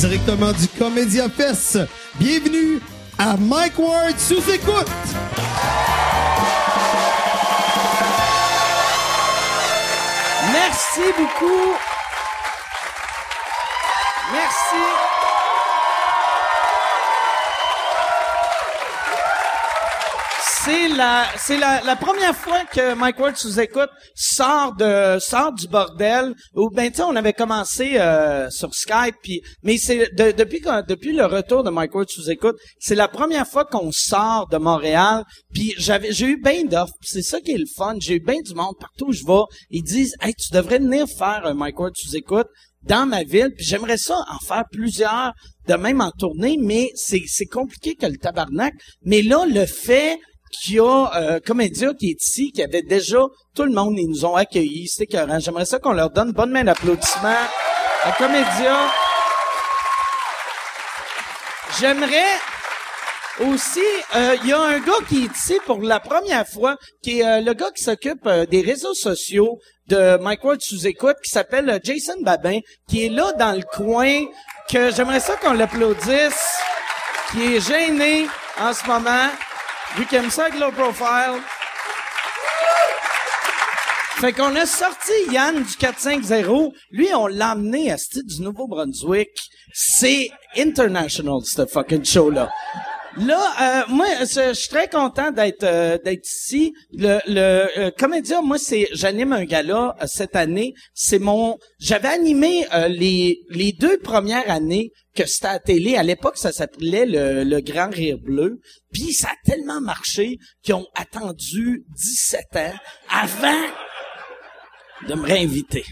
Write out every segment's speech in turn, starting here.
directement du Comédia Fest. Bienvenue à Mike Ward sous écoute. Merci beaucoup. Merci. C'est la, c'est la, la première fois que Mike Ward sous écoute sort de, sort du bordel. Ou ben tu sais, on avait commencé euh, sur Skype, puis mais c'est de- depuis qu'on- depuis le retour de Mike Ward sous écoute, c'est la première fois qu'on sort de Montréal. Puis j'avais, j'ai eu bien d'offres. puis C'est ça qui est le fun. J'ai eu bien du monde partout où je vais. Ils disent, hey, tu devrais venir faire un Mike Ward sous écoute dans ma ville. Puis j'aimerais ça en faire plusieurs, de même en tournée, mais c'est c'est compliqué que le tabarnak. Mais là, le fait qu'il y a euh, Comédia qui est ici, qui avait déjà tout le monde, ils nous ont accueillis, c'est écœurant. J'aimerais ça qu'on leur donne une bonne main d'applaudissement à Comédia. J'aimerais aussi, euh, il y a un gars qui est ici pour la première fois, qui est euh, le gars qui s'occupe euh, des réseaux sociaux de Mike Ward sous écoute, qui s'appelle euh, Jason Babin, qui est là dans le coin, que j'aimerais ça qu'on l'applaudisse, qui est gêné en ce moment, vu qu'il aime ça avec low profile. Fait qu'on a sorti Yann du 450. Lui, on l'a amené à style du Nouveau-Brunswick. C'est international, ce fucking show-là. Là, euh, moi, je je suis très content d'être euh, d'être ici. Le, le euh, comédien, moi, c'est j'anime un gala euh, cette année. C'est mon, j'avais animé euh, les les deux premières années que c'était à télé. À l'époque, ça s'appelait le, le Grand Rire Bleu. Puis ça a tellement marché qu'ils ont attendu 17 ans avant de me réinviter.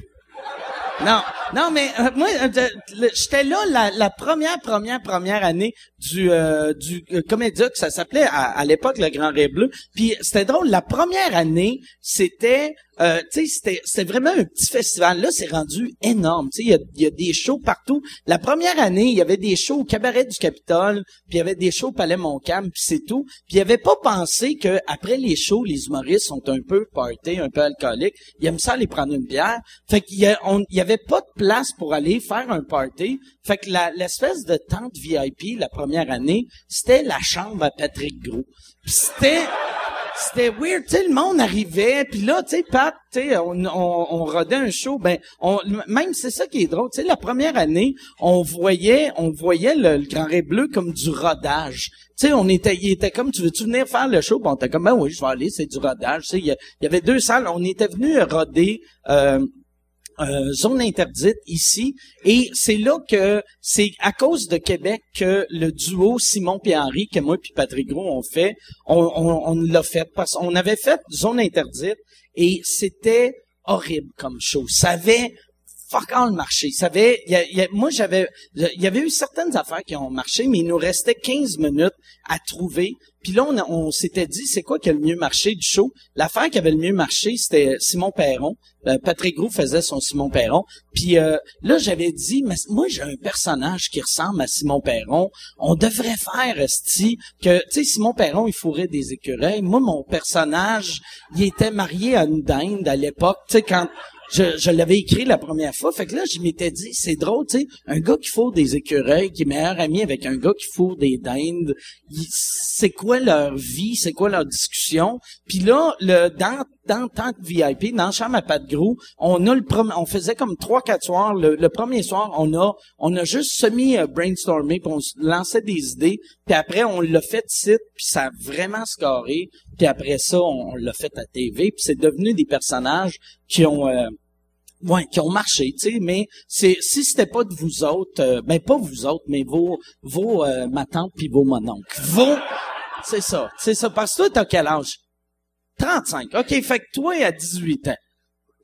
Non, non, mais euh, moi, euh, de- le- j'étais là la, la première, première, première année du euh, du euh, Comédia, que ça s'appelait à, à l'époque le Grand Ray Bleu. Puis c'était drôle, la première année, c'était, euh, tu sais, c'était c'était vraiment un petit festival. Là, c'est rendu énorme. Tu sais, il y a, il y a des shows partout. La première année, il y avait des shows au Cabaret du Capitole, puis il y avait des shows au Palais Montcalm, puis c'est tout. Puis il avait pas pensé que après les shows, les humoristes sont un peu party, un peu alcooliques. Ils aiment ça aller prendre une bière. Fait qu'il y, a- on- il y avait pas de place pour aller faire un party. Fait que la- l'espèce de tente VIP la première année, c'était la chambre à Patrick Gros. Puis c'était c'était weird, tu sais, le monde arrivait, puis là, tu sais, Pat, tu sais, on, on, on rodait un show, ben, on, même c'est ça qui est drôle, tu sais, la première année, on voyait, on voyait le, le Grand Ray Bleu comme du rodage. Tu sais, on était, il était comme, tu veux-tu venir faire le show? Bon, on était comme, ben oui, je vais aller, c'est du rodage, tu sais, il y, a- il y avait deux salles, on était venu roder, euh, euh, zone interdite ici et c'est là que c'est à cause de Québec que le duo Simon et Henri que moi puis Patrick Gros on fait on, on, on l'a fait parce qu'on avait fait zone interdite et c'était horrible comme show ça avait fuck all marché ça avait il y a- il y a- moi j'avais il y avait eu certaines affaires qui ont marché mais il nous restait 15 minutes à trouver puis là on, a- on s'était dit c'est quoi qui a le mieux marché du show l'affaire qui avait le mieux marché c'était Simon Perron euh, Patrick Gros faisait son Simon Perron. Puis euh, là, j'avais dit, mais moi, j'ai un personnage qui ressemble à Simon Perron. On devrait faire, esti, que, tu sais, Simon Perron, il fourrait des écureuils. Moi, mon personnage, il était marié à une dinde à l'époque, tu sais, quand... Je, je l'avais écrit la première fois. Fait que là, je m'étais dit, c'est drôle, tu sais, un gars qui fourre des écureuils, qui est meilleur ami avec un gars qui fourre des dindes, il- c'est quoi leur vie, c'est quoi leur discussion. Puis là, le, dans, dans tant que VIP, dans Chambre à Pat Gros, on a le prom- on faisait comme trois, quatre soirs. Le, le premier soir, on a, on a juste semi-brainstormé, puis on s- lançait des idées, puis après, on l'a fait site, puis ça a vraiment scoré, puis après ça, on, on l'a fait à TV, puis c'est devenu des personnages qui ont... euh, ouais, qui ont marché, tu sais, mais c'est si c'était pas de vous autres, euh, ben pas vous autres, mais vos vos euh, ma tante puis vos mon oncle. Vos c'est ça, c'est ça parce que toi t'as quel âge 35. OK, fait que toi à 18 ans.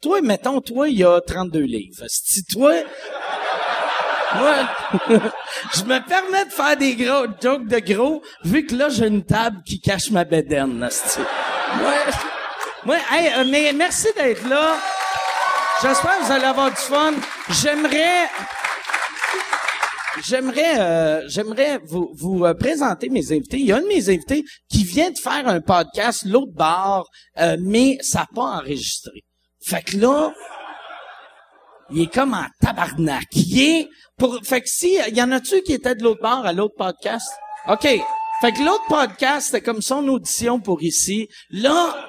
Toi mettons toi il y a 32 livres. Si toi moi, je me permets de faire des gros jokes de gros, vu que là, j'ai une table qui cache ma bédaine, asti. Moi, moi, hey, euh, mais merci d'être là. J'espère que vous allez avoir du fun. J'aimerais... J'aimerais, euh, j'aimerais vous, vous euh, présenter mes invités. Il y a un de mes invités qui vient de faire un podcast, l'autre bar, euh, mais ça n'a pas enregistré. Fait que là, il est comme en tabarnak. Il est Pour, fait que si, y en a-tu qui étaient de l'autre bord à l'autre podcast? OK. Fait que l'autre podcast, c'était comme son audition pour ici. Là,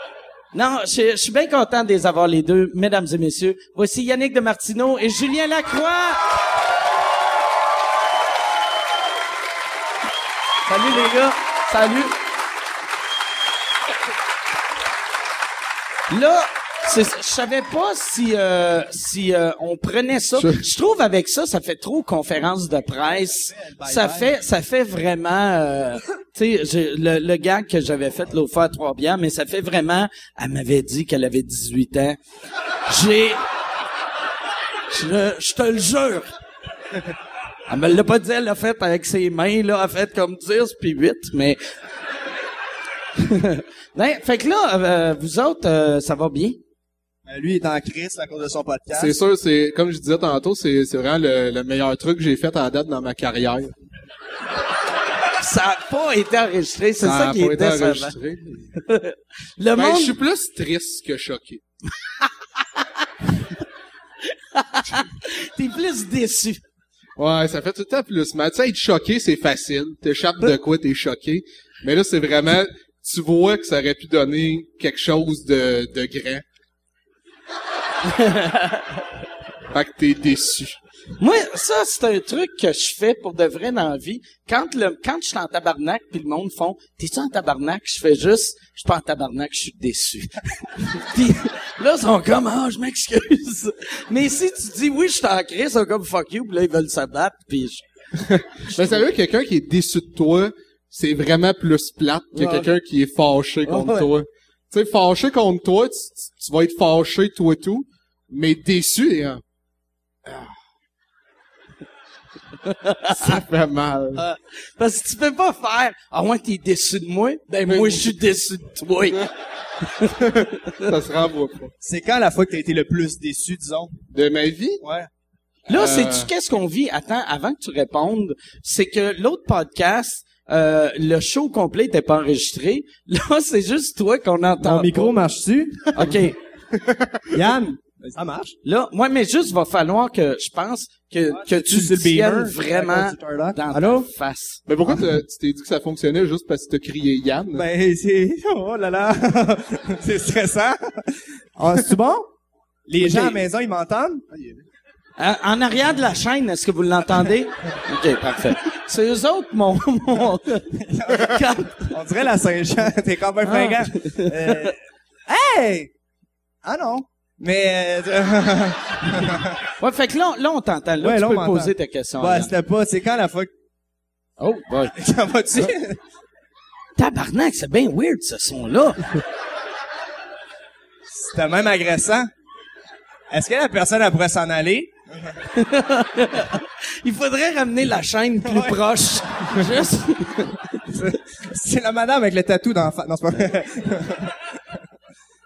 non, je je suis bien content de les avoir les deux, mesdames et messieurs. Voici Yannick de Martineau et Julien Lacroix. Salut les gars. Salut. Là, c'est- je savais pas si euh, si euh, on prenait ça. Sure. Je trouve avec ça, ça fait trop conférence de presse. Ça fait ça fait vraiment euh, tu sais j'ai- le, le gag que j'avais fait l'autre fois à trois bières, mais ça fait vraiment elle m'avait dit qu'elle avait 18 ans. J'ai je, je te le jure. Elle me l'a pas dit, elle l'a fait avec ses mains, là, elle a fait comme 10 puis 8, mais... Ben, fait que là, euh, vous autres, euh, ça va bien? Euh, Lui, il est en crise à cause de son podcast. Hein? C'est sûr, c'est comme je disais tantôt, c'est c'est vraiment le, le meilleur truc que j'ai fait à date dans ma carrière. Ça n'a pas été enregistré, c'est ça, a qui pas est été décevant. enregistré. Le Ben, je suis monde... plus triste que choqué. T'es plus déçu. Ouais, ça fait tout le temps plus mal. Tu sais, être choqué, c'est facile. T'échappes de quoi, t'es choqué. Mais là, c'est vraiment, tu vois que ça aurait pu donner quelque chose de, de grand. fait que t'es déçu. Moi, ça, c'est un truc que je fais pour de vrai dans la vie. Quand le, quand je suis en tabarnak, puis le monde font, t'es-tu en tabarnak? Je fais juste, je suis pas en tabarnak, je suis déçu. puis là, ils sont comme, ah, je m'excuse. Mais si tu dis, oui, je suis en crise, ils sont comme, fuck you, puis là, ils veulent se battre, puis je- Mais sérieux, quelqu'un qui est déçu de toi, c'est vraiment plus plate que Ouais. quelqu'un qui est fâché contre Ouais. toi. Tu sais, fâché contre toi, tu, tu- tu vas être fâché toi tout, mais déçu, hein. Ah. ça fait mal. Ah, parce que tu peux pas faire, ah ouais, t'es déçu de moi? Ben, Ben, moi, oui. je suis déçu de toi. Ça se renvoie pas. C'est quand la fois que t'as été le plus déçu, disons? De ma vie, Ouais. Là, Euh. sais-tu qu'est-ce qu'on vit? Attends, avant que tu répondes, c'est que l'autre podcast, euh, le show complet n'était pas enregistré. Là, c'est juste toi qu'on entend. Ah, Ton micro marche-tu? pas. OK. Yann, Ça marche. Là, moi, mais juste, va falloir que je pense que, que tu c'est le le beamer, tiennes c'est vraiment un conducteur dans Allô? ta face. mais pourquoi t'as- tu t'es dit que ça fonctionnait juste parce que t'as crié Yann? Ben, c'est... Oh là là! c'est stressant! ah, c'est-tu bon? Les gens à la Ok. maison, ils m'entendent? Euh, en arrière de la chaîne, est-ce que vous l'entendez? OK, parfait. C'est eux autres, mon... mon... Quand- On dirait la Saint-Jean. T'es quand même Ah. fringant. Euh, Hey! Ah non! Mais... euh, Ouais, fait que là, on- là on t'entend. Là, Ouais, tu là, on peux m'entend. poser ta question. bah, Yann. c'était pas... C'est quand la fois que... oh, boy. Quand vas-tu? Tabarnak, c'est bien weird, ce son-là. C'était même agressant. Est-ce que la personne, elle pourrait s'en aller? Il faudrait ramener la chaîne plus Ouais. proche. Juste. C'est la madame avec le tatou dans la fa- Non, c'est pas vrai.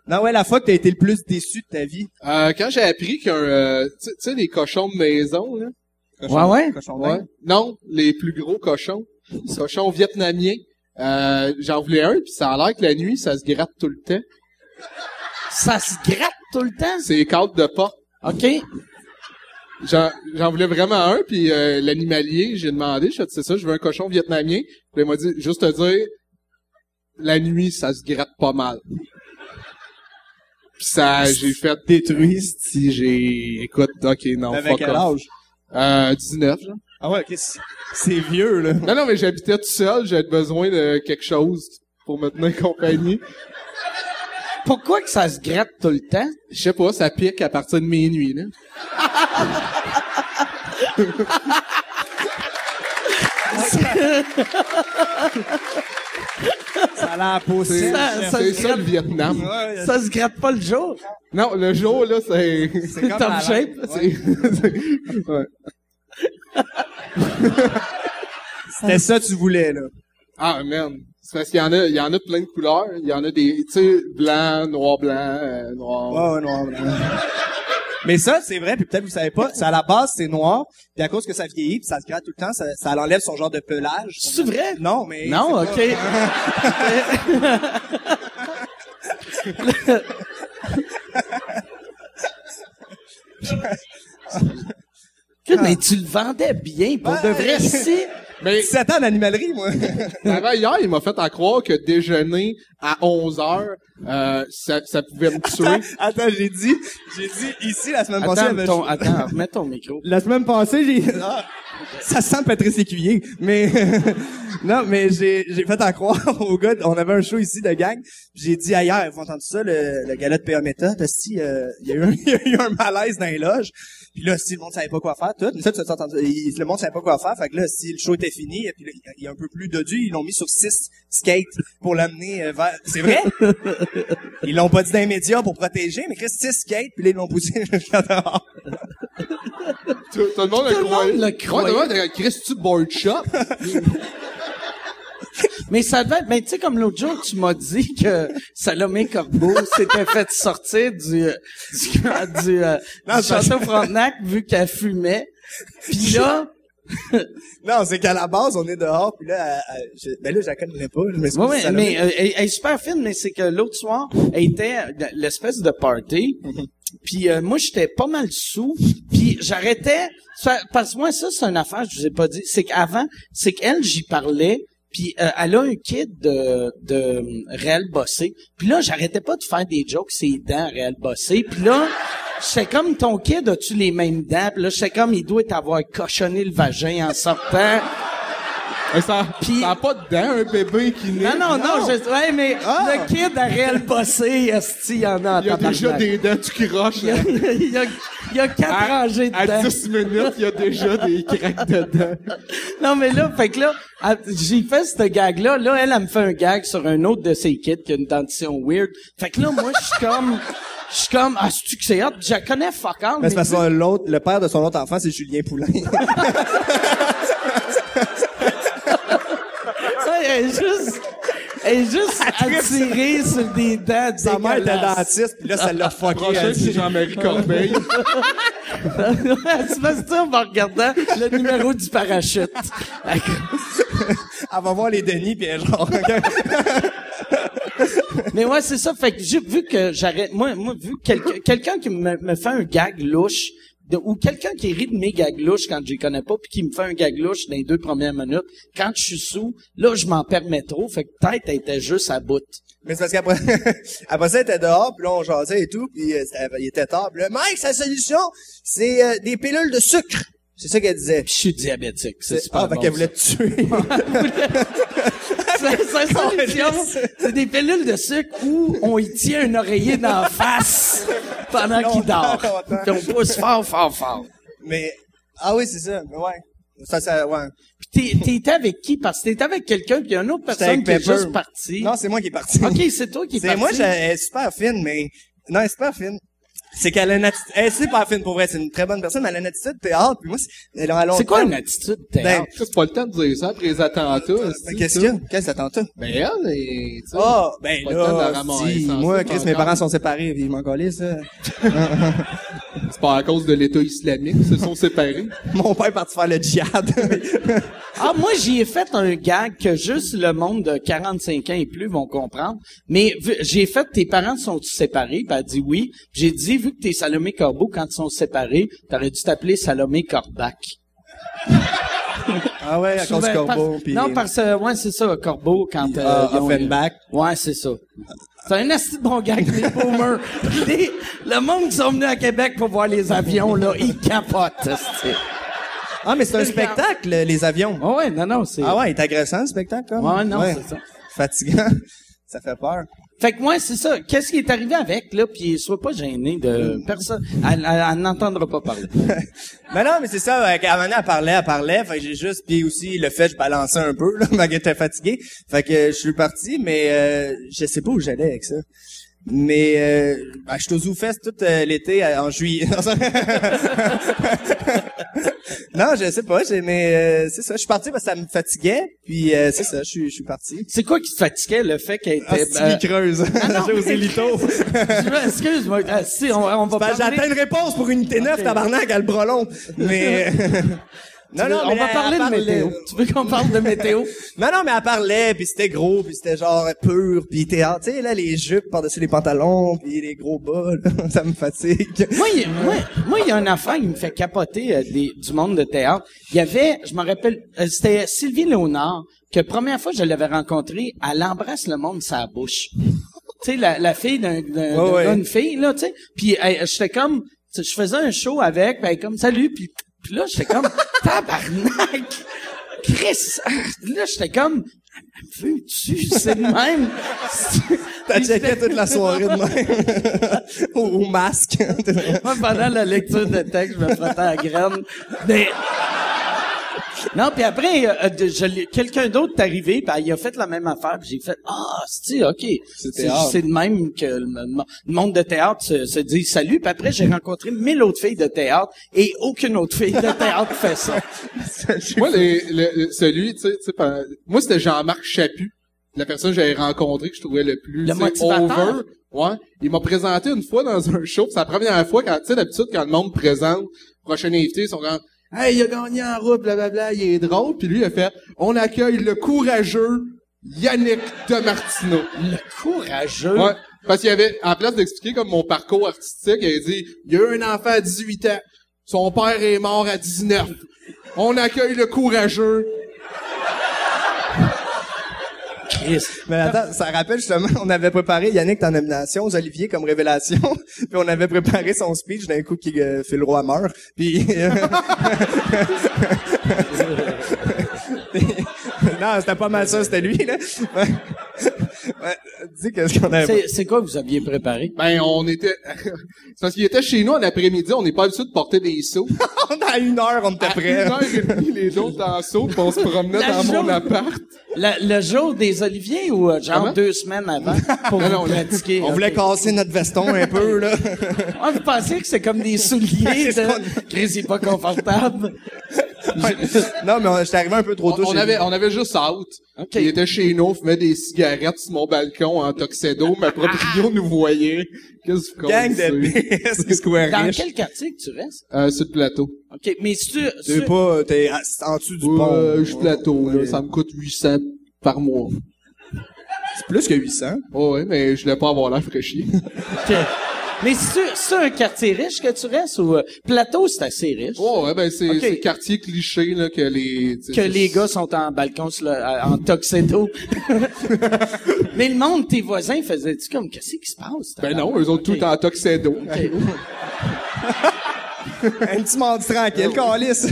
Non, ouais, la fois que t'as été le plus déçu de ta vie. Euh, quand j'ai appris qu'un... euh, tu tu sais, les cochons de maison, là? Ouais, ouais. Cochon Ouais. d'Inde. Non, les plus gros cochons. cochons vietnamiens. Euh, J'en voulais un, puis ça a l'air que la nuit, ça se gratte tout le temps. Ça se gratte tout le temps. C'est les cadres de porte. OK. J'en j'en voulais vraiment un, puis euh, l'animalier, j'ai demandé, je fais, c'est ça, je veux un cochon vietnamien. Puis il m'a dit, juste te dire, la nuit, ça se gratte pas mal. Puis ça, j'ai fait détruire, si j'ai... Écoute, ok, non, T'avais fuck quel off. âge? Euh, 19, là. Ah ouais, ok, c'est- c'est vieux, là. Non, non, mais j'habitais tout seul, j'avais besoin de quelque chose pour me tenir compagnie. Pourquoi que ça se gratte tout le temps? Je sais pas, ça pique à partir de minuit, là. Ça a l'air poussé. Ça- ça- C'est se ça le gratte. Vietnam. Ouais, Ça se gratte pas le jour. Non, le jour, là, c'est... c'est comme Top la- shape. Ouais. Ouais. C'était ça que tu voulais, là. Ah, man. C'est parce qu'il y en a, il y en a plein de couleurs. Il y en a des, tu sais, blanc, noir, blanc, euh, noir. Ouais, ouais, noir, blanc. Mais ça, c'est vrai, puis peut-être vous savez pas, ça à la base, c'est noir, puis à cause que ça vieillit, puis ça se gratte tout le temps, ça, ça enlève son genre de pelage. C'est vrai? Non, mais... Non, c'est OK. pas- Qu'est-ce Putain, mais tu le vendais bien pour de vrai. Si, Mais 17 ans d'animalerie, moi. avant hier, il m'a fait à croire que déjeuner à 11 heures, euh, ça, ça pouvait me tuer. Attends, j'ai dit, j'ai dit ici la semaine passée. attends, elle me- ton, attends, mets ton micro. La semaine passée, j'ai... Ah, ça sent Patrice Écuyer, mais... non, mais j'ai, j'ai fait à croire au gars, on avait un show ici de gang, puis j'ai dit ailleurs, vous entendez ça, le, le gala de PA Méthode, si, euh, il y, a eu un- il y a eu un malaise dans les loges, puis là, si le monde savait pas quoi faire, tout, mais ça, tu as entendu, il- le monde savait pas quoi faire, fait que là, si le show était fini, et puis là, il y a- il y a un peu plus dodu, ils l'ont mis sur six skates pour l'amener euh, vers... C'est vrai? ils l'ont pas dit dans les médias pour protéger, mais Chris, six skates, puis là, ils l'ont poussé jusqu'à dehors. Tout, tout le monde Tout le monde le le croyait. Ouais, tout le monde était comme, Chris, tu board shop? Mais ça devait être, mais tu sais, comme l'autre jour, tu m'as dit que Salomé Corbeau s'était fait sortir du, du, du, euh, Non, du c'est parce château Frontenac vu qu'elle fumait. Puis là, Non, c'est qu'à la base, on est dehors, puis là, elle- elle- je, ben là, je la connais pas, je m'excuse. Ouais, ouais, Salomé. mais euh, elle, elle est super fine, mais c'est que l'autre soir, elle était à l'espèce de party. Puis euh, moi, j'étais pas mal sous. Puis j'arrêtais. ça- Parce que moi, ça, c'est une affaire, je vous ai pas dit. C'est qu'avant, c'est qu'elle, j'y parlais. Puis euh, elle a un kid de, de hum, réel bossé. Puis là, j'arrêtais pas de faire des jokes, ses dents réel bossé. Puis là, c'est comme ton kid, as-tu les mêmes dents? Puis là, c'est comme, il doit t'avoir cochonné le vagin en sortant. Mais ça, Puis- ça a pas de dents, un bébé qui naît. Non, non, non, je, ouais, mais Ah! le kid a réel bossé, esti, il y en a en Il y a déjà tabarnak. des dents, tu croches. Il y a, il y a, il y a quatre rangées de À dents. 10 minutes, il y a déjà des craques dedans. Non, mais là, fait que là, à- j'ai fait ce gag-là. Là, elle, elle me fait un gag sur un autre de ses kids qui a une dentition weird. Fait que là, moi, je suis comme, je suis comme, ah, c'est-tu que c'est hot? Je la connais fuck all, Mais mais c'est parce que l'autre, le père de son autre enfant, c'est Julien Poulain. ça, elle est juste, elle est juste attirée sur des dents Sa mère était dégueulasses. dentiste, puis là, ça l'a fucké. elle Prochain, dit- c'est Jean-Marie Corbeil. Elle se fait ça en regardant le numéro du parachute. Elle va voir les Denis, puis elle genre... Mais ouais, c'est ça. Fait que j'ai vu que j'arrête. Moi, moi, vu quelqu'un quelqu'un qui me, me fait un gag louche, de- ou quelqu'un qui rit de mes gags louches quand je les connais pas, puis qui me fait un gag louche dans les deux premières minutes, quand je suis sous, là, je m'en permets trop. Fait que peut-être elle était juste à bout. mais c'est parce qu'après après ça, elle était dehors, puis là, on jasait et tout, puis euh, ça- il était tard. Puis là, Mike, sa solution, c'est euh, des pilules de sucre. C'est ça qu'elle disait. Puis je suis diabétique. C'est super Ah, fait bon, qu'elle ça. voulait te tuer. C'est c'est ça, l'option. C'est des pilules de sucre où on y tient un oreiller dans la face pendant qu'il dort. Longtemps, longtemps. Puis on pousse fort, fort, fort. mais... Ah oui, c'est ça, mais ouais. Ça, ça, ouais. Puis t'es- t'étais avec qui? Parce que t'étais avec quelqu'un, puis il y a une autre J'étais personne avec qui est Pepper. juste partie. Non, c'est moi qui est parti. OK, c'est toi qui es C'est parti. moi, j'ai- elle est super fine, mais non, elle est super fine. C'est qu'elle a une attitude. Elle est super fine pour vrai. C'est une très bonne personne, mais elle a une attitude théâtre. Puis moi, c'est- elle a un long C'est quoi terme. une attitude Ben, théâtre? C'est pas le temps de dire ça après les attentats. Mais est-ce-tu, Qu'est-ce ça? qu'il y a? Qu'est-ce que t'attends toi? Ben, elle est, tu sais. Ah, ben pas le temps de la là, ramasser, si, ça, moi, c'est Chris, pas mes encore. parents sont séparés, puis ils m'ont collé, ça. C'est pas à cause de l'État islamique, ils se sont séparés. Mon père est parti faire le djihad. Ah, moi, j'y ai fait un gag que juste le monde de 45 ans et plus vont comprendre. Mais vu- j'ai fait, tes parents sont séparés? Ben, elle dit oui. J'ai dit, vu que t'es Salomé Corbeau, quand ils sont séparés, t'aurais dû t'appeler Salomé Corbac. ah ouais, à cause du Souvent, corbeau, par- puis... Non, parce que, ouais, c'est ça, Corbeau, quand... Euh, Ah, ils ont- Offenbach. Ouais, c'est ça. C'est un assez bon gag, les boomers. Les- le monde qui sont venus à Québec pour voir les avions, là, ils capotent, esti. Ah, mais c'est un spectacle, les avions. Ah ouais, non, non, c'est... Ah ouais, il est agressant, le spectacle, comme. Ouais, non, c'est ça. Fatigant. Ça fait peur. Fait que moi, c'est ça. Qu'est-ce qui est arrivé avec, là? Puis sois pas gêné de personne. Elle, elle- elle n'entendra pas parler. Mais non, mais c'est ça, euh, à un moment donné, elle parlait, elle parlait, fait que j'ai juste, puis aussi, le fait, je balançais un peu, là, ma j'étais fatigué, fait que euh, je suis parti, mais euh, je sais pas où j'allais avec ça. Mais euh, ben, je suis au ZooFest tout euh, l'été, euh, en juillet. Non, ça- non, je sais pas, j'ai- mais euh, c'est ça, je suis parti parce que ça me fatiguait, puis euh, c'est ça, je suis- je suis parti. C'est quoi qui te fatiguait, le fait qu'elle Ah, était... c'est euh, creuse. non, J'ai mais- osé l'ito. je veux- Excuse-moi. Ah, si, on, on va Ben, parler... J'attends une réponse pour une T9, tabarnak, à le bras long. Mais... Non, Tu non, veux- mais on va elle parler de parlait- météo. Tu veux qu'on parle de météo? Non, non, mais elle parlait, puis c'était gros, puis c'était genre pur, puis t'es, ah, tu sais, là, les jupes par-dessus les pantalons, puis les gros bas, là, ça me fatigue. Moi, il moi- moi, il y a un affaire qui me fait capoter euh, des- du monde de théâtre. Il y avait, je me rappelle, euh, c'était Sylvie Léonard, que première fois que je l'avais rencontrée, elle embrasse le monde sa bouche. tu sais, la, la fille d'un, d'un- Ouais, d'un ouais. gars, une fille, là, tu sais. Puis elle- j'étais comme, tu sais, je faisais un show avec, puis elle est comme, salut, puis, puis là, j'étais comme, tabarnak! Chris! ah, Là, j'étais comme, elle me veut-tu? C'est le même! T'as checké toute la soirée de même. au, au masque. Moi, pendant la lecture de texte, je me frottais à la graine. Mais... Non, puis après, euh, de- je l'ai- quelqu'un d'autre est arrivé, puis ah, il a fait la même affaire, puis j'ai fait « Ah, c'est OK. » C'est théâtre. c'est de même que le, mo- le monde de théâtre se, se dit « Salut », puis après, j'ai rencontré mille autres filles de théâtre, et aucune autre fille de théâtre fait ça. Moi, les- le- le- celui, tu sais, tu sais, par- moi, c'était Jean-Marc Chaput, la personne que j'avais rencontrée, que je trouvais le plus, Le tu sais, motivateur. over. Ouais. Il m'a présenté une fois dans un show, pis c'est la première fois, quand, tu sais, d'habitude, quand le monde présente, prochain invité, ils sont comme, hey, il a gagné en route, blablabla, il est drôle, puis lui, il a fait, on accueille le courageux Yannick Demartino. Le courageux. Ouais. Parce qu'il y avait, en place d'expliquer comme mon parcours artistique, il avait dit, il y a eu un enfant à 18 ans. Son père est mort à 19. On accueille le courageux. Chris. Mais attends, ça rappelle justement, on avait préparé Yannick ta nomination aux Olivier comme révélation, puis on avait préparé son speech d'un coup qui euh, fait le roi meurt, puis euh, non, c'était pas mal ça, c'était lui là. Ouais. Ouais, Dis qu'est-ce qu'on avait. C'est- C'est quoi que vous aviez préparé? Ben, on était, c'est parce qu'il était chez nous en après-midi, on n'est pas habitué de porter des seaux. On a une heure, on était À une prêt. heure et demie, les autres en seau, pis on se promenait La dans mon journée. appart. Le, le jour des Oliviers ou euh, genre Comment? deux semaines avant pour Non, non, vous pratiquer? On voulait Ok. casser notre veston un peu là. Ah, vous pensez que c'est comme des souliers de... Chris, il est pas confortable. non, mais on- j'étais arrivé un peu trop On, tôt. on chez avait, lui. on avait juste out. Il était chez nous, on fumait des cigarettes sur mon balcon en tuxedo, ma proprio nous voyait. Qu'est-ce que vous gang connaissez? de BS qui se courait Dans riche. quel quartier que tu restes? Euh, sur le plateau. OK, mais si tu... si- T'es pas, t'es à- en dessous du Ouais, pont. je suis plateau, là, ça me coûte 800 par mois. C'est plus que 800. Oh, ouais, mais je voulais pas avoir l'air fraîchi. OK. Mais si tu... C'est un quartier riche que tu restes ou... euh, Plateau, c'est assez riche. Oh, ouais, ben, c'est Ok. c'est le quartier cliché, là, que les... tu sais, Que les c'est- gars sont en balcon sur le- euh, en tuxedo. mais le monde, tes voisins, faisaient-tu comme... Qu'est-ce qui se passe? Ben non, eux autres, OK. tout en tuxedo. OK. Un petit mardi tranquille, Ah calice.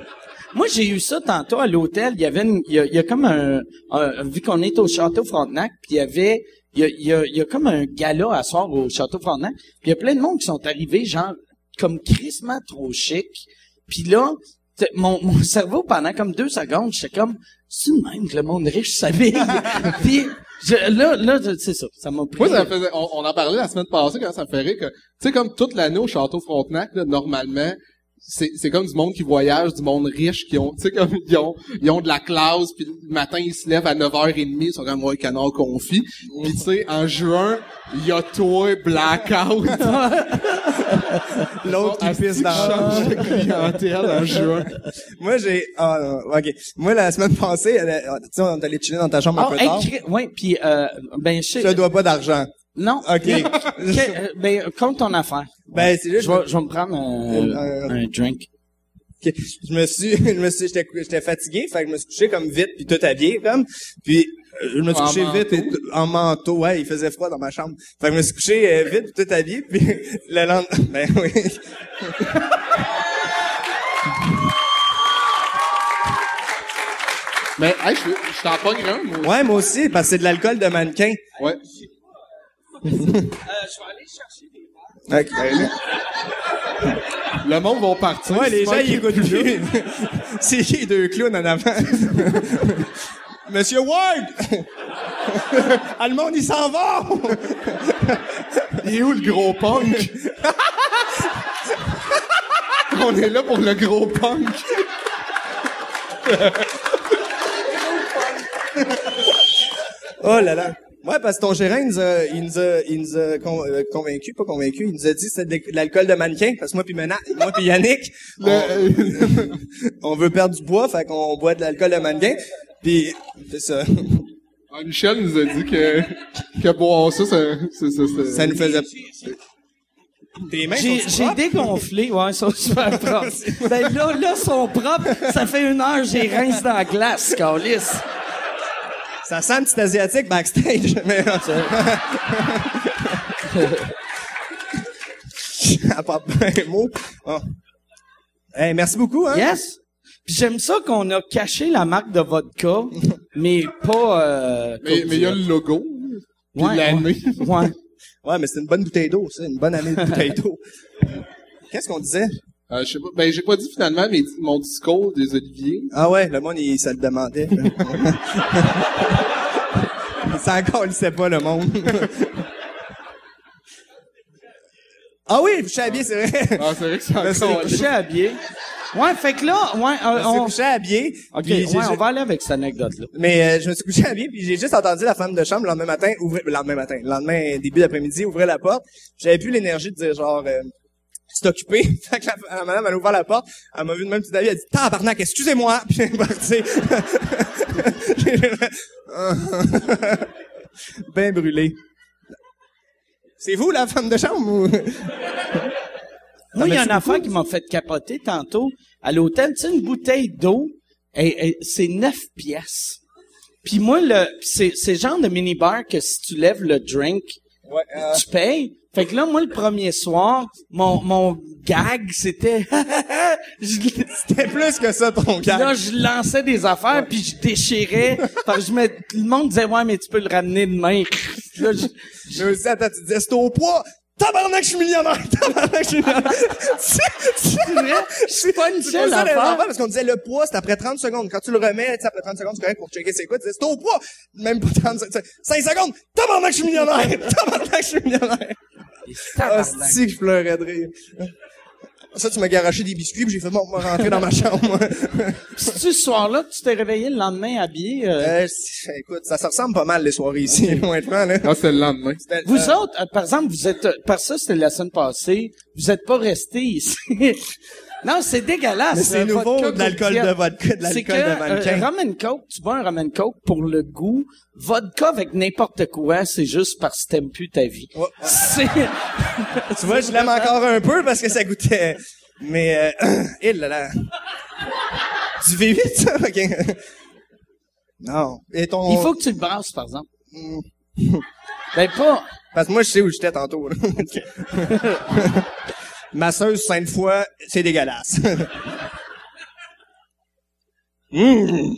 Moi, j'ai eu ça tantôt à l'hôtel. Il y avait une- il y a, il y a comme un, un- vu qu'on est au Château Frontenac, puis il y avait, il y a, il y a- il y a comme un gala à soir au Château Frontenac. Puis il y a plein de monde qui sont arrivés, genre, comme crissement trop chic. Puis là, t- mon, mon cerveau, pendant comme deux secondes, j'étais comme, c'est de même que le monde riche s'habille. puis je- là, là, je- c'est ça, ça m'a pris. Moi, ça me faisait, on, on en parlait la semaine passée quand ça me ferait que, tu sais, comme toute l'année au Château Frontenac, là, normalement, c'est, c'est comme du monde qui voyage, du monde riche, qui ont, tu sais, comme, ils ont, ils ont de la classe, puis le matin, ils se lèvent à 9h30, ils sont comme, ouais, canard confit. Puis, tu sais, en juin, il y a toi, Blackout. L'autre qui pisse dans... change de clientèle en juin. Moi, j'ai... Ah, non, ok. Moi, la semaine passée, elle a- tu sais, on est allé chiller dans ta chambre Ah, un peu hey, tard. cri- ouais, puis euh, ben je Je sais, te dois pas d'argent. non. Ok. Que- euh, ben compte ton affaire. ben, c'est juste... Je vais, je vais me prendre un, Euh, un drink. que je me suis... Je me suis... J'étais, cou- j'étais fatigué, fait que je me suis couché comme vite, puis tout habillé, comme. Puis... euh, Je me suis En couché manteau. vite et t- en manteau, ouais, il faisait froid dans ma chambre. Fait que je me suis couché euh, vite, puis tout habillé, puis le lendemain, ben oui. Mais, hey, je, je t'en pogne un, moi. Ouais, moi aussi, parce que c'est de l'alcool de mannequin. Ouais. Ok. ben Le monde va partir. Ouais, les gens, Smoke ils écoutent plus. C'est qui les deux clowns en avant? Monsieur Ward! Ah, le monde, il s'en va! Il est où le gros punk? On est là pour le gros punk. Oh là là. Ouais, parce que ton gérant, il nous a, il nous a, il nous a con- euh, convaincu, pas convaincu, il nous a dit que c'était de l'alcool de mannequin, parce que moi puis Mena- moi puis Yannick, on, Euh, Le- on veut perdre du poids, fait qu'on boit de l'alcool de mannequin, puis c'est ça. Ah, Michel nous a dit que, que boire ça, ça, ça, ça, ça- Ça nous faisait... Tes mains J'ai, sont-tu j'ai propres? dégonflé, ouais, ils sont super propres. ben là, là, ils sont propres. Ça fait une heure, j'ai rince dans la glace, Carlis. Ça sent un petit asiatique backstage, mais... À part un mot. Ah. Hey, merci beaucoup, hein? Yes. Puis j'aime ça qu'on a caché la marque de vodka, mais pas. Euh, Mais, Coke mais il y a Zero. le logo. Puis Ouais, l'année. ouais, ouais. Ouais, mais c'est une bonne bouteille d'eau, ça. Une bonne année de bouteille d'eau. Qu'est-ce qu'on disait? Euh, je sais pas. Ben, j'ai pas dit finalement mais mon discours des Oliviers. Ah ouais, le monde, il, ça le demandait. ça encore, il sait pas, le monde. ah oui, je suis habillé, c'est vrai. Ah, c'est vrai que c'est Merci. encore. Couché habillé. Ouais, fait que là, ouais, Je euh, me suis on. Ah, couché habillé. Ok, puis j'ai ouais, on ju- va aller avec cette anecdote-là. Mais euh, je me suis couché habillé, puis j'ai juste entendu la femme de chambre le lendemain matin, ouvrir, le lendemain matin, le lendemain début d'après-midi, ouvrir la porte. J'avais plus l'énergie de dire genre... euh, c'est occupé. Fait que la, la madame, elle a ouvert la porte. Elle m'a vu de même petit avis. Elle a dit, tabarnak, excusez-moi. Puis elle est partie. J'ai fait, ben brûlé. C'est vous, la femme de chambre? ou- Moi, il y a merci une affaire qui m'a fait capoter tantôt. À l'hôtel, tu sais, une bouteille d'eau, elle- elle- c'est 9 pièces. Puis moi, le, c'est, c'est le genre de mini-bar que si tu lèves le drink, Ouais, euh, tu payes. Fait que là, moi, le premier soir, mon, mon gag, c'était... je- C'était plus que ça, ton puis là, gars. je lançais des affaires, puis je déchirais. Fait que je me, le monde disait, ouais, mais tu peux le ramener demain. Là, je- Mais aussi, attends, tu disais, c'est au poids. Tabarnak, je suis millionnaire. Tabarnak, je suis millionnaire. c'est vrai, je suis pas une C'est pas seule ça, l'affaire, affaire. parce qu'on disait le poids, c'est après 30 secondes. Quand tu le remets, tu sais, après 30 secondes, c'est correct pour checker c'est quoi. Tu disais, c'est au poids! Même pas 30 secondes. 5 secondes! Tabarnak, je suis millionnaire! Tabarnak, je suis millionnaire! Tabarnak. Hostie, que je pleurais de rire. Ça, tu m'as garoché des biscuits, puis j'ai fait, bon, on va rentrer dans ma chambre. moi. C'est-tu ce soir-là que tu t'es réveillé le lendemain habillé? euh, euh, c'est- écoute, ça se ressemble pas mal, les soirées ici, honnêtement, là. Ah, c'est le lendemain. C'était- Vous euh, autres, euh, par exemple, vous êtes, euh, par ça, c'était la semaine passée, vous n'êtes pas restés ici. non, c'est dégueulasse. Mais c'est le nouveau, vodka de l'alcool Coke de vodka, de C'est l'alcool que, de mannequin. euh, Roman Coke, tu bois un Roman Coke pour le goût. Vodka avec n'importe quoi, c'est juste parce que t'aimes plus ta vie. Ouais. C'est, tu vois, je l'aime encore un peu parce que ça goûtait. Mais, euh, il là là. Du V8, ça? OK. Non. Et ton... il faut que tu le brasses, par exemple. Mm. ben, pas, Parce que moi, je sais où j'étais tantôt. là. Masseuse Sainte-Foy, c'est dégueulasse. Mm.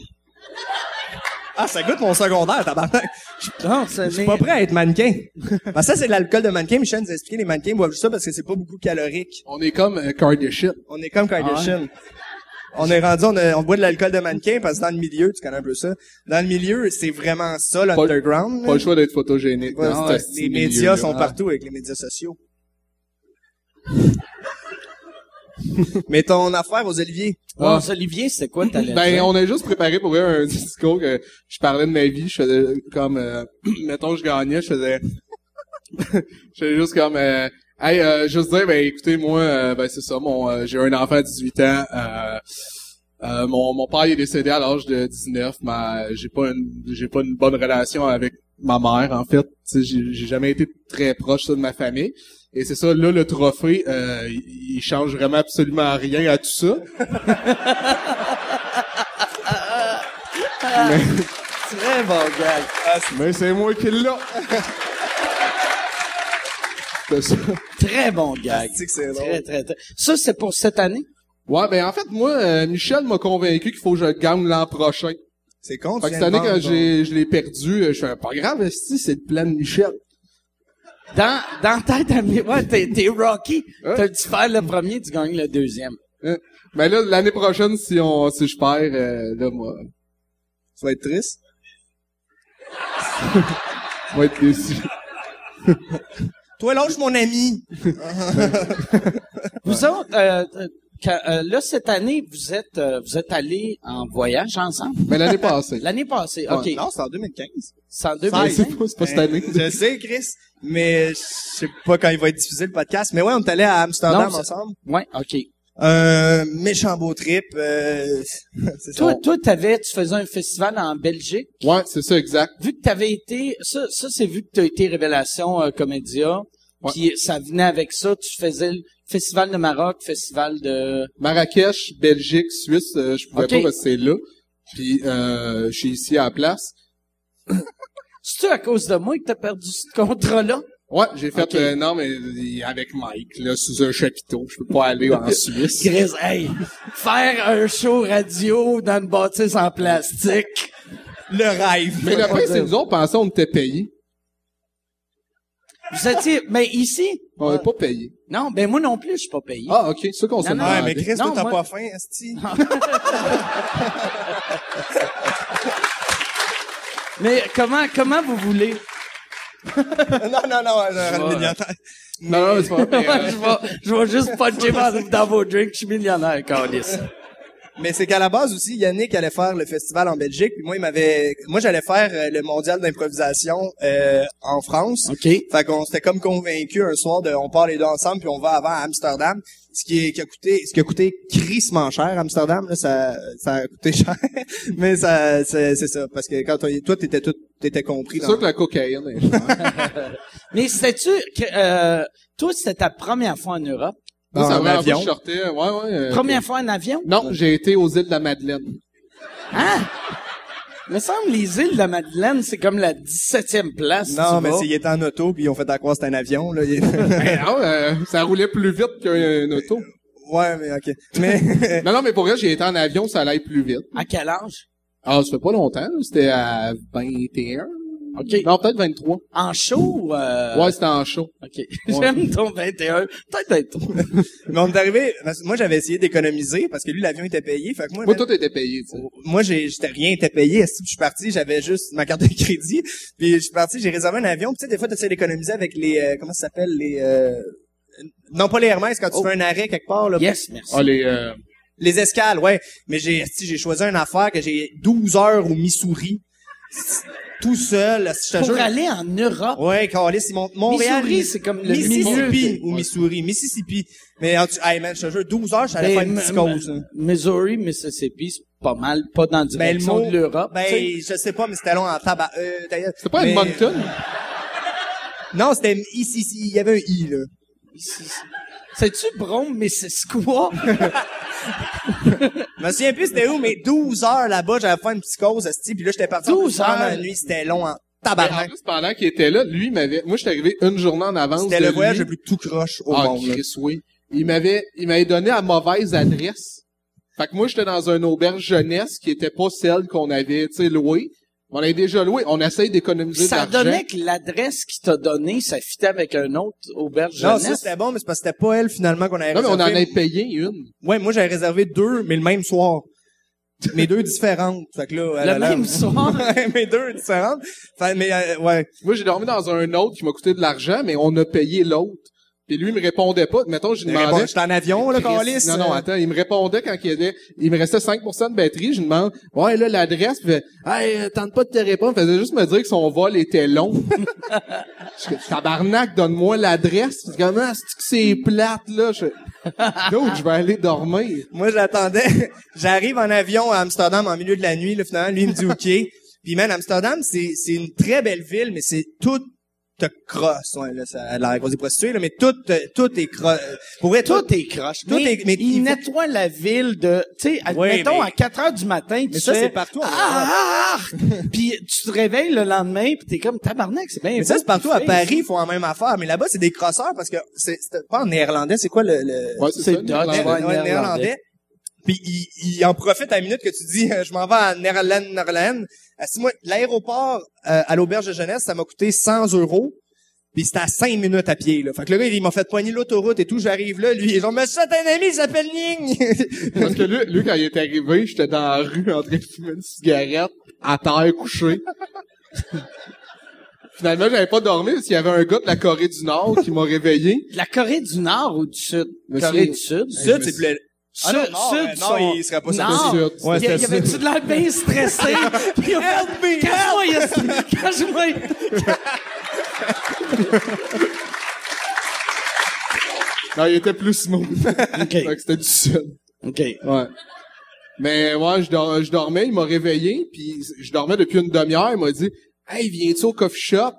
Ah, ça goûte mon secondaire, tabarnak. Je suis non, c'est, mais- pas prêt à être mannequin. Parce que ça, c'est de l'alcool de mannequin. Michel nous a expliqué, les mannequins boivent juste ça parce que c'est pas beaucoup calorique. On est comme euh, Kardashian. On est comme Kardashian. Ah On est rendu, on, a- on boit de l'alcool de mannequin parce que dans le milieu, tu connais un peu ça, dans le milieu, c'est vraiment ça, Pas- l'underground. là. Pas le choix d'être photogénique. Ouais, dans c'est- ce les milieu-là. médias sont Ah. partout avec les médias sociaux. Mais ton affaire aux Olivier. Bon, Ah, Olivier, c'était quoi ta lettre? Ben, on a juste préparé pour vrai un discours que je parlais de ma vie, je faisais comme, euh, mettons, je gagnais, je faisais, je faisais juste comme, euh, hey, euh, juste dire, ben, écoutez, moi, euh, ben, c'est ça, mon, euh, j'ai un enfant à 18 ans, euh, euh, mon, mon père il est décédé à l'âge de 19, ma, j'ai pas une, j'ai pas une bonne relation avec ma mère, en fait, Tu sais, j'ai j'ai jamais été très proche ça, de ma famille. Et c'est ça, là, le trophée, euh, il, il change vraiment absolument rien à tout ça. très bon gars. Ah, Mais c'est moi qui l'a. C'est ça. Très bon gag. C'est que c'est Très, drôle. très, très. Ça, c'est pour cette année? Ouais, ben en fait, moi, euh, Michel m'a convaincu qu'il faut que je gagne l'an prochain. C'est con, tu Fait viens que cette année, de quand vendre, genre. j'ai, je l'ai perdu, euh, je suis un pas grave, si c'est le plan de Michel. Dans, dans ta dernière, ouais, t'es, t'es Rocky. Hein? T'as dû faire le premier, tu gagnes le deuxième. Hein? Ben là, l'année prochaine, si on, si je perds, euh, là, moi, Tu vas être triste. moi être déçu. Toi, lâche mon ami. Vous autres, euh, euh, quand- euh, là, cette année, vous êtes, euh, vous êtes allés en voyage ensemble? Mais l'année passée. L'année passée, OK. Non, c'est en 2015. C'est en Ben, 2016. c'est pas, c'est pas cette année. Ben, Je sais, Chris, mais je sais pas quand il va être diffusé le podcast. Mais ouais, on est allé à Amsterdam Non, c'est- ensemble. Ouais, OK. Un méchant beau trip. Euh... c'est Toi, ça. toi, t'avais, tu faisais un festival en Belgique. Ouais, c'est ça, exact. Vu que t'avais été, ça, ça c'est vu que t'as été Révélation euh, Comédia, puis ça venait avec ça, tu faisais le Festival de Maroc, Festival de... Marrakech, Belgique, Suisse, euh, je pouvais Ok. pas rester là. Puis euh, je suis ici à la place. C'est-tu à cause de moi que t'as perdu ce contrat-là? Ouais, j'ai fait Ok. euh, non mais euh, avec Mike là sous un chapiteau, je peux pas aller en Suisse. Chris, hey, faire un show radio dans une bâtisse en plastique. Le rêve. Mais le Faut pas pire, c'est que dire. nous autres pensaient qu'on était payés. Vous étiez, mais ici? On n'est pas payés. Non, ben moi non plus, je suis pas payé. Ah, OK, c'est ça qu'on Non, s'est non, Ouais, demandé. mais Chris, Non, toi, t'as moi- Ah. pas faim, esti. Mais comment, comment vous voulez? non, non, non, je Ouais. le millionnaire. Non, non, mais c'est pas vrai, mais, euh, je, vais, je vais juste puncher dans, dans vos drinks, je suis millionnaire, Carlis. Mais c'est qu'à la base aussi, Yannick allait faire le festival en Belgique, puis moi, il m'avait, moi, j'allais faire euh, le mondial d'improvisation euh, en France. OK. Fait qu'on s'était comme convaincu un soir de, on part les deux ensemble puis on va avant à Amsterdam, ce qui, est, qui a coûté, ce qui a coûté crissement cher Amsterdam là, ça, ça a coûté cher, mais ça, c'est c'est ça parce que quand on, y- toi t'étais tout, t'étais compris. C'est Dans, sûr que la cocaïne est Mais c'était-tu, que, euh, toi, c'était ta première fois en Europe? dans ça l'avion. Je sortais, ouais, ouais. euh, Première fois en avion? Non, j'ai été aux îles de la Madeleine. Hein? Il me semble les îles de la Madeleine, c'est comme la 17e place. Non, tu mais vas. c'est, il était en auto puis ils ont fait à croire que c'était un avion là. Il- Ben non, euh, ça roulait plus vite qu'un auto. ouais, mais ok. Mais Non, non, mais pour vrai, j'ai été en avion, ça allait plus vite. À quel âge? Ah, ça fait pas longtemps, là, c'était à 21. OK. Non, peut-être 23. En show ou, euh, Ouais, c'était en show. OK. J'aime ton 21. Peut-être un tour. mais on est arrivé. parce que Moi j'avais essayé d'économiser parce que lui l'avion était payé. Fait que moi, Moi, man, tout était payé, tu sais. oh. moi j'ai- j'étais rien était payé Est-ce que je suis parti j'avais juste ma carte de crédit puis je suis parti j'ai réservé un avion puis tu sais des fois tu essaies d'économiser avec les euh, comment ça s'appelle les euh, non pas les Hermès quand tu Oh. fais un arrêt quelque part là Yes, merci. Ah, les, euh, les escales ouais mais j'ai si j'ai choisi une affaire que j'ai 12 heures au Missouri tout seul là, je te Pour jure aller en Europe, ouais Carlis ils montent Montréal Missouri, c'est comme le Mississippi milieu. ou Missouri Mississippi mais en tout- hey man je te jure 12 heures j'allais Ben, faire une m- petite m- cause là. Missouri, Mississippi, c'est pas mal, pas dans la Ben, direction de l'Europe. Ben, tu sais. je sais pas, mais c'était long en tabac. Euh, d'ailleurs. c'était pas Mais- Edmonton? Non, c'était ici, ici, il y avait un i là. C'est-tu Brome, Missisquoi? Je me souviens plus c'était où, mais 12 heures là-bas, j'avais fait une psychose, esti, puis là j'étais parti. en 12 pendant heures? la nuit, c'était long en Mais en tabarnak. plus, pendant qu'il était là, lui il m'avait, moi, j'étais arrivé une journée en avance. C'était de le voyage lui. le plus tout croche au Ah, monde. là. Chris, oui. Il m'avait, il m'avait donné à mauvaise adresse. Fait que moi, j'étais dans une auberge jeunesse qui était pas celle qu'on avait, tu sais, louée. On avait déjà loué. On essaye d'économiser de ça l'argent. donnait que l'adresse qu'il t'a donnée, ça fitait avec un autre auberge Non, ça jeunesse. c'était bon, mais c'est parce que c'était pas elle finalement qu'on avait Non, mais on en réservé. a payé une. Ouais, moi j'avais réservé deux, mais le même soir. mais deux différentes. Fait que là, le elle a l'air- même soir. Ouais, mais deux différentes. Fait, mais euh, ouais. Moi, j'ai dormi dans un autre qui m'a coûté de l'argent, mais on a payé l'autre. Puis lui, il me répondait pas. Mettons, je lui Mais bon, demandais. J'étais en avion là, Euh, Calis. Non, euh. non, attends, il me répondait quand il y avait, il me restait 5% de batterie, je lui demande, ouais, là, l'adresse, Puis il fait, hey, euh, tente pas de te répondre, il faisait juste me dire que son vol était long. je fais, tabarnak, donne-moi l'adresse, Puis comment, est-ce que c'est plate, là, je d'autres, je vais aller dormir. Moi, j'attendais. J'arrive en avion à Amsterdam en milieu de la nuit. Là, finalement, lui il me dit OK. Puis man, Amsterdam, c'est c'est une très belle ville, mais c'est tout te crosse. Ouais, là, ça a l'air grosse des prostituées, là, mais tout te- tout est crosse. Pour vrai, tout, Tout est croche. Tout mais est- mais il il faut- nettoie la ville de, tu sais, mettons, mais- à 4 heures du matin, tu Mais ça, fais, c'est partout en Ah, ah, ah, ah. puis tu te réveilles le lendemain, puis t'es comme tabarnak, c'est bien. Mais ça, beau, c'est partout puis à fait. Paris, ils font la même affaire. Mais là-bas, c'est des crosseurs parce que c'est c'est pas en néerlandais. C'est quoi le, le... Ouais, c'est C'est ça, Dutch, Nicolas. Ouais, ouais, néerlandais. néerlandais. Puis il, il en profite à la minute que tu dis euh, je m'en vais à Nerland, Nerland. Si moi l'aéroport euh, à l'auberge de jeunesse, ça m'a coûté 100 euros. Puis c'était à 5 minutes à pied là. Fait que le gars, il m'a fait poigner l'autoroute et tout, j'arrive là, lui, ils ont me shot un ami, il s'appelle Ning. Parce que lui, lui, quand il est arrivé, j'étais dans la rue en train de fumer une cigarette, à terre couché. Finalement, j'avais pas dormi parce qu'il y avait un gars de la Corée du Nord qui m'a réveillé. De La Corée du Nord ou du Sud? Mais Corée du c'est- Sud. Sud, c'est plus Ah Sud, non, non, sud, euh, du non, son- il serait pas non. sorti Ouais, sud. Ouais, il y- c'était il y avait-tu de l'air bien stressé? Puis il a fait, Cache-moi, Yassi, cache-moi. Non, il était plus smooth. Fait OK, que c'était du sud. OK. Ouais. Mais moi, je, dor- je dormais, il m'a réveillé, puis je dormais depuis une demi-heure, il m'a dit « Hey, viens-tu au coffee shop? »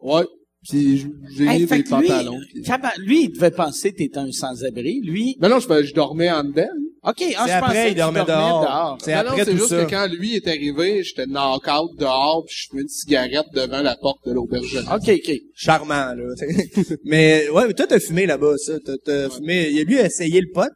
Ouais. Puis je- j'ai Hey, mis fait des que lui, pantalons. puis- capa- lui, il devait penser que t'étais un sans-abri. Lui, Non, non, je, je dormais en dedans. OK, ah, C'est je pensais après, que il tu dormait dormais dehors. C'est Non, non, après c'est tout juste ça. que quand lui est arrivé, j'étais knock-out dehors, puis je fumais une cigarette devant la porte de l'auberge. Ah, OK, OK. Charmant, là. t'sais. mais ouais, mais toi, t'as fumé là-bas, ça. T'as, t'as fumé. Il a lui essayé le pot.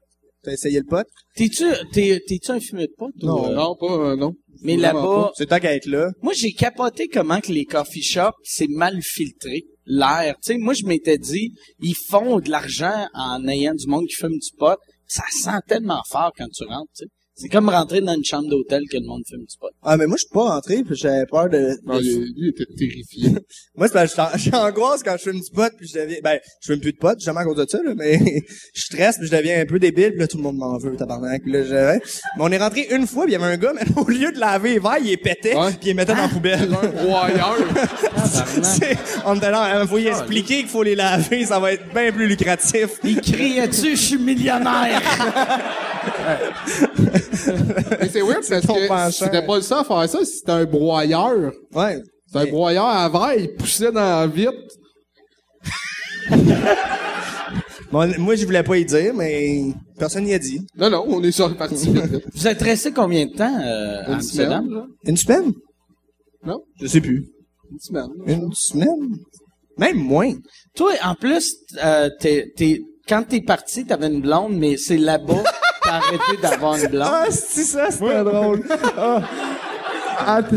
T'as essayé le pot. T'es-tu, t'es, t'es-tu un fumeur de potes? ou, euh, Non, pas, euh, non. Mais Vraiment là-bas, C'est tant qu'à être là. Moi, j'ai capoté comment que les coffee shops, c'est mal filtré, l'air. Tu sais, moi, je m'étais dit, ils font de l'argent en ayant du monde qui fume du pot. Ça sent tellement fort quand tu rentres, tu sais. C'est comme rentrer dans une chambre d'hôtel que le monde fume du pot. Ah, mais moi, je suis pas entré, puis j'avais peur de... Non, de- lui, lui était terrifié. Moi, c'est parce que j'an- j'angoisse quand je fume du pot, puis je deviens... Ben, je fume plus de pot, jamais à cause de ça, là, mais je stresse, puis je deviens un peu débile, puis là, tout le monde m'en veut, tabarnak. Puis là, je... ouais. Mais on est rentré une fois, puis il y avait un gars, mais au lieu de laver les verres, il les pétait, Ouais. puis il les mettait dans la poubelle. un broyeur. C'est- on était là, il faut y expliquer qu'il faut les laver, ça va être bien plus lucratif. Il criait dessus, je suis millionnaire. Mais c'est weird parce ton que penchant. c'était pas le seul à faire ça, c'était un broyeur. Ouais. C'est un broyeur à verre, il poussait dans la vitre. Bon, moi, je voulais pas y dire, mais personne n'y a dit. Non, non, on est sur parti vite. vite. Vous êtes resté combien de temps euh, à Une Amsterdam? semaine, là. Une semaine? Non, Je sais plus. une semaine. là. Une semaine? Même moins. Toi, en plus, euh, t'es, t'es, quand t'es parti, t'avais une blonde, mais c'est là-bas que t'as arrêté d'avoir une blonde. Ah, si ça, c'était drôle. Ah. Attends.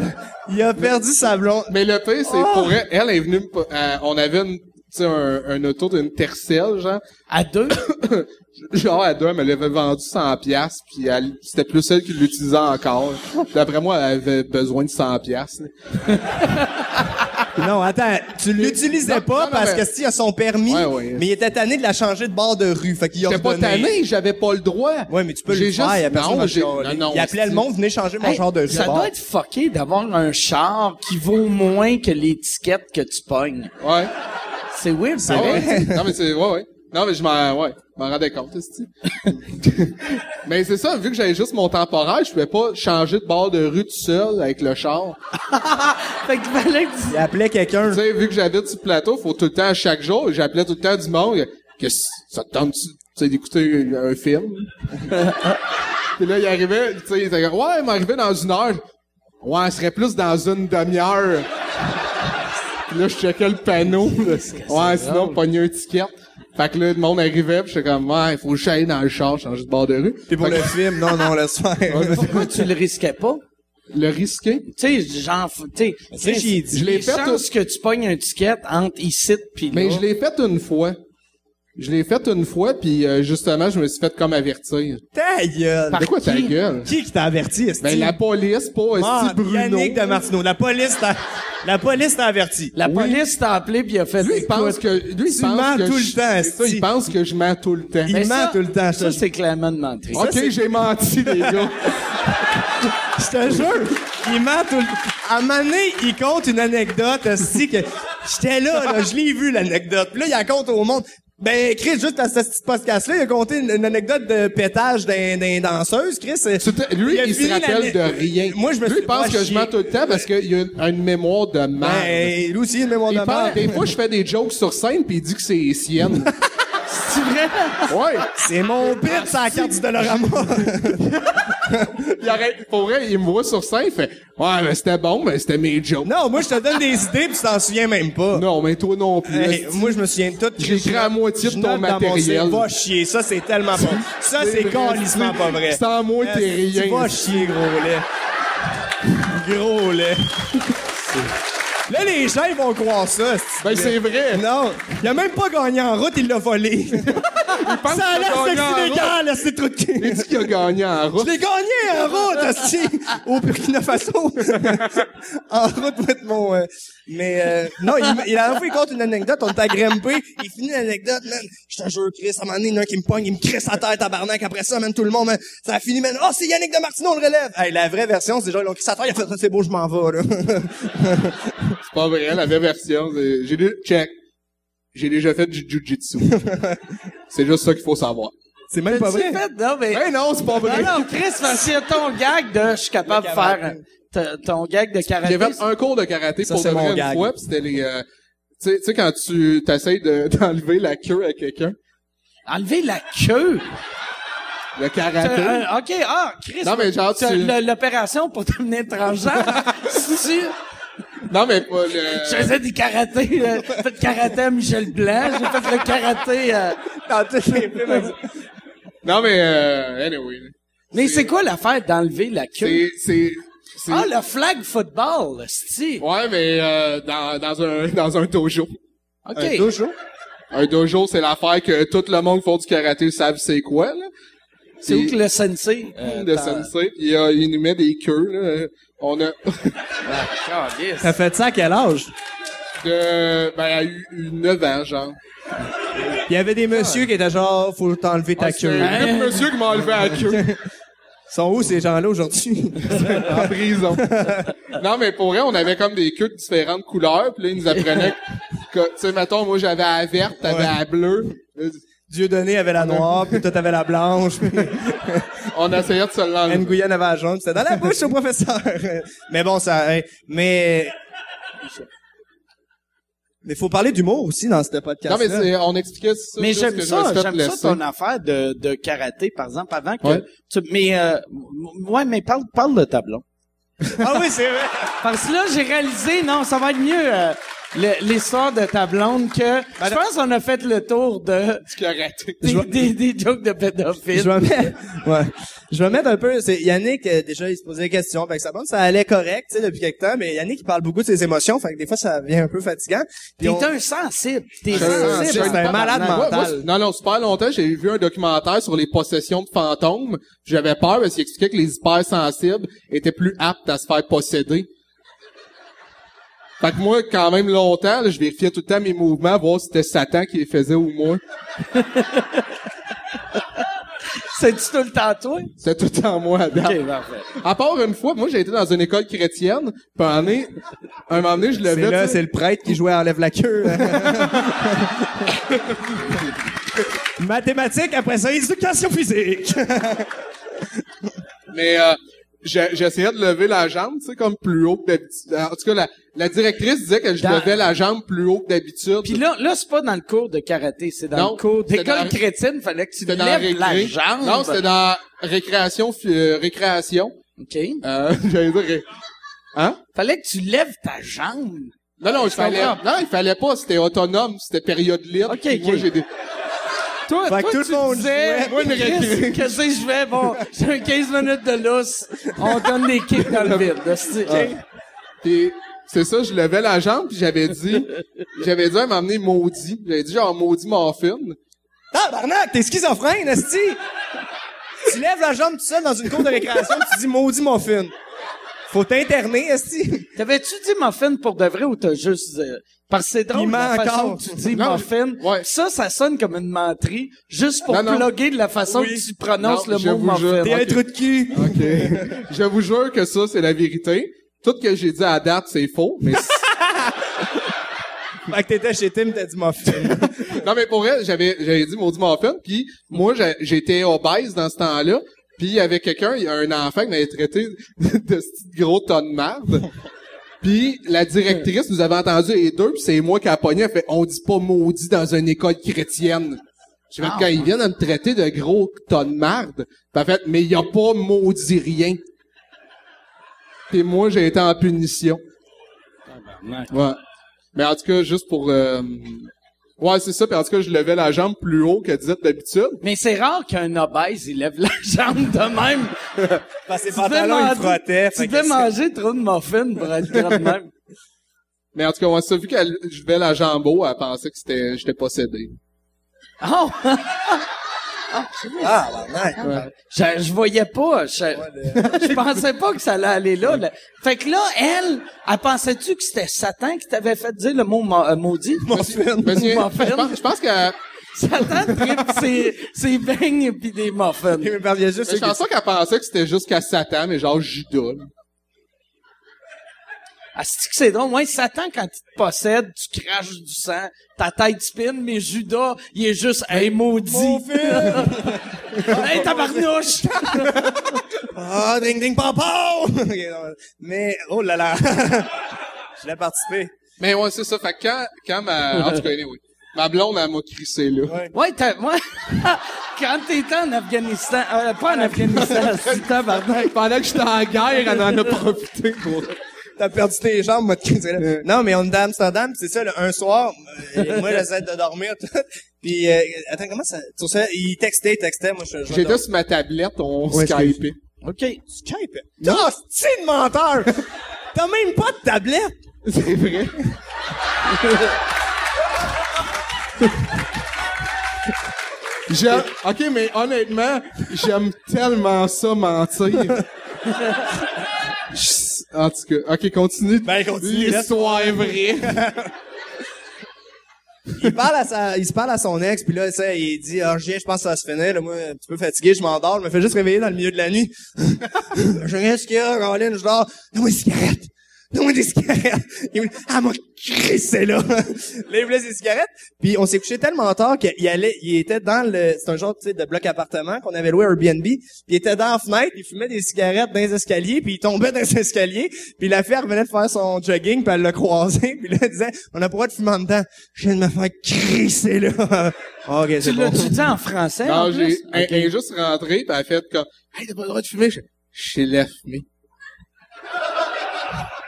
Il a perdu sa blonde. Mais le pire, c'est Oh! pour elle, elle est venue me po- euh, on avait une, tu sais, un, un auto d'une Tercel, genre. À deux? genre, à deux, elle me l'avait vendu 100 piastres, puis elle- c'était plus elle qui l'utilisait encore. D'après moi, elle avait besoin de 100 piastres. là. Non, attends, tu l'utilisais Non, pas non, non, parce mais- que si, il a son permis, Ouais, ouais. mais il était tanné de la changer de bord de rue. Fait qu'il a J'étais pas redonné. tanné, j'avais pas le droit. Ouais, mais tu peux J'ai le faire, juste- il y a personne non, qui va j'ai- chialer. non, non, Il appelait le c'est- monde, venez changer mon Hey, genre de rue. ça doit être fucké d'avoir un char qui vaut moins que l'étiquette que tu pognes. Ouais. C'est weird, Ah c'est ouais, vrai. non, mais c'est, ouais, ouais. Non, mais je m'en, ouais, je m'en rendais compte, esti. mais c'est ça, vu que j'avais juste mon temporaire, je pouvais pas changer de bord de rue tout seul avec le char. fait qu'il fallait que tu- Il appelait quelqu'un. Tu sais, vu que j'habite sur le plateau, faut tout le temps, chaque jour, j'appelais tout le temps du monde. Qu'est-ce, ça te tente, tu sais, d'écouter un un film? Puis là, il arrivait, tu sais, il était comme, ouais, il m'arrivait dans une heure. Ouais, elle serait plus dans une demi-heure. Puis là, je checkais le panneau. là. Ouais, sinon, pogner un ticket. Fait que là, le monde arrivait, puis j'étais comme, ouais, il faut que j'aille dans le char, changer de bord de rue. Puis pour Fait le film, non, non, laisse faire. Pourquoi tu le risquais pas? que le risquer. Tu sais, genre, tu sais, sais, j'y ai dit. je Je les l'ai fait, chances que tu pognes un ticket entre ici puis là. Mais je l'ai fait une fois. Je l'ai fait une fois, puis euh, justement, je me suis fait comme avertir. Ta gueule. De quoi ta gueule? Qui qui t'a averti, est-ce Ben, la police, pas Ah, Esti Bruno. Yannick de Martineau. La police t'a, la police t'a averti. La police t'a appelé puis il a fait Lui, il pense Écoute, que, lui, il Tu pense mens que tout je- le temps, c'est ça, esti. il pense que je mens tout le temps. Il Mais ment ça- tout le temps, Ça, ça. c'est clairement de mentir. ok, j'ai menti, les gars. Je te jure. Il ment tout le temps. À un moment donné, il compte une anecdote, aussi que j'étais là, là, je l'ai vu, l'anecdote. Puis là, il la compte au monde. Ben, Chris, juste à ce petit podcast-là, il a compté une, une anecdote de pétage d'un, d'un danseuse, Chris. C'était- Lui, a il, se fini rappelle de l'ane- rien. Moi, je me lui, suis il pense fait que je chier. mens tout le temps parce qu'il y a une, une mémoire de merde. Ben, lui aussi, il a une mémoire il de parle, merde. des fois, je fais des jokes sur scène, puis il dit que c'est sienne. C'est vrai? ouais. C'est mon pire, ça la carte du Dolorama. Il arrête, pour vrai, il me voit sur scène, il fait, ouais, mais c'était bon, mais c'était mes jokes. non, moi, je te donne des idées puis tu t'en souviens même pas. Non, mais toi non plus. Hey, esti. moi, je me souviens de tout. J'ai écrit à moitié de Je ton note dans mon matériel. sel, Va chier, ça, c'est tellement pas. Ça, c'est vrai, calissement c'est- pas vrai. Sans moi, Euh, t'es tu rien. vas chier, gros lait. Gros lait. Là, les gens, ils vont croire ça. c'ti. Ben, c'est vrai. Non, il a même pas gagné en route, il l'a volé. pense ça a qu'il l'air a gagné en sexy légal, là, c'est trop de Il dit qu'il a gagné en Je route. l'ai gagné en route, aussi, au Burkina Faso. en route pour être mon... euh, mais euh, non, il, il a envoyé contre une anecdote, on était à Grimby, il finit l'anecdote, man, je te jure, Chris, à un moment donné, il y en a un qui me pogne, il me crisse à terre, tabarnak, après ça, man, tout le monde, man, ça a fini, man, oh, c'est Yannick de Martino, on le relève. Hey, la vraie version, c'est genre, ils l'ont crissé à terre, il a fait, c'est beau, je m'en vais, là. C'est pas vrai, la vraie version. c'est- J'ai dé- check. J'ai déjà fait du jujitsu. c'est juste ça qu'il faut savoir. c'est même pas T'as-tu vrai. fait? Non, mais... Ben non, c'est pas vrai. Non, non, Chris, parce que ton gag de je suis capable de faire euh, t- ton gag de karaté. J'ai fait un cours de karaté Ça, pour c'est de mon vrai une gag. fois, pis c'était les... euh, tu sais- tu sais, quand tu t'essayes de- d'enlever la queue à quelqu'un, Enlever la queue. le Euh, karaté... euh, OK, ah, Chris. Non, mais genre, t'as tu- le- L'opération pour devenir transgenre. si tu... euh, Non, mais pas Je le... faisais du karaté, euh, j'ai fait le karaté à Michel Blanc, j'ai fait le karaté... euh, Dans tous les films, Non, mais... euh, anyway. Mais c'est quoi l'affaire d'enlever la queue? C'est... c'est- c'est- Ah, le flag football, sti. Ouais, mais euh, dans, dans, un, dans un dojo. OK. Un dojo? Un dojo, c'est l'affaire que tout le monde qui font du karaté savent c'est quoi, là. C'est où que le sensei? euh, de t'en- sensei, pis euh, il nous met des queues, là. On a... T'as fait ça à quel âge? de... Ben, à eu- eu 9 ans, genre. Il y avait des messieurs qui étaient genre, faut t'enlever ta C'est Hein? queue. un vieux monsieur qui m'a enlevé la queue. Ils sont où ces gens-là aujourd'hui? en prison. non, mais pour vrai, on avait comme des queues de différentes couleurs, puis là, ils nous apprenaient que, tu sais, mettons, moi, j'avais la verte, t'avais la bleue. Là, Dieu donné avait la noire, puis toi t'avais la blanche, puis On essayait de se l'enlever. Nguyen avait la jaune, puis c'était dans la bouche au professeur. mais bon, ça, hey, mais mais faut parler d'humour aussi dans ce Non, podcast. mais c'est, on expliquait ça. Mais juste j'aime que je ça, me suis fait j'aime laisser. ça ton affaire de, de karaté, par exemple, avant que Ouais. tu, mais, euh, m- ouais, mais parle, parle de tableau. Ah oui, c'est vrai. Parce que là, j'ai réalisé, non, ça va être mieux, euh, le- l'histoire de ta blonde que, je Ben, pense qu'on a fait le tour de, Du karaté. des, Je vais- des, des jokes de Je pédophiles. vais mettre, ouais. Je vais mettre un peu, c'est Yannick, euh, déjà, il se posait des questions, fait que ça bon, ça allait correct, tu sais, depuis quelque temps, mais Yannick, il parle beaucoup de ses émotions, fait que des fois, ça devient un peu fatigant. Puis T'es on- un sensible, t'es Euh, sensible. c'est un malade Ouais, moi, mental. c'est- non, non, super longtemps, j'ai vu un documentaire sur les possessions de fantômes. J'avais peur parce qu'il expliquait que les hypersensibles étaient plus aptes à se faire posséder. Fait que moi, quand même longtemps, là, je vérifiais tout le temps mes mouvements, voir si c'était Satan qui les faisait ou moi. C'est-tu tout le temps toi? C'était tout le temps moi à date. Ok, parfait. À part une fois, moi, j'ai été dans une école chrétienne, puis un moment donné, un moment donné, je le C'est là, c'est le prêtre qui jouait à Enlève la queue. Mathématiques, après ça, éducation physique. Mais euh, j'ai- j'essayais de lever la jambe, tu sais, comme plus haut que d'habitude. Euh, En tout cas, la, la directrice disait que je Dans- levais la jambe plus haut que d'habitude. Puis là, là, c'est pas dans le cours de karaté, c'est dans Non, le cours c'était d'école dans- chrétienne, fallait que tu C'était dans la, lèves la récré. jambe. Non, c'était dans récréation, fi- euh, récréation. OK. Euh, j'allais dire, ré- hein? Fallait que tu lèves ta jambe. Non, non, il fallait, comprends. non, il fallait pas, c'était autonome, c'était période libre. Ok, Puis Moi, ok. j'ai des, Toi, Fait que toi tout le tu monde disais, jouait. Moi, une récré. Chris, qu'est-ce que je vais? Bon, j'ai un 15 minutes de lousse. On donne des kicks dans le vide. là, c'est- Ah. Puis c'est ça, je levais la jambe, puis j'avais dit, j'avais dit à m'emmener maudit. J'avais dit genre maudit morphine. Tabarnak, t'es schizophrène, esti. Tu lèves la jambe tout seul dans une cour de récréation, tu dis maudit mon film. Faut t'interner, esti. T'avais-tu dit muffin pour de vrai ou t'as juste... euh, parce que c'est drôle Il ment la façon encore. que tu dis Non, muffin. ouais. Ça, ça sonne comme une menterie juste pour Non, non. plugger de la façon Oui. que tu prononces Non, je le mot vous jure. muffin. T'es un trou de cul. OK. je vous jure que ça, c'est la vérité. Tout ce que j'ai dit à date, c'est faux, mais Fait que t'étais chez Tim, t'as dit mon film. non, mais pour elle, j'avais, j'avais dit maudit morphine, puis moi, j'a- j'étais obèse dans ce temps-là, puis il y avait quelqu'un, il y a un enfant qui m'avait traité de ce gros tonne de merde. Puis la directrice nous avait entendu les deux, puis c'est moi qui a pogné, elle fait « On dit pas maudit dans une école chrétienne. » J'ai fait « Quand ils viennent à me traiter de gros tonne de merde, Puis elle fait « Mais il y a pas maudit rien. » Puis moi, j'ai été en punition. Ouais. Mais en tout cas, juste pour... euh, Ouais, c'est ça. Puis en tout cas, je levais la jambe plus haut que disait d'habitude. Mais c'est rare qu'un obèse, il lève la jambe de même. Parce que ses Tu devais pantalons, ils manger- frottaient. Tu fait que devais c'est- manger trop de muffins pour être grand de même. Mais en tout cas, on ça, vu qu'elle vais la jambeau, elle pensait que c'était, j'étais possédé. Oh! Ah, ben, ouais. Je, je voyais pas. Je, je pensais pas que ça allait aller là. là. Fait que là, elle, elle pensait-tu que c'était Satan qui t'avait fait dire le mot ma- euh, maudit? Muffin. Parce que- Muffin. je pense, je pense qu'elle, Satan tripe ses, ses beignes pis des muffins. Il me parvient juste mais je ceux qui- pense pas qu'elle pensait que c'était jusqu'à Satan, mais genre Judas. là. Ah, c'est que c'est drôle. Moi, Satan, quand il te possède, tu craches du sang, ta tête spin, mais Judas, il est juste, hey, maudit. Muffin. hey, tabarnouche! Ah, ding ding pam pam! Ok, non, mais, oh là là! Je l'ai participé. Mais ouais, c'est ça. Fait que quand, quand ma, en tout cas, anyway, ma blonde, elle m'a crissé, là. Ouais. Ouais, t'as, moi, quand t'étais en Afghanistan, euh, pas en Afghanistan, c'est tabarnak. Pendant que j'étais en guerre, elle en a profité pour... T'as perdu tes jambes, moi, de crise, là. Non, mais on est à Amsterdam, pis c'est ça, le- un soir, euh, moi, j'essaie de dormir, tout. Pis, euh, attends, comment ça, tu sais, il textait, il textait, moi, je, je vais J'étais dormir. sur ma tablette, on Ouais, Skypait. OK. Skype. T'as, c'est de menteur! T'as même pas de tablette! C'est vrai. J'aime- ok, mais honnêtement, j'aime tellement ça mentir. Chut, en tout cas, ok, continue. Ben, continue, L'histoire est vraie. il parle à sa, il se parle à son ex, puis là, tu sais, il dit, ah, je viens, je pense que ça se finit, là, moi, un petit peu fatigué, je m'endors, je me fais juste réveiller dans le milieu de la nuit. je regarde ce qu'il y a, Caroline, je dors, donne-moi des cigarettes! Donne-moi des cigarettes! Il me- ah, m'a crissé, là! là, il voulait des cigarettes, puis on s'est couché tellement tard Ah, qu'il allait, il était dans le, c'est un genre, tu sais, de bloc appartement qu'on avait loué à Airbnb, puis il était dans la fenêtre, il fumait des cigarettes dans les escaliers, puis il tombait dans les escaliers, puis la fille elle revenait de faire son jogging, puis elle l'a croisé, puis là, elle disait, on a pas le droit de fumer en dedans. Je viens de me faire crisser, là. Ah, ok, c'est Tu bon. l'as-tu dit en français? en Non, plus? j'ai, elle- elle est juste rentrée, pis elle a fait comme, hey, t'as pas le droit de fumer? Je j'ai la fumée.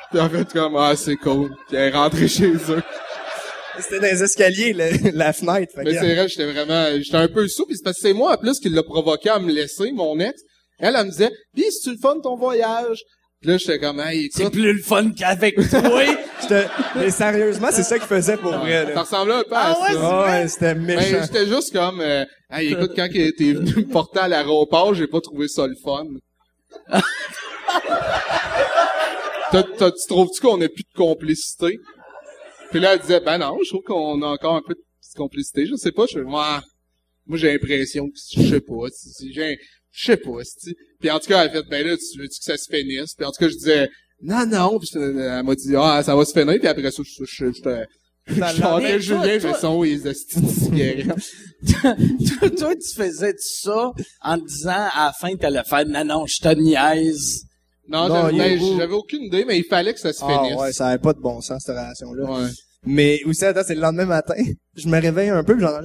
Pis en fait, comme, ah, c'est cool. Pis elle est rentrée chez eux. C'était dans les escaliers, le- la fenêtre. fait Mais que- c'est vrai, j'étais vraiment, j'étais un peu sous, puis c'est parce que c'est moi, en plus, qui l'a provoqué à me laisser, mon ex. Elle, elle me disait, pis c'est le fun, ton voyage? Pis là, j'étais comme, hey, C'est écoute, plus le fun qu'avec toi. J'étais- Mais sérieusement, c'est ça qu'il faisait pour vrai, ça là. ressemblait un peu à Ah ouais, ça. Ah ouais, c'était Ben, méchant. j'étais juste comme, euh, hey, écoute, quand que t'es venu me porter à l'aéroport, j'ai pas trouvé ça le fun. T'as- t'as- tu trouves-tu qu'on a plus de complicité? Puis là, elle disait, ben non, je trouve qu'on a encore un peu de petite complicité. Je sais pas, je moi, moi j'ai l'impression que je sais pas, si, si j'ai, je sais pas, si. Puis en tout cas, elle a fait, ben là, tu veux-tu que ça se finisse? Puis en tout cas, je disais, non, non. Puis euh, elle m'a dit, ah, ça va se finir. Puis après ça, je, je, je, je, Ça je Mais chantais toi, Julien, toi- mais son, ils astuces de cigarettes. toi, toi, tu faisais ça en disant à la fin, t'allais faire, non, non, je te niaise. Non, Non, j'avais- il est ben, où? j'avais aucune idée, mais il fallait que ça se Ah finisse. ouais, ça avait pas de bon sens, cette relation-là. Ouais. Mais aussi, attends, c'est le lendemain matin. Je me réveille un peu, puis j'entends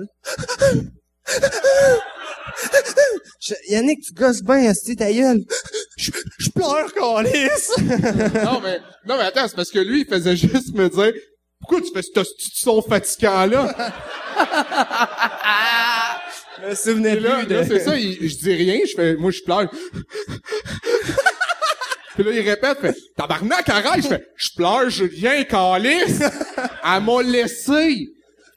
juste- Je- Yannick, tu gosses bien, esti, ta gueule. Je, je pleure, câlisse. non, mais, non, mais attends, c'est parce que lui, il faisait juste me dire, pourquoi tu fais ce petit son fatigant-là? Je me souvenais Et là, plus de... là, c'est ça, il- je dis rien, je fais, moi, je pleure. Puis là, il répète, fait, tabarnak, arrête! Je fais, je pleure, Julien, calice! Elle m'a laissé!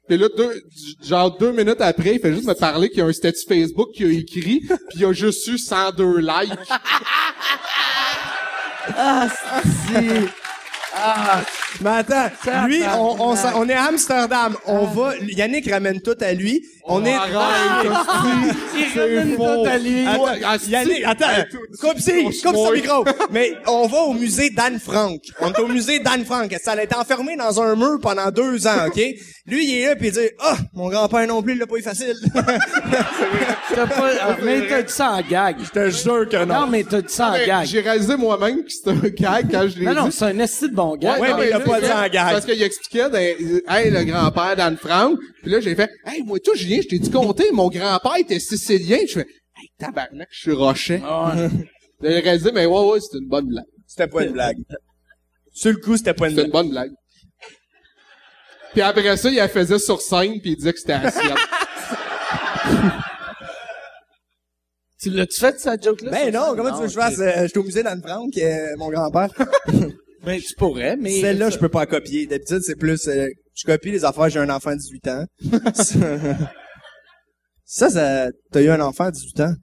Puis là, deux, genre deux minutes après, il fait juste me parler qu'il y a un statut Facebook qu'il a écrit, puis il a juste eu 102 likes. Mais attends, Ça, lui, ça, on, on, ça. s'en- on est à Amsterdam. On va... Yannick ramène tout à lui. On est... Ah! Arrête, hostie. Il C'est ramène faux. tout à lui. Ah, Attends, Ouais, asti. Yannick, attends, Hey, tout- coupe ci on coupe se son mouille. micro. Mais on va au musée d'Anne Frank. On est au musée d'Anne Frank. Ça a été enfermé dans un mur pendant deux ans, ok? Lui, il est là pis il dit, ah, mon grand-père non plus, il l'a pas eu facile. T'as pas, Ah, mais t'as dit ça en gag. Te jure que Non, mais t'as dit ça en Ah, Ah, Mais gag. J'ai réalisé moi-même que c'était un gag quand je l'ai Non, non, dit. c'est un esti de bon gag. Ouais, non, mais il l'a là, pas j'ai dit en fait- gag. Parce qu'il expliquait, ben, il- hey, le grand-père d'Anne Frank. Puis là, j'ai fait, hey, moi, tout, Julien, je t'ai dit compter, mon grand-père était sicilien. Je fais, hey, tabarnak, je suis rocher. Ah. Ouais. J'ai réalisé, mais ouais, ouais, c'est une bonne blague. C'était pas une blague. Sur le coup, c'était pas une C'est une blague. bonne blague. Puis après ça, il la faisait sur scène, puis il disait que c'était assiette. Tu l'as-tu fait, cette joke-là? Ben ça? non, comment tu veux que je ok. fasse? Euh, J'étais au musée d'Anne Frank, euh, mon grand-père. Ben, tu pourrais, mais... Celle-là, je peux pas la copier. D'habitude, c'est plus, euh, je copie les affaires, j'ai un enfant de 18 ans. ça, ça, t'as eu un enfant à 18 ans?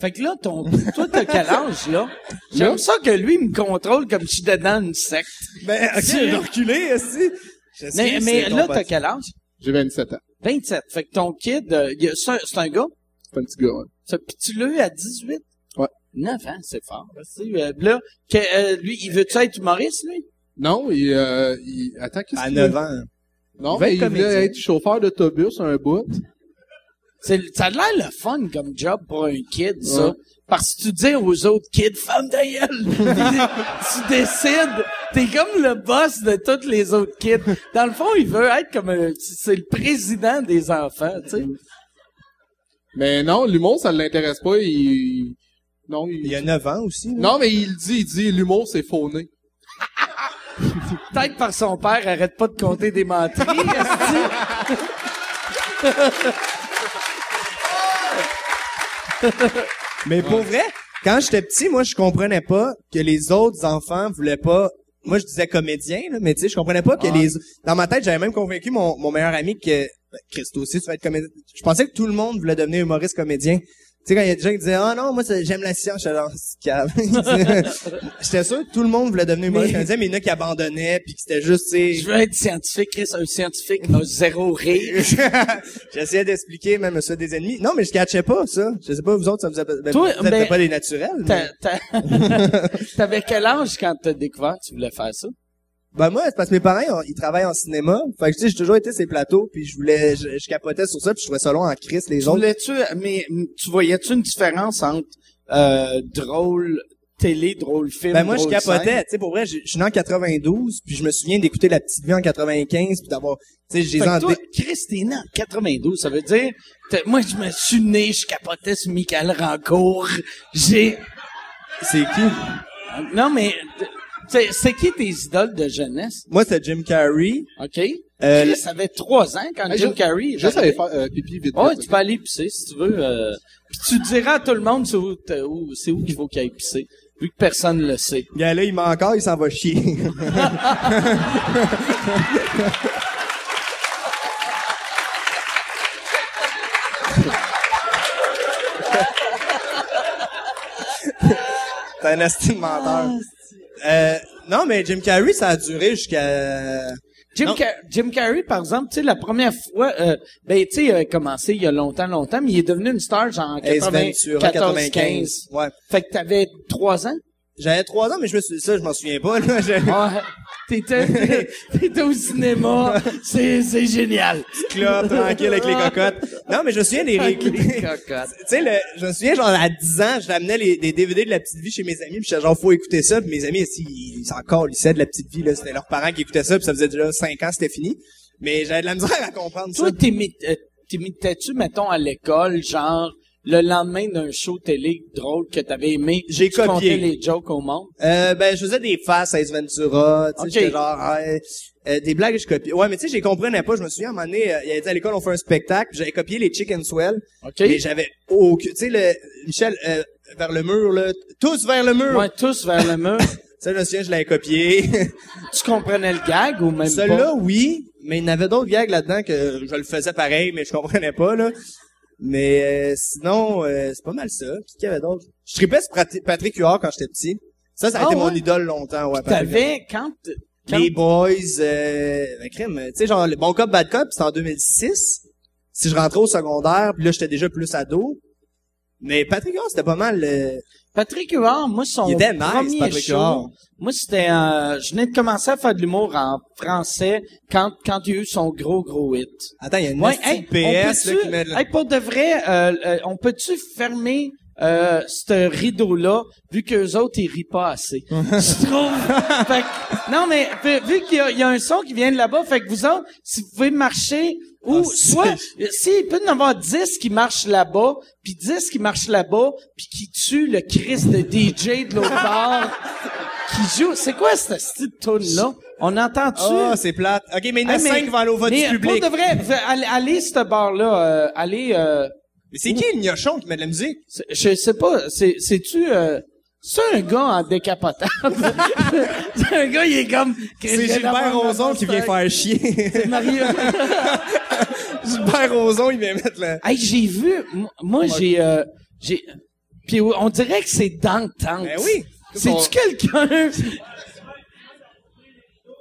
Fait que là, ton, toi, t'as quel âge, là? J'aime ça que lui me contrôle comme si j'étais dans une secte. Ben, ok, Si. j'ai reculé, aussi. Mais, mais là, t'as quel âge? J'ai 27 ans. 27. Fait que ton kid, euh, y a- c'est un- c'est un gars? C'est un petit gars, hein. ouais. Ça, puis tu l'as eu à 18? Ouais. 9 ans, c'est fort. là, tu sais, euh, là, que, euh, lui, il veut-tu être humoriste, lui? Non, il, euh, il... Attends, qu'est-ce À qu'il 9 veut? ans. Non, Il va mais être il comédien. voulait être chauffeur d'autobus un bout. C'est, ça a l'air le fun comme job pour un kid, ça. Ouais. Parce que tu dis aux autres kids, femme ta gueule! tu décides, t'es comme le boss de tous les autres kids. Dans le fond, il veut être comme un, c'est le président des enfants, tu sais. Mais non, l'humour, ça l'intéresse pas. Il... Non, il... Il y a 9 ans aussi. là. Non, mais il dit, il dit, l'humour, c'est fauné. Peut-être par son père, arrête pas de compter des menteries. Mais pour vrai, quand j'étais petit, moi, je comprenais pas que les autres enfants voulaient pas. Moi, je disais comédien, là, mais tu sais, je comprenais pas que Ah. les. Dans ma tête, j'avais même convaincu mon, mon meilleur ami que ben, Christo aussi, tu vas être comédien. Je pensais que tout le monde voulait devenir humoriste comédien. Tu sais, quand il y a des gens qui disaient, ah non, moi, c'est- j'aime la science, j'étais dans ce cave. J'étais sûr que tout le monde voulait devenir humoriste Mais- comédien, mais il y en a qui abandonnaient, puis que c'était juste, tu sais, Je veux être scientifique, Chris, un scientifique, un zéro rire. J'essayais d'expliquer même ça des ennemis. Non, mais je catchais pas ça. Je sais pas, vous autres, ça vous a... ben, Toi, peut-être ben, pas les naturels. T'as- Mais... t'as- T'avais quel âge quand t'as découvert que tu voulais faire ça? Ben moi, c'est parce que mes parents, ils- ils travaillent en cinéma. Fait que tu sais, j'ai toujours été ces plateaux, puis je voulais, je, je capotais sur ça, puis je trouvais ça long en crise les autres. Voulais-tu, mais mm, tu voyais-tu une différence entre euh, drôle télé, drôle film, Ben moi, je drôle capotais. scène? Tu sais, pour vrai, je je suis né en 92, puis je me souviens d'écouter La Petite Vie en 95, puis d'avoir, tu sais, j'ai Fait que en toi, Chris, t'es né en 92, ça veut dire, t'as- moi, je me suis né, je capotais sur Michael Rancourt, j'ai, C'est qui? non, mais, t- t'sais, c'est qui tes idoles de jeunesse? Moi, c'était Jim Carrey. OK? Euh, Ben, Chris avait trois ans quand Hey, Jim juste- Carrey. Juste aller faire euh, pipi vite. Ouais, vite, tu peux aller pisser si tu veux. euh, Puis tu diras à tout le monde c'est où, t'es- où- c'est où qu'il faut qu'il aille pisser, vu que personne le sait. Le Gars là, il m'a encore, il s'en va chier. T'es un esti de Ah, menteur. Euh, non, mais Jim Carrey, ça a duré jusqu'à... Jim, Non. Car- Jim Carrey, par exemple, tu sais, la première fois, euh, ben, tu sais, il a commencé il y a longtemps, longtemps, mais il est devenu une star genre en Ace Ventura, 95. 94-15. Ouais. Fait que t'avais trois ans. J'avais trois ans, mais je me suis ça, je m'en souviens pas. Là. J'ai Ah, t'étais, t'étais au cinéma. C'est, c'est génial. club tranquille avec les cocottes. Non, mais je me souviens des Avec les réécouter. cocottes. tu sais, le- je me souviens, genre, à 10 ans, je l'amenais les, des DVD de La Petite Vie chez mes amis, puis j'étais genre, faut écouter ça, puis mes amis, ils, ils, ils encore lissaient de La Petite Vie, là, c'était leurs parents qui écoutaient ça, puis ça faisait déjà 5 ans, c'était fini. Mais j'avais de la misère à comprendre ça. Toi, t'imit- euh, t'imitais-tu, mettons, à l'école, genre, le lendemain d'un show télé drôle que t'avais aimé, J'ai tu comptais copié. les jokes au monde? Euh, ben, je faisais des faces à Ace Ventura, tu sais, Ok. j'étais genre, ah, euh, euh, des blagues que je copiais. Ouais, mais tu sais, je les comprenais pas, je me souviens, à un moment donné, euh, il avait dit à l'école, on fait un spectacle, puis j'avais copié les Chicken Swell, OK? mais j'avais aucune, tu sais, le, Michel, euh, vers le mur, là, tous vers le mur! Ouais, tous vers le mur. Ça, je me souviens, je l'avais copié. tu comprenais le gag ou même Celui-là, pas? oui, mais il y en avait d'autres gags là-dedans que je le faisais pareil, mais je comprenais pas, là. Mais euh, sinon, euh, c'est pas mal ça. Qui qu'il y avait d'autres? Je tripais sur Prat- Patrick Huard quand j'étais petit. Ça, ça a Ah été mon ouais? idole longtemps, ouais. Patrick T'avais, quand, t- quand- Huard. Les Boys, euh, ben, crime, tu sais, genre, le Bon Cop, Bad Cop, c'était en 2006. Si je rentrais au secondaire, puis là, j'étais déjà plus ado. Mais Patrick Huard, c'était pas mal... euh, Patrick Huard, moi, son Il était nice, premier Patrick show, Huard. moi, c'était, euh, je venais de commencer à faire de l'humour en français quand, quand il y a eu son gros, gros hit. Attends, il y a une Ouais, petite hey, PS, on là, peut-tu- qui met... le- hey, pour de vrai, euh, euh, on peut-tu fermer euh, ce rideau-là, vu qu'eux autres, ils rient pas assez? Je trouve. Fait que- non, mais vu- vu qu'il y a- il y, a un son qui vient de là-bas, fait que vous autres, si vous pouvez marcher ou Ah, soit, si il peut y en avoir 10 qui marchent là-bas, puis 10 qui marchent là-bas, puis qui tuent le Christ de DJ de l'autre bord, qui joue. C'est quoi cette petite tune-là? On entend-tu? Oh, c'est plate. OK, mais il y en a Hey, Ah, mais- cinq qui vont aller au vote mais du public. Pour de vrai, v- allez, allez ce bar-là, euh, allez, euh, Mais c'est qui le gnochon qui met de la musique? c'est- je sais pas, c'est, c'est-tu, euh, C'est un gars en décapotable. c'est un gars, il est comme... C'est Gilbert Rozon qui vient faire chier. Mario. Gilbert Rozon, il vient mettre la... euh, Hey, j'ai vu... m- Moi, j'ai... euh, j'ai... Puis on dirait que c'est dans le temps. Ben oui. C'est-tu On- quelqu'un...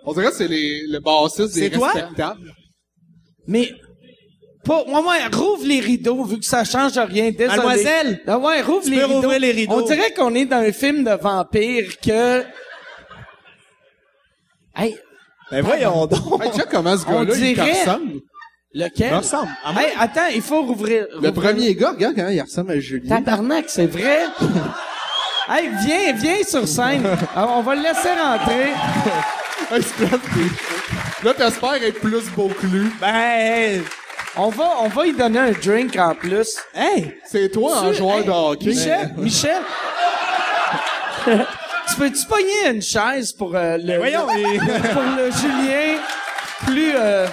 On dirait que c'est les, le bassiste des C'est toi? respectables. Mais pas ouais, ouais, rouvre les rideaux vu que ça change rien. Désolé. Mademoiselle! Ah ouais, rouvre Tu les, peux rideaux. rouvrir les rideaux. On dirait qu'on est dans un film de vampire que Hey, Ben voyons Ah, donc. Hey, check comment ce on gars-là, il te dirait ressemble. lequel ressemble, à moi. Hey, attends, il faut rouvrir. Le rouvrir- premier gars, regarde comment il ressemble à Julien. Tabarnak, c'est vrai. hey, viens, viens sur scène. Alors, on va le laisser rentrer. Hey, c'est plate, tes cheveux. Là, t'espères être plus beau que lui. Ben, On va on va lui donner un drink en plus. hey, C'est toi, un Tu- joueur hey, de hockey. Michel, Michel. tu peux-tu pogner une chaise pour euh, Ben le, voyons, le- il- pour le Julien plus euh,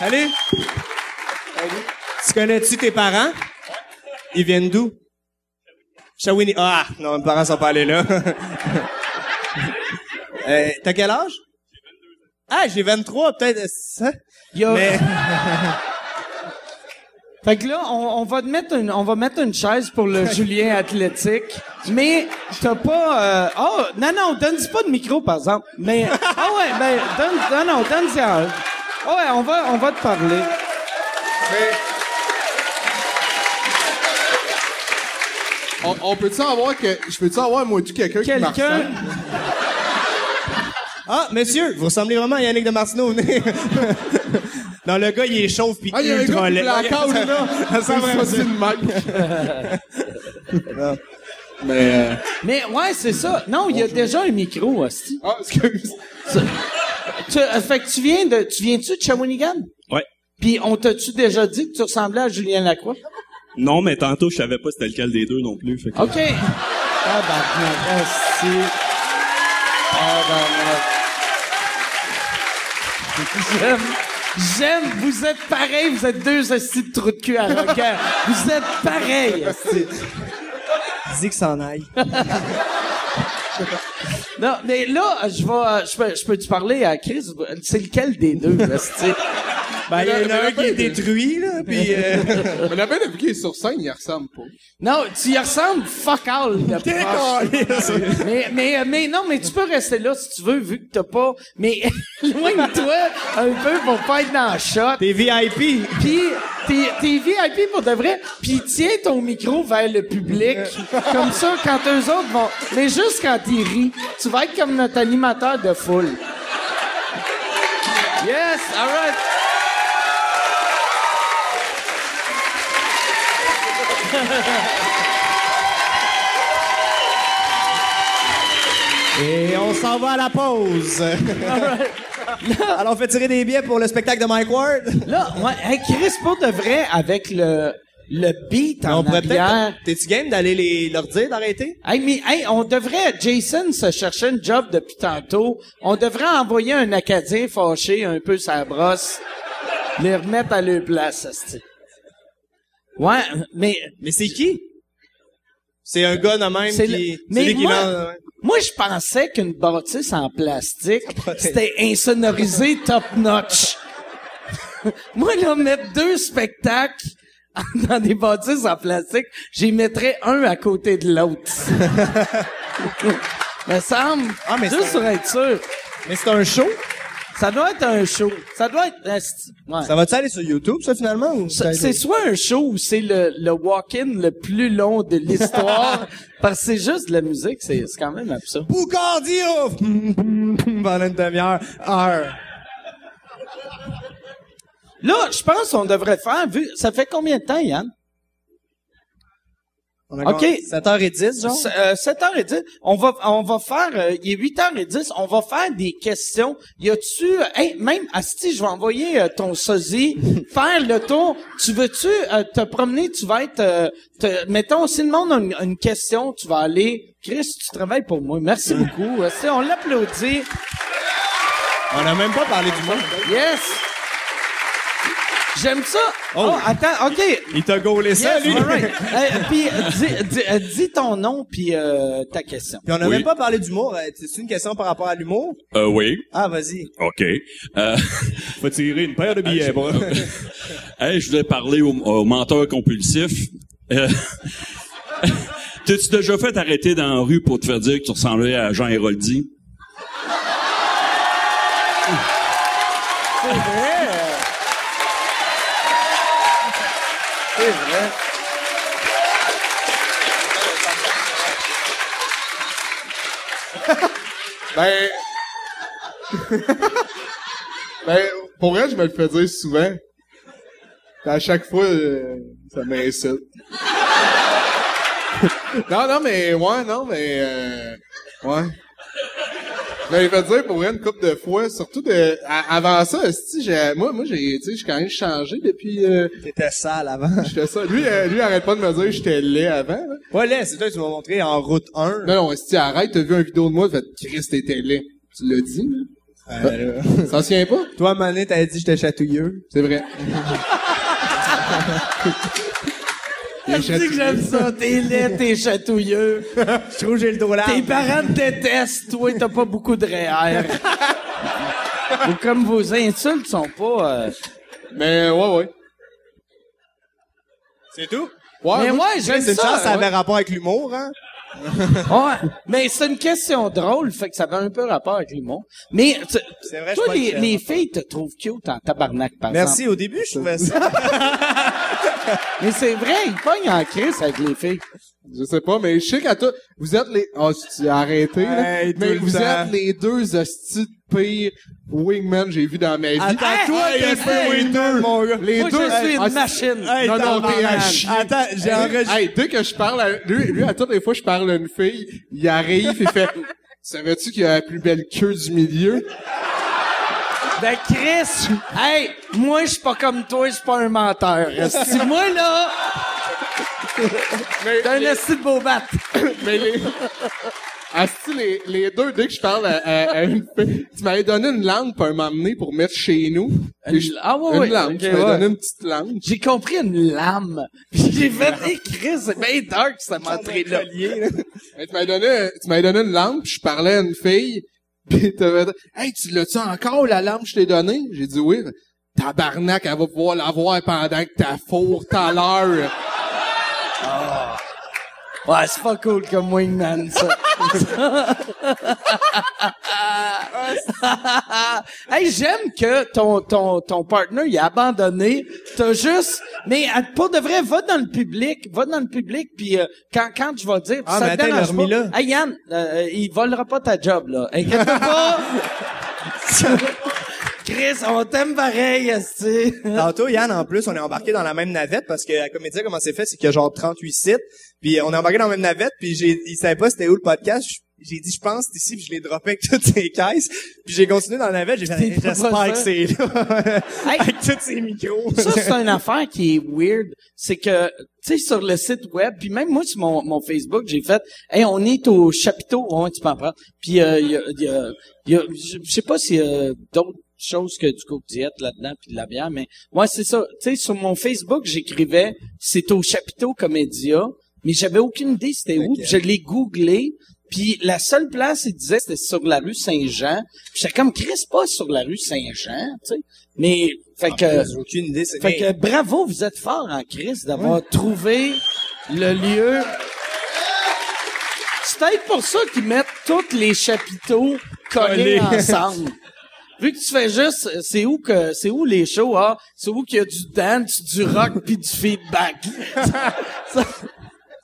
allez. Tu connais-tu tes parents? Ils viennent d'où? Shawini. Ah, non, mes parents sont pas allés là. euh, T'as quel âge? Ah, j'ai 23, peut-être. euh, ça. il y a- Mais, Fait que là, on, on va te mettre une, on va mettre une chaise pour le Julien athlétique, mais t'as pas. euh, oh non non, donne-y pas de micro par exemple. Mais ah ouais, ben donne, non non, donne-y un. Ah ouais, on va, on va te parler. On, on peut-tu avoir que, je peux-tu avoir, moi, tout quelqu'un qui me Quelqu'un. ressemble? ah, monsieur, vous ressemblez vraiment à Yannick de Martineau, venez. non, le gars, il est chauve pis Ah, il y a un ultra gars qui laid. blackout, là. Ça sent vraiment Ça, c'est une Mike. Mais, euh, Mais ouais, c'est ça. Non, il y a déjà un micro aussi. ah, excuse. Tu, euh, fait que tu viens de, tu viens-tu de Shawinigan? Ouais. Puis on t'a-tu déjà dit que tu ressemblais à Julien Lacroix? Non, mais tantôt, je savais pas c'était lequel des deux non plus. Fait que- OK. Ah, ben, Tabarnak, asti. Ah, ben, Tabarnak. ben. J'aime, j'aime, vous êtes pareil, vous êtes deux assis de trou de cul arrogants. Vous êtes pareil. Dis que s'en aille. Non, mais là, je vais, euh, je peux, je peux-tu parler à Chris? C'est lequel des deux, asti? Ben, il y en Mais a le- un qui est mais- détruit, là, pis euh... Mais la belle, depuis qu'il est sur scène, il ressemble pas. Non, tu y ressembles fuck all de Ah, proche. Mais, mais, mais non, mais tu peux rester là si tu veux, vu que t'as pas. Mais loigne-toi un peu pour pas être dans le shot. T'es VIP. Puis, t'es, t'es VIP pour de vrai. Puis, tiens ton micro vers le public. Comme ça, quand eux autres vont. Mais juste quand ils rient, tu vas être comme notre animateur de foule. Yes, alright. Et on s'en va à la pause. Alors, on fait tirer des billets pour le spectacle de Mike Ward. Là, ouais, hey, Chris, pour de vrai, avec le, le beat en arrière. T'es-tu game d'aller les... leur dire d'arrêter? Hey, mais, hey, on devrait, Jason se cherchait une job depuis tantôt. On devrait envoyer un Acadien fâché un peu sa brosse, les remettre à leur place, asti. Ouais, mais, Mais c'est qui? C'est un gars de même c'est qui... le- c'est mais lui qui moi, vend- ouais. moi, je pensais qu'une bâtisse en plastique, protège. c'était insonorisé top notch. moi, là, mettre deux spectacles dans des bâtisses en plastique, j'y mettrais un à côté de l'autre. Me semble, Ah, mais juste c'est- pour être sûr. Mais c'est un show. Ça doit être un show. Ça doit être. euh, c'est- ouais. Ça va-tu aller sur YouTube, ça, finalement? Ou Ça- C'est soit un show ou c'est le, le walk-in le plus long de l'histoire. parce que c'est juste de la musique, c'est c'est quand même absurde. Boucardio! Pendant une demi-heure. Heure. Là, je pense qu'on devrait faire, vu, ça fait combien de temps, Yann? On a Ok. 7h10, genre? S- euh, 7h10. On va, on va faire, euh, il est 8h10, on va faire des questions. Y a-tu, euh, hey, même, Asti, je vais envoyer euh, ton sosie faire le tour. Tu veux-tu euh, te promener? Tu vas être, euh, te- mettons, si le monde a une, une question, tu vas aller. Chris, tu travailles pour moi. Merci beaucoup. Asti, on l'applaudit. On a même pas parlé du monde. Yes! J'aime ça. Oh, attends, OK. Il t'a gaulé ça, Yes, lui. all right. Euh, puis dis, dis- euh, dis ton nom puis euh, ta question. Puis on n'a Oui. même pas parlé d'humour. Euh, C'est une question par rapport à l'humour? Euh, oui. Ah, vas-y. Ah, OK. Euh, Faut tirer une paire de billets, bro. hey, je voulais parler au, au menteur compulsif. Euh, T'as-tu déjà fait arrêter dans la rue pour te faire dire que tu ressemblais à Jean Héroldi? Ben. ben, pour vrai, je me le fais dire souvent. Puis À chaque fois, euh, ça me récite. non, non, mais, ouais, non, mais, euh, ouais. Je me l'ai fait dire pour vrai une couple de fois, surtout de, à- avant ça, esti, j'ai, moi, moi, j'ai, tu sais, j'ai quand même changé depuis, euh, T'étais sale avant. j'étais ça. Lui, euh, lui, arrête pas de me dire que j'étais laid avant, là. Ouais, là, c'est toi que tu m'as montré en route 1. Non, non, esti, arrête, t'as vu une vidéo de moi, fait, Chris, t'étais laid. Tu l'as dit, là. Euh, là. T'en souviens pas? Toi, Mané, t'avais dit que j'étais chatouilleux. C'est vrai. Il est Je dis que chatouilleux. j'aime ça. T'es laid, t'es chatouilleux. Je trouve que j'ai le dos là. Tes parents te détestent. Toi, t'as pas beaucoup de REER. Ou comme vos insultes sont pas... euh, Mais ouais, ouais. C'est tout? Ouais, Mais moi, ouais, j'aime C'est une chance, ça. ça ouais. avait rapport avec l'humour, hein? Ouais, mais c'est une question drôle, fait que ça avait un peu rapport avec l'humour. Mais tu- C'est vrai, je suis toi, pas les, le chef. les filles te trouvent cute en tabarnak, par exemple. Merci, au début, je trouvais ça. Mais c'est vrai, ils pognent en crise avec les filles. je sais pas, mais je sais qu'à toi, vous êtes les... Oh, tu as arrêté, là. Hey, tout mais le vous temps. êtes les deux hosties de pires wingmen que j'ai vu dans ma vie. Attends-toi, Hey, t'es hey, fait hey, winner, mon gars. les Moi, deux... je suis Hey, une ah, c'est- machine. Hey, Non, non, tabarnak. t'es à chier. Attends, j'ai enregistré. Hey, dès que je parle à lui, lui, à toutes les fois que je parle à une fille, il arrive, il fait, savais-tu qu'il a la plus belle queue du milieu? Ben, Chris, hey, moi, je suis pas comme toi, je suis pas un menteur. Si moi, là, Mais, t'es un esti de beau bat. Mais les... Asti, les, les deux, dès que je parle à, à- à une fille, tu m'avais donné une lampe pour m'emmener pour mettre chez nous. Puis je- ah ouais, une ouais, lampe. ok, tu m'avais ouais. donné une petite lampe. J'ai compris une lame. Puis j'ai fait, hey, Chris, c'est bien dark, ça m'a entré là. Mais tu m'avais donné, tu m'avais donné une lampe, puis je parlais à une fille, pis t'avais dit, hey, tu l'as-tu encore, la lampe que je t'ai donnée? J'ai dit oui. Tabarnak, elle va pouvoir l'avoir pendant que t'as four tout à l'heure. Ouais, c'est pas cool comme wingman, ça. hey, j'aime que ton, ton, ton partner, il a abandonné. T'as juste, mais à- pour de vrai, va dans le public, va dans le public, puis euh, quand, quand je vais dire, Ah, ça mais te attends, il dérange l'a remis pas. là. Hey, Yann, euh, il volera pas ta job, là. Inquiète pas. Chris, on t'aime pareil, esti. Tantôt, Yann, en plus, on est embarqué dans la même navette parce que la comédia, comment c'est fait, c'est qu'il y a genre 38 sites. Puis euh, on est embarqué dans la même navette, puis j'ai, il savait pas c'était où le podcast. Je- J'ai dit, je pense, c'est ici, puis je l'ai droppé avec toutes ses caisses. Puis j'ai continué dans la navette, j'ai fait, pas ça. j'espère que c'est là. Hey. avec tous ses micros. Ça, c'est une affaire qui est weird. C'est que, tu sais, sur le site web, puis même moi, sur mon, mon Facebook, j'ai fait, hey, on est au chapiteau, ouais, tu peux en prendre. Puis, euh, il y a, il y a- il y a- je je sais pas s'il y a d'autres choses que du coke diète là-dedans, puis de la bière, mais moi, c'est ça. Tu sais, sur mon Facebook, j'écrivais, c'est au chapiteau comédia, mais j'avais aucune idée c'était où, puis je l'ai googlé. Puis la seule place, il disait, c'était sur la rue Saint-Jean. Puis J'étais comme, Chris, pas sur la rue Saint-Jean, tu sais. Mais, fait que... J'ai aucune idée, c'est Fait que bravo, vous êtes fort en crise d'avoir trouvé le lieu. C'est peut-être pour ça qu'ils mettent tous les chapiteaux collés Collés. ensemble. Vu que tu fais juste, euh, c'est où que, c'est où les shows, ah, c'est où qu'il y a du dance, du rock puis du feedback. Ça-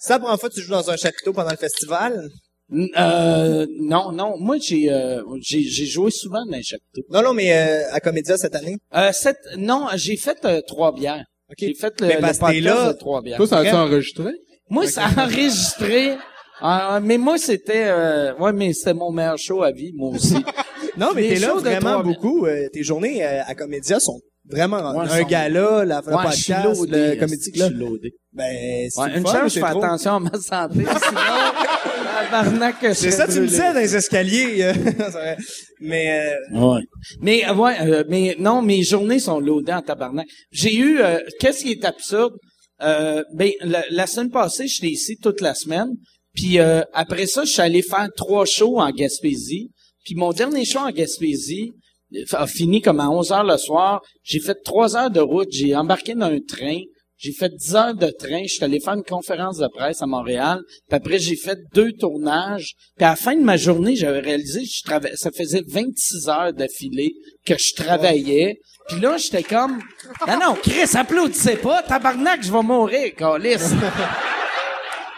Ça, la première fois, tu joues dans un chapiteau pendant le festival? N- euh, non, non, moi j'ai, euh, j'ai, j'ai joué souvent dans les chapiteaux. Non, non, mais euh, à Comédia cette année. Euh, cette, non, j'ai fait euh, trois bières. J'ai fait le, Mais le parce que podcast t'es là. de trois bières. Toi, ça a-tu Ok. enregistré? Moi, ça a enregistré. Euh, mais moi, c'était... Euh, ouais, mais c'était mon meilleur show à vie, moi aussi. Non, mais Les t'es là shows de vraiment trois- beaucoup. Euh, tes journées euh, à Comédia sont Vraiment, Ouais, un sont- gala, la la Ouais, je suis podcast, loadé, le comedy je club. suis loadé. Ben, c'est Ouais, le une fun, chance, c'est je fais trop. attention à ma santé, sinon, tabarnak que je C'est ça, serais tu me brûlé. disais dans les escaliers. euh, c'est vrai. mais, euh, Ouais. Mais euh, ouais, euh, mais non, mes journées sont loadées en tabarnak. J'ai eu euh, qu'est-ce qui est absurde euh, ben la, la semaine passée, j'étais ici toute la semaine, puis euh, après ça, je suis allé faire trois shows en Gaspésie, puis mon dernier show en Gaspésie euh, a fini comme à 11 heures le soir. J'ai fait trois heures de route, j'ai embarqué dans un train. J'ai fait 10 heures de train, je suis allé faire une conférence de presse à Montréal, puis après j'ai fait deux tournages, puis à la fin de ma journée, j'avais réalisé que je trava- ça faisait 26 heures d'affilée que je travaillais. Puis là, j'étais comme Ah "Non non, Chris, applaudissez pas, tabarnak, je vais mourir, câlisse.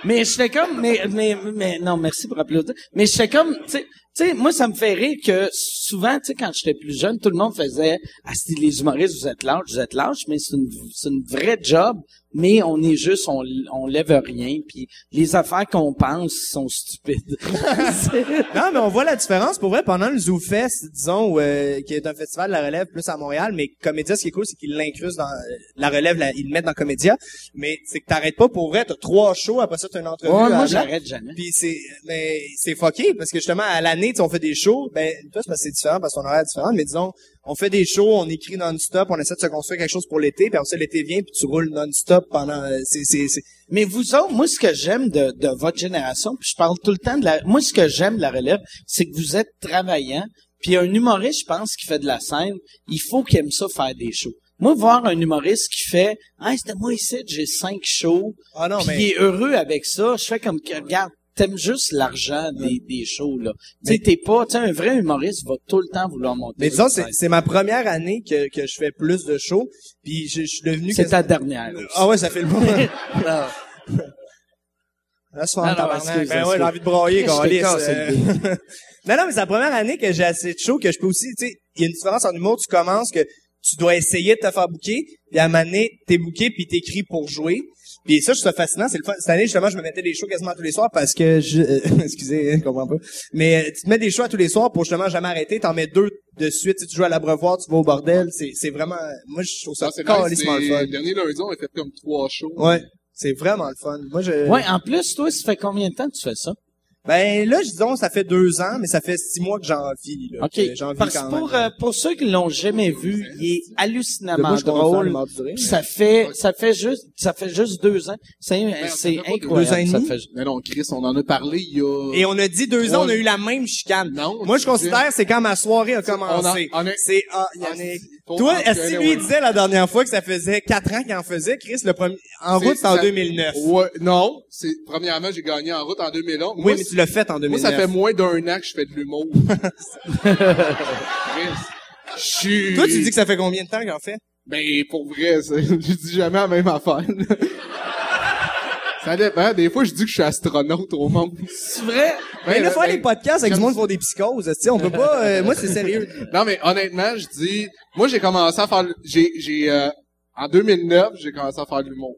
Mais j'étais comme, mais, mais, mais, non, merci pour applaudir. Mais j'étais comme, tu sais, tu sais, moi, ça me fait rire que souvent, tu sais, quand j'étais plus jeune, tout le monde faisait, ah, si les humoristes, vous êtes lâches, vous êtes lâches, mais c'est une, c'est une vraie job, mais on est juste, on, on lève rien, puis les affaires qu'on pense sont stupides. C'est- Non, mais on voit la différence. Pour vrai, pendant le Zoo Fest, disons, euh, qui est un festival de la relève plus à Montréal, mais Comédia, ce qui est cool, c'est qu'ils l'incrustent dans euh, la relève, la- ils le mettent dans Comédia. Mais c'est que t'arrêtes pas pour vrai, t'as trois shows, après ça t'as une entrevue. Ouais, avant. moi, j'arrête jamais. Puis c'est, mais c'est fucké parce que justement à l'année, tu sais, on fait des shows. Ben toi, c'est parce que c'est différent, parce qu'on horaire est différent. Mais disons, on fait des shows, on écrit non-stop, on essaie de se construire quelque chose pour l'été. Puis après ça, l'été vient, puis tu roules non-stop pendant. euh, C'est, c'est, c'est- Mais vous autres, moi, ce que j'aime de, de votre génération, puis je parle tout le temps de la... Moi, ce que j'aime de la relève, c'est que vous êtes travaillant. Puis un humoriste, je pense, qui fait de la scène, il faut qu'il aime ça faire des shows. Moi, voir un humoriste qui fait « Ah, c'était moi ici, j'ai cinq shows. Ah non, puis mais- il est heureux avec ça. Je fais comme que, regarde, t'aimes juste l'argent des, des shows, là. Tu sais, t'es pas... Tu sais, un vrai humoriste va tout le temps vouloir monter. Mais une disons, c'est, scène. c'est ma première année que, que je fais plus de shows. Puis je, je suis devenu. C'est quasiment- ta dernière. aussi. Ah ouais, ça fait le bon. Non. Là, ce Non, soir, non, tabarnak. excuse, Ben ouais, excuse. j'ai envie de broyer, Je te câlisse. casse, Euh, c'est Non, non, mais c'est la première année que j'ai assez de show que je peux aussi, tu sais, il y a une différence en humour, tu commences que tu dois essayer de te faire bouquer, puis à un moment donné, t'es bouqué puis t'écris pour jouer. Puis ça, je trouve ça fascinant. C'est le fun. Cette année, justement, je me mettais des shows quasiment tous les soirs parce que je, euh, excusez, je comprends pas. Mais euh, tu te mets des shows à tous les soirs pour justement jamais arrêter. T'en mets deux de suite. Si tu joues à l'abreuvoir, tu vas au bordel. C'est, c'est vraiment, moi, je trouve ça Ah, c'est nice, calissement le c'est- fun. le dernier lundi, on a fait comme trois shows. Ouais. C'est vraiment le fun. Moi, je, Ouais, en plus, toi, ça fait combien de temps que tu fais ça? Ben là, disons, ça fait deux ans, mais ça fait six mois que j'en vis. Là, OK. Que J'en vis Parce que quand pour, même. euh, pour ceux qui l'ont jamais vu, il est De moi, hallucinamment je commence à drôle. m'endurer, Puis mais- ça fait, ça fait juste, ça fait juste deux ans. C'est, c'est ça fait pas incroyable. deux ans et ça demi? fait ju- Mais non, Chris, on en a parlé il y a... Et on a dit deux ans, on a eu la même chicane. euh, Non, Moi, je tu considère c'est quand ma soirée a commencé. on a- C'est ah, il y en Ah, a- faut- Toi, ah, est-ce que lui anyway. il disait la dernière fois que ça faisait quatre ans qu'il en faisait, Chris, le premier en route c'est en ça- 2009. Ouais, non, c'est premièrement j'ai gagné en route en 2011. Oui, Moi, mais c'est- tu l'as fait en 2009. Moi ça fait moins d'un an que je fais de l'humour. Chris, je suis- Toi, tu dis que ça fait combien de temps qu'il en fait Ben pour vrai, c'est- je dis jamais la même affaire. ça dépend. Des fois je dis que je suis astronaute au monde. C'est vrai? Ben, Mais là, ben, faut ben, aller les podcasts avec du comme- monde qui font des psychoses, tu sais, on peut pas euh, moi c'est sérieux. Non, mais honnêtement, je dis, moi, j'ai commencé à faire, le- j'ai, j'ai, euh, en 2009, j'ai commencé à faire de l'humour.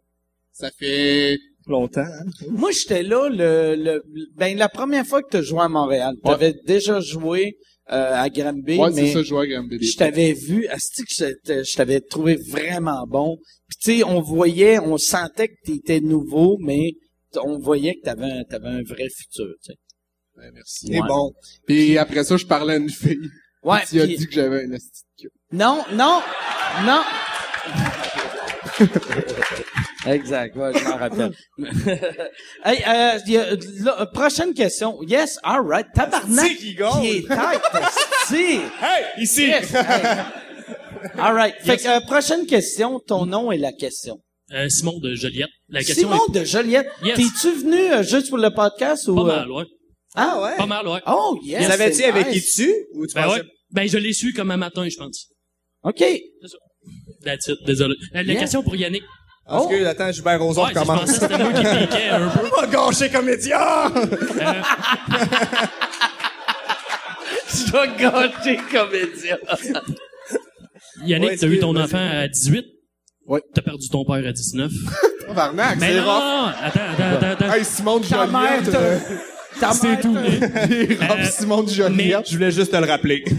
Ça fait, Longtemps. Hein? Moi, j'étais là le, le, ben, la première fois que tu joué à Montréal. Tu avais déjà joué, euh, à Granby. ouais, mais c'est ça, je jouais à Graham Bailey. je t'avais vu, asti que j'étais- je t'avais trouvé vraiment bon. Puis tu sais, on voyait, on sentait que t'étais nouveau, mais t- on voyait que t'avais un, t'avais un vrai futur, tu sais. Ouais, Ben, merci. Et Ouais. bon. Puis après ça, je parlais à une fille. Ouais, Qui a puis- dit que j'avais un esti de cul. Non, non, non. exact, ouais, je m'en rappelle. hey, euh, y a- là, prochaine question. Yes, all right. Tabarnak, Asti qui gagne. qui est tight, asti. Hey, ici. Yes, hey. All right. Fait que, euh, prochaine question. Ton nom et la question. Euh, Simon de Joliette. La question Simon de Joliette, Yes. t'es-tu venu euh, juste pour le podcast est ou pas euh, mal, ouais. Ah ouais. Pas mal, ouais. Oh yes. Vous savais-tu c'est avec qui nice. tu ou tu ben pensais ouais. Ben, je l'ai su comme un matin, je pense. OK. That's it, désolé. Euh, La Yeah. question pour Yannick. Parce que, attends, Gilbert Rozon Ouais, je commence. pensais que c'était moi qui piquais un peu. pas gâché comédien! Tu vas gâcher comédien. Yannick, Ouais, t'as eu excuse, ton vas-y. enfant à 18. Ouais. T'as perdu ton père à 19. Tabarnak, Mais c'est non, non, rough. non, attends, attends, attends. attends. Hey, Simon de Ta mère Joliette. euh, te- ta mère C'est tout. te- j'ai Oh, rough Euh, Simon de Joliette. Je voulais juste te le rappeler. Ouais.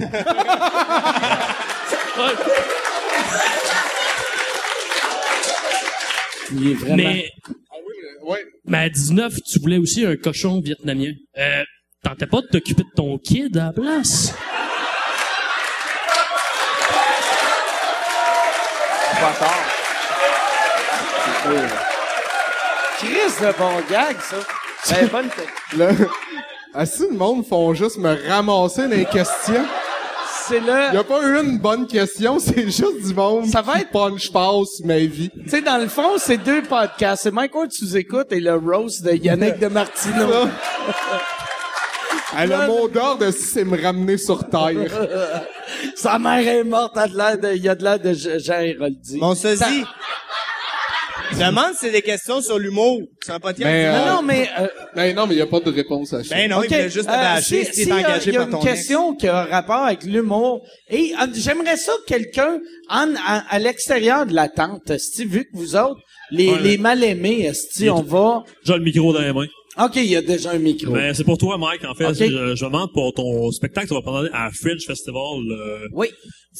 fouillé, vraiment. Mais, Ah Ouais. mais à 19, tu voulais aussi un cochon vietnamien. Euh, tentais pas de t'occuper de ton kid à la place? Chris, de bon gag, ça. Ben, bonne tête. Là, ah, si le monde font juste me ramasser les questions. C'est Il y le... a pas eu une bonne question, c'est juste du monde. Ça va qui être- punch passe ma vie. Tu sais, dans le fond, c'est deux podcasts. C'est Mike Ward, tu nous écoutes, et le roast de Yannick de Martino. Ça. Ah, le mot d'ordre, c'est me ramener sur terre. Sa mère est morte, elle a de l'air de- il y a de l'air de Jean- Jean Héroldi. Mon sosie. Demande si c'est des questions sur l'humour. C'est un podcast. Mais, Non, euh, non, mais... euh, Ben non, mais il y a pas de réponse à ça. Ben non, OK, il voulait juste te euh, bâcher si si- t'es si, euh, engagé il y a par ton une question qui a un rapport avec l'humour. Et euh, j'aimerais ça que quelqu'un, en, à, à l'extérieur de la tente, esti, vu que vous autres, les, Ouais, les mais- mal-aimés, esti, Il- on va... J'ai le micro dans les mains. OK, il y a déjà un micro. Ben, c'est pour toi, Mike, en fait. Ok. Je, je me demande pour ton spectacle, tu vas parler à Fringe Festival, euh, Oui.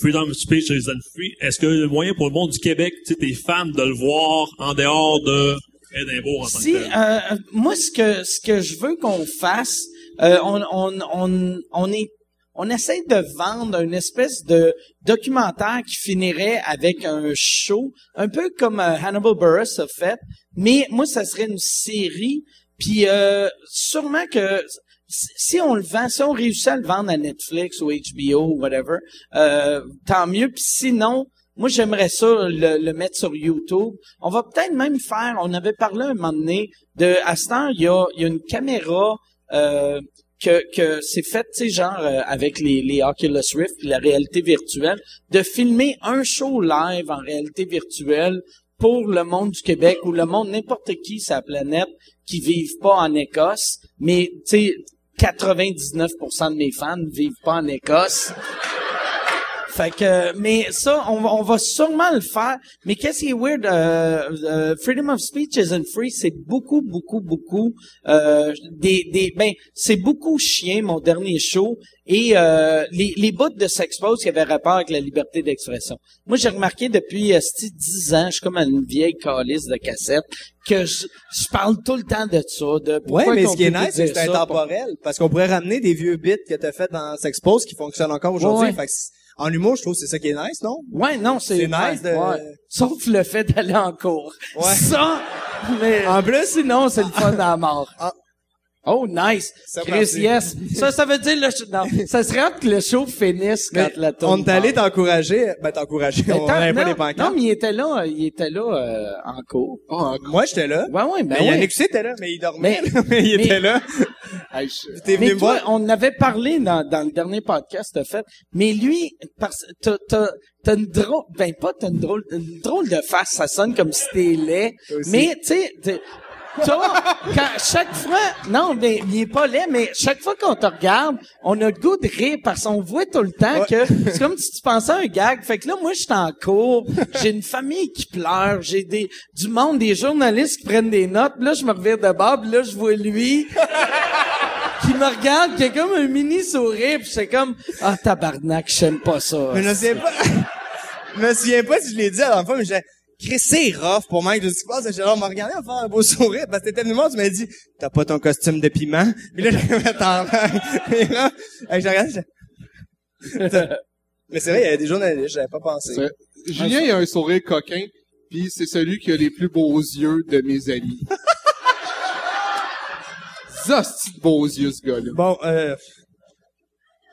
Freedom of Speech chez les Annecy. Est-ce que le moyen pour le monde du Québec, tu sais, tes fans, de le voir en dehors de Edinburgh en tant Si, que tel? euh, moi, ce que, ce que je veux qu'on fasse, euh, on, on, on, on est, on essaie de vendre une espèce de documentaire qui finirait avec un show, un peu comme euh, Hannibal Buress a fait, mais moi, ça serait une série, puis euh, sûrement que si si on le vend, si on réussit à le vendre à Netflix ou HBO ou whatever, euh, tant mieux. Puis sinon, moi j'aimerais ça le, le mettre sur YouTube. On va peut-être même faire, on avait parlé un moment donné, de à ce temps, il y a, il y a une caméra euh, que, que c'est faite, tu sais, genre euh, avec les, les Oculus Rift puis la réalité virtuelle, de filmer un show live en réalité virtuelle pour le monde du Québec ou le monde n'importe qui sur la planète qui vivent pas en Écosse, mais tu sais 99% de mes fans ne vivent pas en Écosse. Fait que, mais ça, on, va- on va sûrement le faire. Mais qu'est-ce qui est weird? euh, euh, freedom of speech isn't free. C'est beaucoup, beaucoup, beaucoup. euh, des, des, ben, c'est beaucoup chien mon dernier show et euh, les, les bouts de s'expose qui avaient rapport avec la liberté d'expression. Moi, j'ai remarqué depuis euh, c'ti, 10 ans, je suis comme une vieille calice de cassette que je, je parle tout le temps de ça. De Ouais, pourquoi mais qu'on ce qui est peut nice, c'est que dire c'est ça, intemporel. Parce qu'on pourrait ramener des vieux bits que t'as fait dans Sexpose qui fonctionnent encore aujourd'hui. Ouais, ouais. Fait que c'est- en humour, je trouve que c'est ça qui est nice, non? Ouais, non, c'est C'est nice de- Sauf le fait d'aller en cours. Ouais. Ça, mais En plus- sinon c'est le fun à la mort. Ah. Oh nice, Ça Chris, parti. yes. Ça, ça veut dire le show- non, ça serait hâte que le show finisse quand Mais la tourne. on est allé part. t'encourager. Ben, t'encourager. Mais On tant- n'avait pas non, les pancartes. Non, mais il était là, euh, il était là euh, en cours. Oh, encore. Moi, j'étais là. Ouais, ouais, ben mais ouais. Yannick aussi était là, mais il dormait. Mais- Mais, il mais- était là. Hey, je- T'es venu Mais me toi, voir. on avait parlé dans, dans le dernier podcast, de fait. Mais lui, parce, t'as, t'as, t'as une drôle, ben pas t'as une drôle, une drôle de face, ça sonne comme si t'es laid. aussi. Mais, tu sais, t'es- toi, quand, chaque fois, non, mais il est pas laid, mais chaque fois qu'on te regarde, on a le goût de rire parce qu'on voit tout le temps que c'est comme si tu pensais à un gag. Fait que là, moi, je suis en cours, j'ai une famille qui pleure, j'ai des, du monde, des journalistes qui prennent des notes, Puis là, je me revire de bord, puis là, je vois lui qui me regarde, qui a comme un mini sourire, pis c'est comme ah tabarnak, j'aime pas ça. Mais je me souviens pas. je me souviens pas si je l'ai dit à la dernière fois, mais j'ai Chris, c'est rough pour moi que je dis quoi, j'ai l'air m'a regardé en faire un beau sourire parce que t'étais venu me voir, tu m'as dit T'as pas ton costume de piment? Mais là, j'avais mettre en l'air. Et là, euh, j'ai regardé, j'ai- T'as- Mais c'est vrai, il y avait des journalistes, j'avais pas pensé. C'est- Julien, il a un sourire coquin, puis c'est celui qui a les plus beaux yeux de mes amis. Zosti de beaux yeux, ce gars-là. Bon, euh.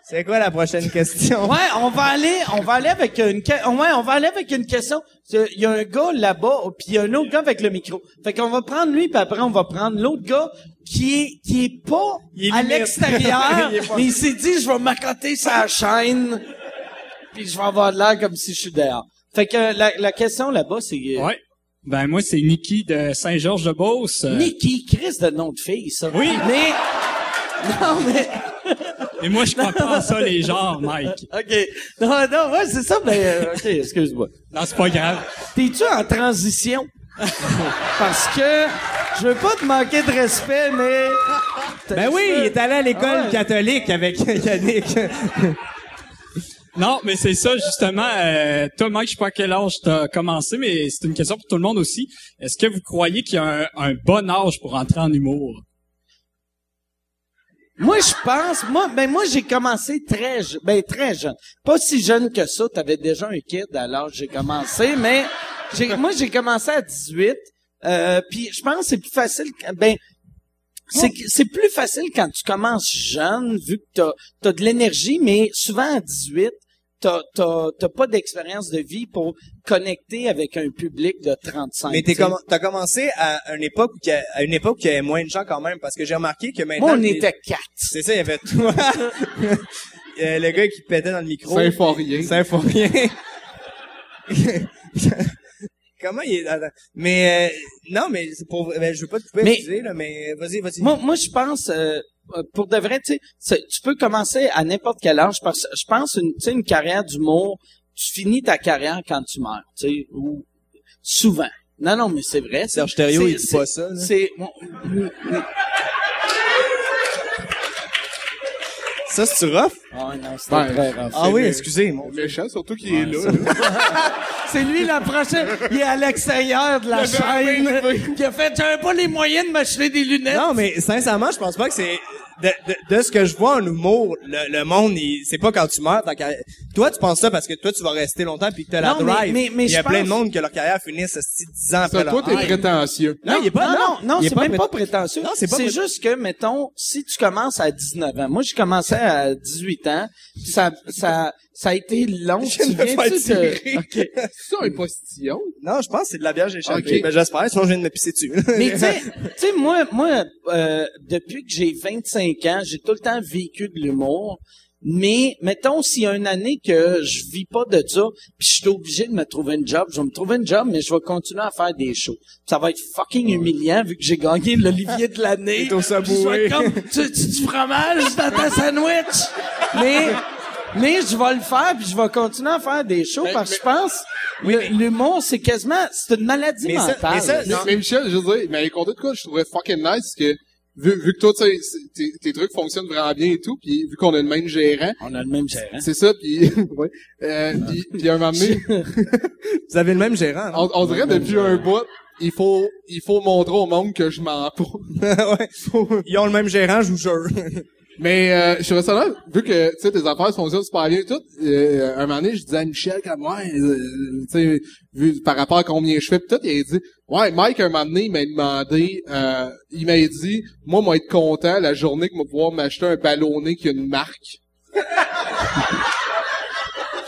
C'est quoi la prochaine question? Ouais, on va aller, on va aller avec une, que- ouais, on va aller avec une question. Il y a un gars là-bas, puis il y a un autre gars avec le micro. Fait qu'on va prendre lui, puis après on va prendre l'autre gars qui est qui est pas Il est à limite. l'extérieur, Il est pas- mais il s'est dit je vais m'accoter sa chaîne, puis je vais avoir de l'air comme si je suis dehors. Fait que la, la question là-bas c'est Ouais. Ben moi c'est Nikki de Saint-Georges-de-Beauce. Euh, Nikki, Chris de nom de fille ça. Oui. Mais non mais Et moi je crois pas en ça les genres, Mike. OK. Non, non, ouais, c'est ça, mais... euh, OK, excuse-moi. Non, c'est pas grave. T'es-tu en transition? Parce que je veux pas te manquer de respect, mais... Ben oui, il est allé à l'école Ah ouais. catholique avec Yannick. Non, mais c'est ça, justement. Euh, toi, Mike, je sais pas à quel âge t'as commencé, mais c'est une question pour tout le monde aussi. Est-ce que vous croyez qu'il y a un, un bon âge pour entrer en humour? Moi, je pense, moi, ben moi, j'ai commencé très, je- ben très jeune. Pas si jeune que ça. T'avais déjà un kid à l'âge où j'ai commencé, mais j'ai- moi, j'ai commencé à 18. Euh, puis je pense que c'est plus facile. que- Ben, c'est que- c'est plus facile quand tu commences jeune, vu que t'as as de l'énergie, mais souvent à 18, t'as t'as t'as pas d'expérience de vie pour connecter avec un public de 35. Mais t'es tu sais. comm- t'as commencé à une époque où qu'il y a- à une époque où il y avait moins de gens quand même parce que j'ai remarqué que maintenant Moi, on les- était quatre. C'est ça, il y avait toi. Euh, le gars qui pétait dans le micro. C'est fort rien. Ça faut rien. Comment il est attends. Mais euh, non, mais c'est pour vrai- ben, je veux pas te couper, Mais- excusez là, mais vas-y, vas-y. Moi, moi je pense, euh, euh, pour de vrai, tu sais, c'est- tu peux commencer à n'importe quel âge. Parce, que je pense, une, tu sais, une carrière d'humour, tu finis ta carrière quand tu meurs, tu sais, ou souvent. Non, non, mais c'est vrai. Serge Thériault, c'est- il dit c'est- pas ça, là. C'est... Ça c'est rough. Ah, non, c'était Ben, très rough. Ah oui, le- excusez moi. Méchant, surtout qu'il est là. C'est lui la prochaine. Il est à l'extérieur de la chaîne. Il a fait, j'avais pas les moyens de m'acheter des lunettes. Non, mais sincèrement, je pense pas que c'est de, de, de ce que je vois en humour, le, le monde, il- c'est pas quand tu meurs. ta carrière- Toi, tu penses ça parce que toi, tu vas rester longtemps puis que t'as la Non, mais- drive. mais- mais il y a je plein de pense- monde que leur carrière finisse esti, 10 ans après Ça, leur... toi, t'es Ah, prétentieux. Non, il est pas- non, non, il est c'est pas même prét- pas prétentieux. Non, c'est c'est pas prét- juste que, mettons, si tu commences à 19 ans, moi, j'ai commencé à 18 ans, ça, ça, ça a été long. Je viens de Tu me faire viens-tu de- tirer. C'est ça, un postillon? Non, je pense que c'est de la bière j'ai échappé. Ok. Ben, j'espère, sinon je viens de me pisser dessus. Mais tu sais- tu sais, moi, moi euh, depuis que j'ai 25 ans, j'ai tout le temps vécu de l'humour. Mais, mettons, s'il y a une année que je vis pas de ça, puis je suis obligé de me trouver une job, je vais me trouver une job, mais je vais continuer à faire des shows. Ça va être fucking humiliant vu que j'ai gagné l'Olivier de l'année. T'es au Subway. Puis je vais être comme, tu, tu, du fromage dans ta sandwich. Mais, mais je vais le faire, puis je vais continuer à faire des Ben, shows, parce que je pense, le- l'humour, c'est quasiment, c'est une maladie Mais ça- mentale. mais ça, Mais, Non. mais Michel, je veux dire, il m'avait conté de quoi je trouvais fucking nice, parce que vu, vu que toi, tu sais, c'est- tes, tes trucs fonctionnent vraiment bien et tout, puis vu qu'on a le même gérant, On a le même gérant. c'est ça, puis ouais, euh, puis, puis à un moment donné, Vous avez le même gérant. non? on, on dirait depuis un bout, il faut, il faut montrer au monde que je mens pas. Ouais. Ils ont le même gérant, je vous jure. Mais euh, je trouvais ça là, vu que tu sais tes affaires fonctionnent super bien et tout, euh, un moment donné, je disais à Michel comme ouais, euh, tu sais, vu par rapport à combien je fais pis tout, il a dit Ouais, Mike, un moment donné, il m'a demandé euh, il m'a dit Moi, moi être content la journée que je vais pouvoir m'acheter un ballonné qui a une marque.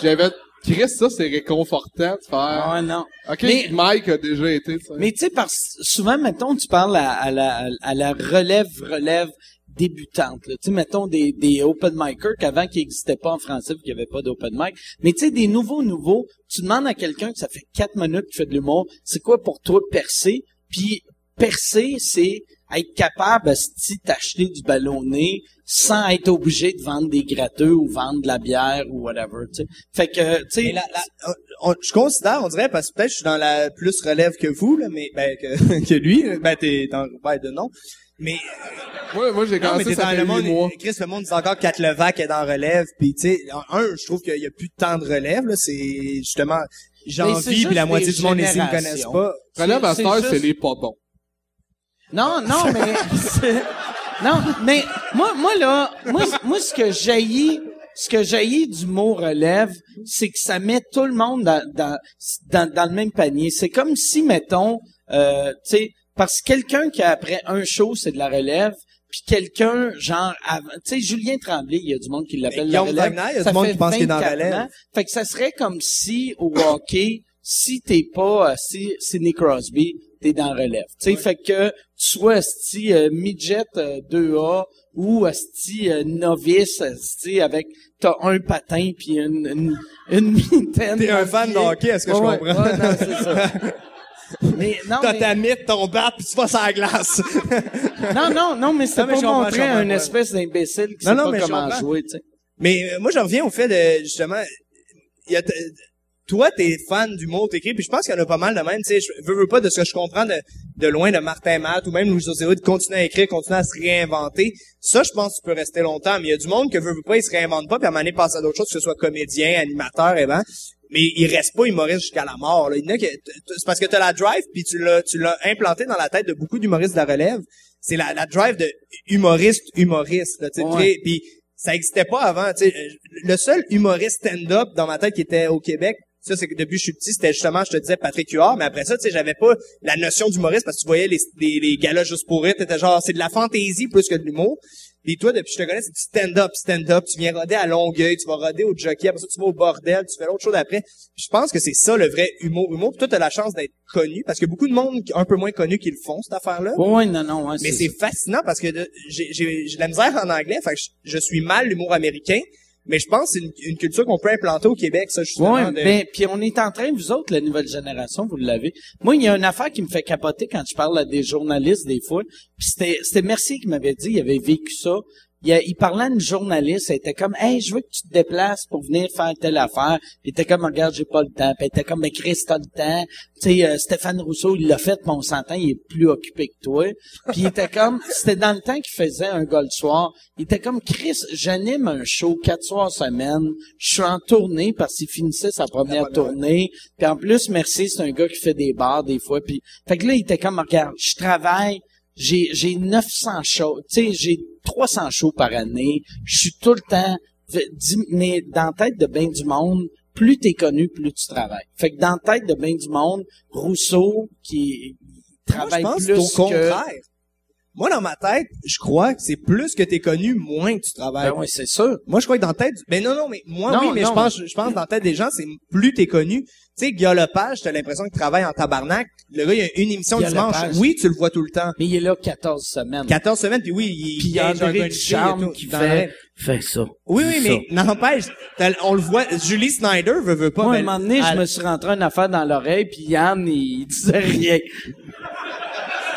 J'avais Chris, ça c'est réconfortant de faire. Ah ouais, non. Ok, Mais- Mike a déjà été, tu sais. Mais tu sais, parce souvent, mettons, tu parles à, à la, à la relève, relève débutante. là. Tu sais, mettons des, des open micers qu'avant qui n'existaient pas en français, qu'il n'y avait pas d'open mic. Mais tu sais, des nouveaux, nouveaux, tu demandes à quelqu'un que ça fait quatre minutes qu'il fait de l'humour, c'est quoi pour toi percer? Puis percer, c'est être capable si t'acheter du ballonné sans être obligé de vendre des gratteux ou vendre de la bière ou whatever. tu sais. Fait que, tu sais... Mais la- la- Euh, on- on- je considère, on dirait, parce que peut-être je suis dans la plus relève que vous, là, mais ben, que, que lui, là. ben t'es dans ouais, de non. Mais Moi, moi j'ai non, mais commencé t'es ça dans fait le huit monde. mois. Chris, le monde dit encore qu'At Levac est dans relève, puis tu sais, en- un, je trouve qu'il y a plus tant de relève, là, c'est justement Mais j'en c'est vis, juste puis la des moitié du monde ici me générations. connaissent pas. Prenez c'est- c'est Master, juste- c'est les pas bons. Non, non, mais c'est- non, mais moi, moi là, moi, moi ce que jaillit, ce que jaillit du mot relève, c'est que ça met tout le monde dans dans dans, dans le même panier. C'est comme si mettons, euh, tu sais, parce que quelqu'un qui a après un show c'est de la relève. Puis quelqu'un, genre, avant- tu sais, Julien Tremblay, il y a du monde qui l'appelle Mais la Guillaume relève. Wagner, il y a du Ça monde fait qui pense qu'il est dans la 24 relève. ans. Fait que ça serait comme si, au hockey, si t'es pas euh, si Sidney Crosby, t'es dans la relève. Tu sais, fait que tu sois esti euh, midget euh, 2A ou esti euh, novice, esti avec t'as un patin puis une une, une mitaine. T'es un fan de hockey, est-ce que je Ouais, ouais. comprends? Ouais, non, c'est ça. Mais non, T'as mais- ta mythe, ton bat, puis tu vas sur la glace. non, non, non, mais c'est Non, mais pour je comprends, je montrer comprends, un ouais. espèce d'imbécile qui Non, sait non, mais pas je comment comprends. jouer, tu sais. Mais euh, moi, j'en reviens au fait de, justement, il y a t- toi, t'es fan d'humour, t'écris, puis je pense qu'il y en a pas mal de même, tu sais, je veux, veux pas de ce que je comprends de, de loin de Martin Matt, ou même Louis José Hood, continuer à écrire, continuer à se réinventer. Ça, je pense que tu peux rester longtemps, mais il y a du monde que veut, veut pas, il se réinvente pas, puis à un moment donné, passe à d'autres choses, que ce soit comédien, animateur, et ben. Mais il reste pas humoriste jusqu'à la mort. Là. Il y en a que- t- t- c'est parce que t'as la drive, puis tu l'as, tu l'as implanté dans la tête de beaucoup d'humoristes de la relève. C'est la, la drive de humoriste, humoriste. Là, tu sais, très- Puis ça existait pas avant. tu sais. Euh, Le seul humoriste stand-up dans ma tête qui était au Québec, ça c'est que depuis que je suis petit, c'était justement, je te disais, Patrick Huard. Mais après ça, tu sais, j'avais pas la notion d'humoriste parce que tu voyais les, les, les galas juste pour rire. T'étais genre, c'est de la fantaisie plus que de l'humour. Puis toi, depuis que je te connais, c'est du stand-up, stand-up. Tu viens roder à Longueuil, tu vas roder au jockey, après ça, tu vas au bordel, tu fais l'autre chose après. Puis je pense que c'est ça le vrai humour, humour. Puis toi, t'as la chance d'être connu, parce qu'il y a beaucoup de monde un peu moins connu qui le font, cette affaire-là. Ouais, ouais, non, non, ouais, Mais c'est fascinant parce que de- j'ai j'ai- j'ai de la misère en anglais, fait que je, je suis mal l'humour américain, mais je pense que c'est une, une culture qu'on peut implanter au Québec, ça, justement. Ouais, de- ben, puis on est en train, vous autres, la nouvelle génération, vous l'avez. Moi, il y a une affaire qui me fait capoter quand je parle à des journalistes des fois. Puis c'était, c'était Mercier qui m'avait dit, il avait vécu ça. Il, a- il parlait à une journaliste, elle était comme, hey, je veux que tu te déplaces pour venir faire telle affaire. Puis il était comme, regarde, j'ai pas le temps. Puis il était comme, mais Chris, t'as le temps. Tu sais, euh, Stéphane Rousseau, il l'a fait, mais on s'entend, il est plus occupé que toi. Puis il était comme, c'était dans le temps qu'il faisait un gars le soir. Il était comme, Chris, j'anime un show quatre soirs semaine. Je suis en tournée parce qu'il finissait sa Ah, première tournée. Puis en plus, merci, c'est un gars qui fait des bars des fois. Puis, fait que là, il était comme, regarde, je travaille, j'ai, j'ai 900 shows, tu sais, j'ai 300 shows par année. Je suis tout le temps, fait- dis- mais dans la tête de bain du monde, plus t'es connu, plus tu travailles. Fait que dans la tête de bain du monde, Rousseau, qui Moi, travaille je pense que plus c'est au que- contraire. Moi, dans ma tête, je crois que c'est plus que t'es connu, moins que tu travailles. Ben oui, c'est sûr. Moi, je crois que dans la tête... du- Ben non, non, mais moi, Non, oui, mais non, je pense, je pense que dans la tête des gens, c'est plus t'es connu. Tu sais, Guillaume Lepage, t'as l'impression qu'il travaille en tabarnak. Le gars, il a une émission Guy dimanche. Lepage. Oui, tu le vois tout le temps. Mais il est là 14 semaines. 14 semaines, puis oui, il, Puis il y a dans le André gun show, il y a Ducharme tout qui dans la- fait, fait ça. Oui, oui, mais n'empêche, t'as- on le voit, Julie Snyder veut, veut pas. Moi, à un ben, moment donné, je elle- me suis rentré une affaire dans l'oreille, puis Yann, il disait rien.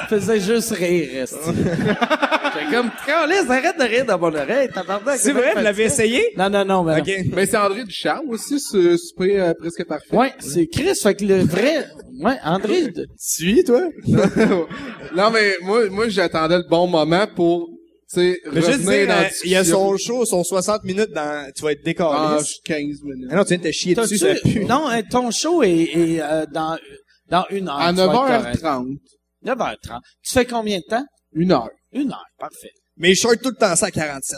Il faisait juste rire, reste. J'étais comme, Carlis, arrête de rire dans mon oreille, tabarnak. C'est vrai, vous l'avez essayé? Non, non, non, mais non. Ok. Mais c'est André Ducharme aussi, ce souper euh, presque parfait. Ouais, c'est Chris, fait que le vrai... Ouais, André... Suis, toi? non, mais moi, moi j'attendais le bon moment pour, tu sais, Mais revenir juste dire, dans euh, la il y a son discussion. show, son 60 minutes dans, tu vas être Ah, décoré. je suis 15 minutes. Ah non, tu viens de te chier dessus, T'as-tu- ça pue. Non, hein, ton show est, est, euh, dans, dans une heure. À Ah, tu vas être correct. 9h30. 9h30. Tu fais combien de temps? Une heure. Une heure, parfait. Mais je short tout le temps ça à 47.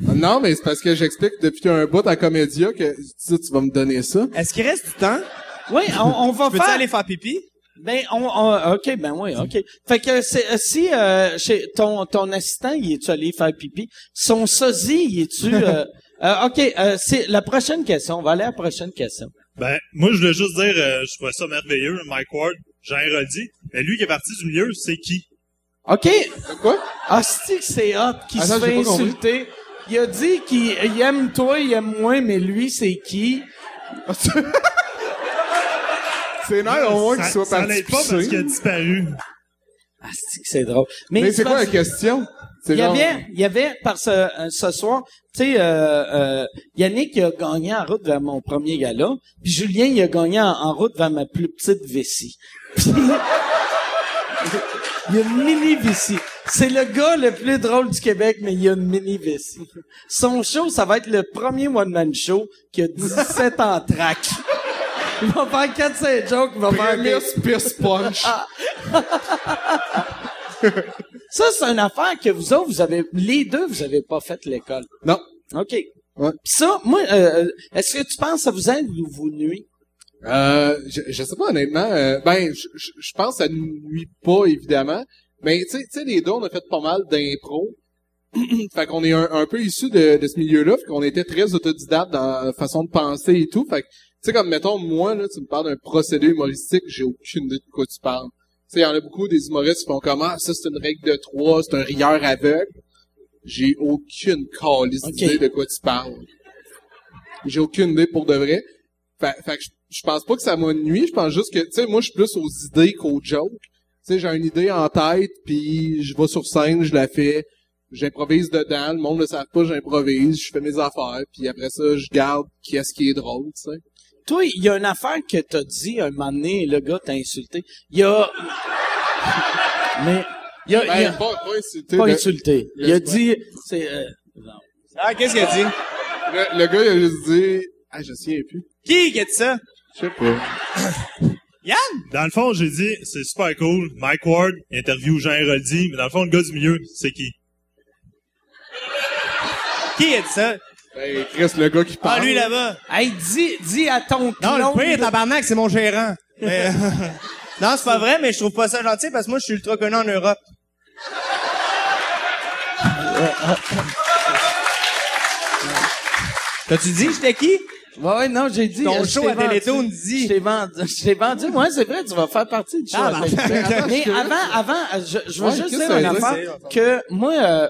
Non, mais c'est parce que j'explique depuis un bout à Comédia que tu, tu vas me donner ça. Est-ce qu'il reste du temps? Oui, on, on va Peux-tu faire... aller faire pipi? Ben, on, on- ok, ben oui, ok. Fait que c'est- euh, si euh, chez ton ton assistant, il est-tu allé faire pipi Son sosie, il est-tu euh, euh, Ok, euh, c'est la prochaine question. On va aller à la prochaine question. Ben, moi, je voulais juste dire, euh, je trouvais ça merveilleux, Mike Ward, Jean Héroldi. Mais lui qui est parti du milieu, c'est qui? Ok, Quoi? hostie que c'est hot qui se Attends, fait j'ai pas compris. insulter. Il a dit qu'il il aime toi, il aime moi, mais lui, c'est qui C'est une heure Ah, au moins qu'il Ça- soit ça parti l'aide pas parce pisser. qu'il a disparu. Hostie que c'est drôle. Mais c'est tu vas- quoi la question? C'est Il y genre- avait, il y avait par ce, euh, ce soir, tu sais, euh, euh, Yannick il a gagné en route vers mon premier gala, puis Julien il a gagné en, en route vers ma plus petite vessie. Puis- il y a une mini vessie. C'est le gars le plus drôle du Québec, mais il y a une mini vessie. Son show, ça va être le premier one man show qui a 17 ans track. Il va faire 4-5 jokes, il va faire des- Prémisse Pierce Punch. Ah. Ça, c'est une affaire que vous autres, vous avez, les deux, vous avez pas fait l'école. Non. OK. Ouais. Pis ça, moi, euh, est-ce que tu penses que ça vous aide ou vous nuit? Euh, je, je sais pas, honnêtement. euh, ben, je, je- je pense que ça nous nuit pas, évidemment. Mais, tu sais- tu sais, les deux, on a fait pas mal d'impro. fait qu'on est un, un peu issus de, de ce milieu-là. Fait qu'on était très autodidacte dans la façon de penser et tout. Fait que, tu sais, comme, mettons, moi, là, tu me parles d'un procédé humoristique, j'ai aucune idée de quoi tu parles. Tu sais, il y en a beaucoup des humoristes qui font comme, ah, ça, c'est une règle de trois, c'est un rieur aveugle. J'ai aucune calice Ok. d'idée de quoi tu parles. J'ai aucune idée pour de vrai. Fait, fait que je, je pense pas que ça m'a nuit, je pense juste que, tu sais, moi, je suis plus aux idées qu'aux jokes. Tu sais, j'ai une idée en tête, puis je vais sur scène, je la fais, j'improvise dedans, le monde ne savent pas, j'improvise, je fais mes affaires, puis après ça, je garde qu'est-ce qui est drôle, tu sais. Toi, il y a une affaire que t'as dit un moment donné, le gars t'a insulté. Il y a... Mais... Il y a... il y a- Ben, pas, pas insulté. Pas le- insulté. le- Il ben. a dit... C'est... euh, non. Ah, qu'est-ce qu'il a dit? Le, le gars, il a juste dit, ah, je sais plus. Qui qui a dit ça? Je sais pas. Dans le fond, j'ai dit, c'est super cool. Mike Ward, interview Jean Héroldi, mais dans le fond, le gars du milieu, c'est qui? Qui a dit ça? Ben, Chris, le gars qui Ah, parle. lui là-bas. Hey, dis, dis à ton Non, clone- le pire tabarnak, c'est mon gérant. Mais, euh, non, c'est pas vrai, mais je trouve pas ça gentil parce que moi, je suis ultra connu en Europe. T'as-tu dit j'étais qui? Ouais, ouais, non, j'ai dit. Ton euh, je show t'ai à vendu. Télétoon dit. Je t'ai vendu. Je t'ai vendu. Ouais, c'est vrai, tu vas faire partie du show Ah, à bah, Télétoon. ben, attends, Mais je suis avant, avant, euh, je, je veux Ouais, juste qu'est-ce dire que ça une veut dire, affaire que moi, euh,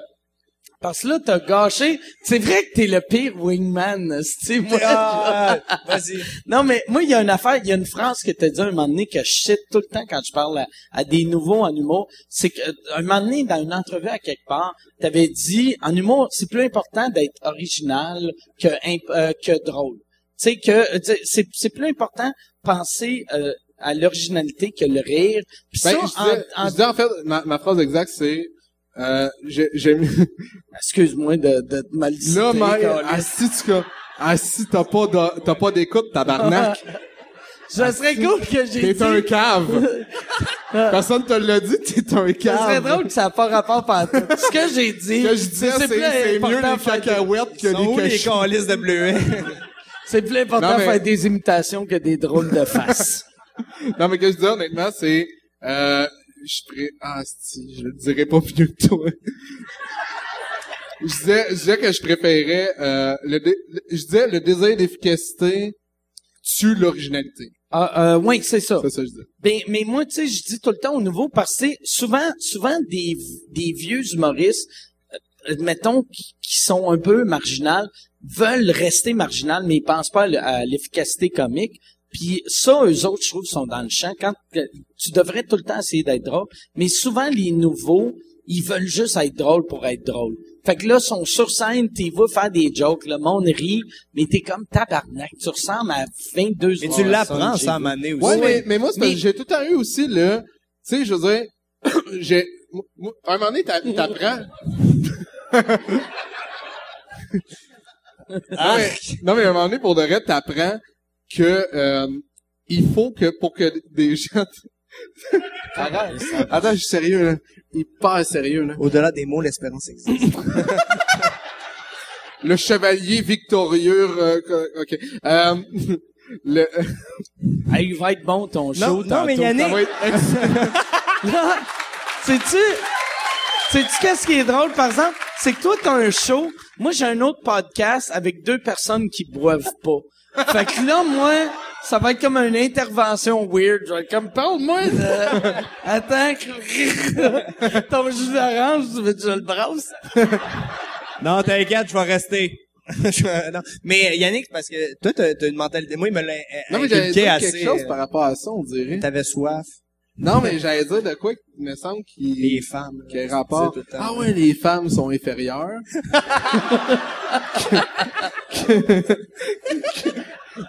parce que là, t'as gâché. C'est vrai que t'es le pire wingman, Steve. Moi, Ah, vas-y. Non, mais moi, il y a une affaire, il y a une phrase que t'as dit à un moment donné que je cite tout le temps quand je parle à, à des nouveaux en humour. C'est que, euh, un moment donné, dans une entrevue à quelque part, t'avais dit, en humour, c'est plus important d'être original que, imp- euh, que drôle. Tu sais, que, euh, tu sais, c'est, c'est plus important de penser, euh, à l'originalité que le rire. Puis Ben, ça, je, disais, en- en- je disais, en fait, ma, ma phrase exacte, c'est, euh, j'ai, j'ai mis, excuse-moi de, de te mal citer, là, mais, Colin. ah, si tu, as- ah, si t'as pas de, t'as pas d'écoute, tabarnak. Ah, Ça serait cool que j'ai ah, T'es dit. un cave. Personne te l'a dit, t'es Ça un serait cave. drôle que ça n'a pas rapport par Ce que j'ai dit. Ce que je disais, c'est, plus c'est mieux important les de faire des- cacahuètes que Ils sont les où les cachous. calices de bleuets? C'est plus important Non, de mais- faire des imitations que des drôles de face. Non, mais que je dis honnêtement, c'est... Euh, je pré... Ah, si, je le dirais pas mieux que toi. je, disais, je disais que je préférais... Euh, le dé- le- Je disais le désir d'efficacité tue l'originalité. ah, euh, oui, c'est ça. C'est ça que je disais. Ben, mais moi, tu sais, je dis tout le temps au nouveau parce que c'est souvent, souvent des, des vieux humoristes, euh, mettons, qui, qui sont un peu marginales, veulent rester marginales, mais ils pensent pas à l- à l'efficacité comique. Puis ça, eux autres, je trouve, sont dans le champ. Quand que- tu devrais tout le temps essayer d'être drôle, mais souvent les nouveaux, ils veulent juste être drôles pour être drôles. Fait que là, ils sont sur scène, t'es vas faire des jokes, le monde rit, mais t'es comme tabarnak. Tu ressembles à 22 Mais tu personnes, l'apprends, j'ai ça, à vu. maner aussi. Ouais, mais, mais moi, c'est parce que Mais- j'ai tout le temps eu aussi le... Tu sais, je veux dire, j'ai... moi- moi, À un moment donné, t'a- t'apprends... non, Ah! mais, non, mais à un moment donné, pour de vrai, t'apprends que euh, il faut que pour que des gens... Attends, je suis sérieux, là. Hyper sérieux, là. Au-delà des mots, l'espérance existe. Le chevalier victorieux... euh, que- OK. Euh, le... Hey, il va être bon ton show. non, tantôt. mais Ça Yannick, va être ex- Là, sais-tu, sais-tu qu'est-ce qui est drôle, par exemple? C'est que toi, t'as un show. Moi, j'ai un autre podcast avec deux personnes qui boivent pas. Fait que là, moi, ça va être comme une intervention weird. Je vais être comme, parle-moi de... Attends, que- ton jus d'orange, tu veux que je le brasse? Non, t'inquiète, je vais rester. Je vais- non. Mais euh, Yannick, c'est parce que toi, t'as t'as une mentalité. Moi, il me l'a euh, Non, mais j'allais inculqué dire assez. quelque chose euh, par rapport à ça, on dirait. T'avais soif. Non, mais j'allais dire de quoi il me semble qu'il... Les femmes. qui a là, rapport. tu disais tout le temps. Ah ouais, les femmes sont inférieures.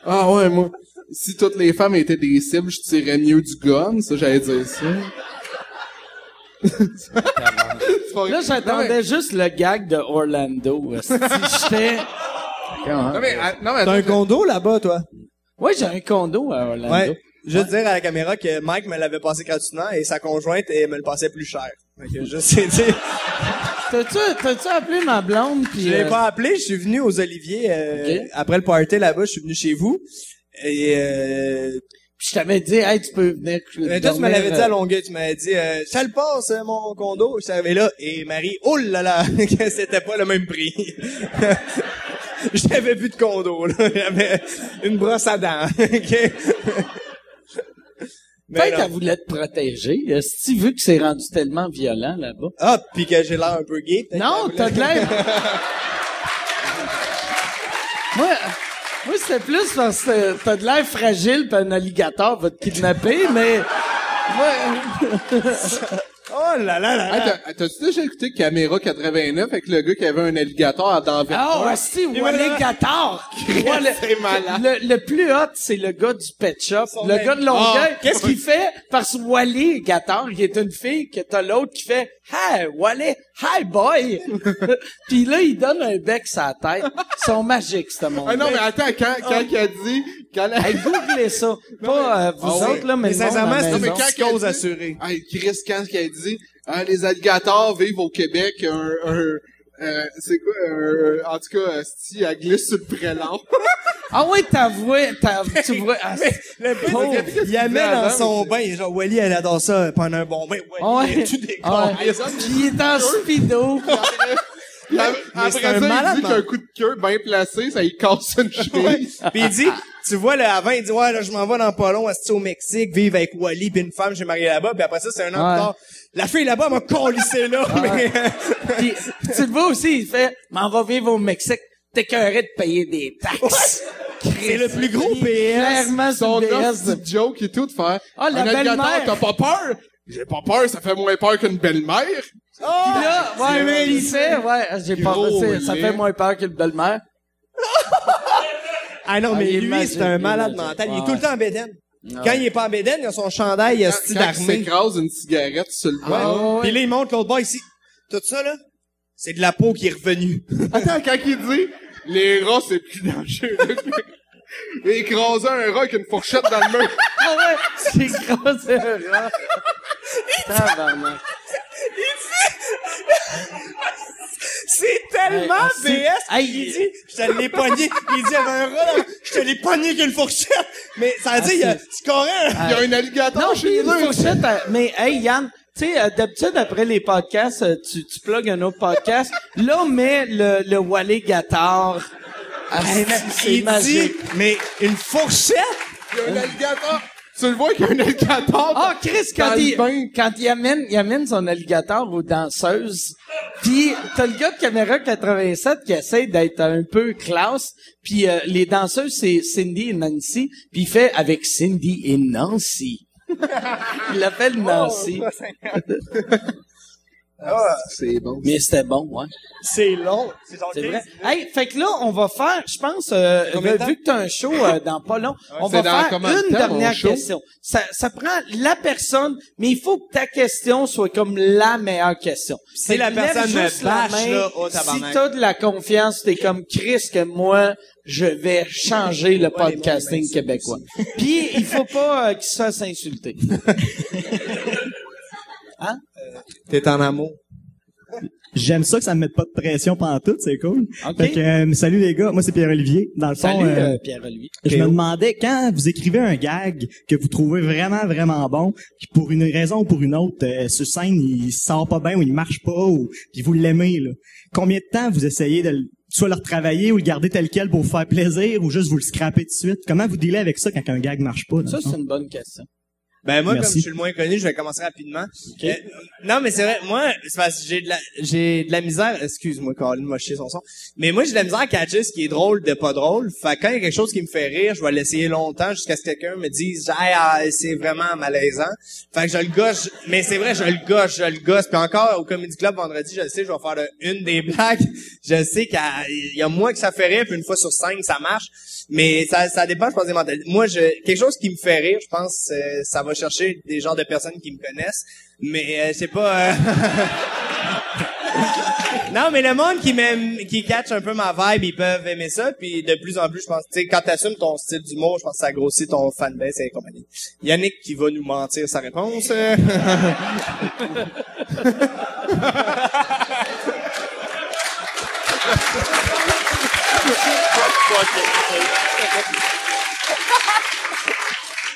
ah ouais, moi, si toutes les femmes étaient des cibles, je tirais mieux du gun, ça j'allais dire ça. C'est pas vrai. Là, Non, mais- j'attendais juste le gag de Orlando. Si j'étais... Non mais, ah, non, mais T'as attends, un je- condo là-bas, toi? Ouais, j'ai un condo à Orlando. Ouais. Juste dire à la caméra que Mike me l'avait passé gratuitement et sa conjointe elle me le passait plus cher. Fait que juste, tu sais, T'as-tu, t'as-tu appelé ma blonde? Puis, je l'ai euh, pas appelé, je suis venu aux Oliviers euh, Ok. après le party là-bas, je suis venu chez vous. Et euh, Puis je t'avais dit, hey, tu peux venir. mais toi, tu me dormir, l'avais dit euh, à Longueuil, tu m'avais dit euh, ça le passe euh, mon condo, je suis arrivé là et Marie, oh là là, que c'était pas le même prix. J'avais plus de condo, là. J'avais une brosse à dents. ok? Mais Peut-être non. qu'elle voulait te protéger. Euh, Si tu veux que c'est rendu tellement violent là-bas. Ah, puis que j'ai l'air un peu gay. peut-être Non, qu'elle t'as voulait- de l'air. moi, euh, moi c'était plus parce que euh, t'as de l'air fragile pis un alligator va te kidnapper, mais. Moi, euh, Oh, Oh là là là Hey, là! t'as- T'as-tu déjà écouté Caméra 89 avec le gars qui avait un alligator à dents vertes? Ah, si, Wallet Gator. Wallet- c'est malade. Le, le plus hot, c'est le gars du Pet Shop. le gars de Longueuil. Qu'est-ce qu'il fait? Parce que Wallet Gator, il est une fille que t'as l'autre qui fait « Hey, Wallet, hi, boy! » Puis là, il donne un bec sa tête. Ils sont magiques, ce monde Ah non, mais attends, quand, quand il a dit... Quand la- Ah. Hey, googlez ça. Pas euh, vous Ah oui. autres, là, mais, Mais le monde sincèrement, à la c'est- maison. Non, mais Non, quand c'est il a cause dit- assurée. Hey, Chris, quand il a dit Ah, les alligators vivent au Québec, un... un euh, c'est quoi? un- en tout cas, euh, si elle glisse sur le prélat. Ah oui, t'avouais, t'avouais, tu vois... Ah, c'est- Le pire, Oh. c'est que il la met dans son bain. il est Genre, Wally, elle adore ça pendant un bon bain. Wally, Ouais. tu déconnes. Ah ouais. Il est en speedo. Puis a- c'est Après un ça, malade, il dit man. qu'un coup de queue bien placé, ça lui casse une chemise. Puis il dit, tu vois, là, avant, il dit, ouais, là, je m'en vais dans pas long, esti, au Mexique, vivre avec Wally, puis une femme, j'ai marié là-bas, puis après ça, c'est un an Ouais. plus tard. La fille là-bas m'a collissé là, mais... Puis, tu le vois aussi, il fait, m'en va vivre au Mexique. T'es curé de payer des taxes. C'est le plus gros PS. Clairement, c'est Son une BS. petit joke et tout, de faire Ah, la Un alligator, belle-mère. t'as pas peur? J'ai pas peur, ça fait moins peur qu'une belle-mère. Puis là, Ah, ouais, mais il fait, ouais, ah, j'ai pas Gros pensé, ça lait. fait moins peur qu'une belle-mère. Ah non, Ah, il mais est lui, magique, c'est un il est malade magique. mental. Il Ouais. est tout le temps en bédaine. Quand il est pas en bédaine, il a son chandail, il a style Quand il d'armée. s'écrase une cigarette sur le Ah, bras. ouais. Puis là, il monte l'autre bord ici. Tout ça, là, c'est de la peau qui est revenue. Attends, quand il dit les rats, c'est plus dangereux. Écraser un rat avec une fourchette dans le mur. Ah ouais, j'ai croisé un rat. Tabarnak. C'est tellement Hey, ah, c'est- PS Hey, qu'il il- dit, je te l'ai pogné. Il dit, il y avait un rat, là, je te l'ai pogné qu'une fourchette. Mais ça Ah, veut dire, il y a- c'est correct. Il y a un alligator Non, chez j'ai une eux. fourchette. à- Mais hey, Yann, tu sais, euh, d'habitude, après les podcasts, euh, tu, tu plugues un autre podcast. Là, on met le, le Wallet Gator. Ah, Hey, man, c'est- c'est il dit, magique. mais une fourchette? Il y a un alligator. Tu le vois qu'il y a un alligator. Ah, Chris, quand Dans le il, bain. quand il amène, il amène son alligator aux danseuses, puis t'as le gars de Caméra 87 qui essaie d'être un peu classe, puis euh, les danseuses, c'est Cindy et Nancy, puis il fait avec Cindy et Nancy. il l'appelle Nancy. C'est bon. Mais c'était bon, ouais. C'est long. C'est genre C'est 15 vrai. Hey, fait que là, on va faire, je pense, euh, Combien de temps? vu que t'as un show euh, dans pas long, on va c'est dans faire combien de une temps, mon dernière show? question. Ça, ça prend la personne, mais il faut que ta question soit comme la meilleure question. Si Fait la que lève personne me juste la bâche, main là, oh, si tabarnak. t'as de la confiance, t'es comme Chris que moi, je vais changer le moi, podcasting merci, québécois. Puis il faut pas euh, qu'il se fasse insulter. T'es en amour. J'aime ça que ça me mette pas de pression pantoute, c'est cool. Ok. Fait que, euh, salut les gars, moi c'est Pierre-Olivier. Dans le fond, Salut, euh, euh, Pierre-Olivier. je me demandais quand vous écrivez un gag que vous trouvez vraiment vraiment bon, puis pour une raison ou pour une autre, euh, sur scène il sort pas bien ou il marche pas ou puis vous l'aimez là. Combien de temps vous essayez de le- soit le retravailler ou le garder tel quel pour vous faire plaisir ou juste vous le scraper tout de suite Comment vous dealez avec ça quand un gag marche pas dans Ça, le c'est fond? une bonne question. Ben moi, Merci. comme je suis le moins connu, je vais commencer rapidement. Euh, non, mais c'est vrai, moi, c'est parce que j'ai de la j'ai de la misère. Excuse-moi, Colin m'a chié son son. Mais moi, j'ai de la misère à catcher ce qui est drôle de pas drôle. Fait que quand il y a quelque chose qui me fait rire, je vais l'essayer longtemps jusqu'à ce que quelqu'un me dise Hey, ah, c'est vraiment malaisant. Fait que je le gosse, mais c'est vrai, je le gosse, je le gosse. Puis encore au Comedy Club vendredi, je le sais, je vais faire le- une des blagues. Je sais qu'il y a- il y a moins que ça fait rire, puis une fois sur cinq, ça marche. Mais ça, ça dépend, je pense, des mentalités. Moi, je, quelque chose qui me fait rire, je pense, euh, ça va chercher des genres de personnes qui me connaissent. Mais euh, c'est pas. euh, non, mais le monde qui m'aime, qui catch un peu ma vibe, ils peuvent aimer ça. Puis de plus en plus, je pense, tu sais, quand t'assumes ton style d'humour, je pense que ça grossit ton fanbase et compagnie. Yannick qui va nous mentir sa réponse. euh.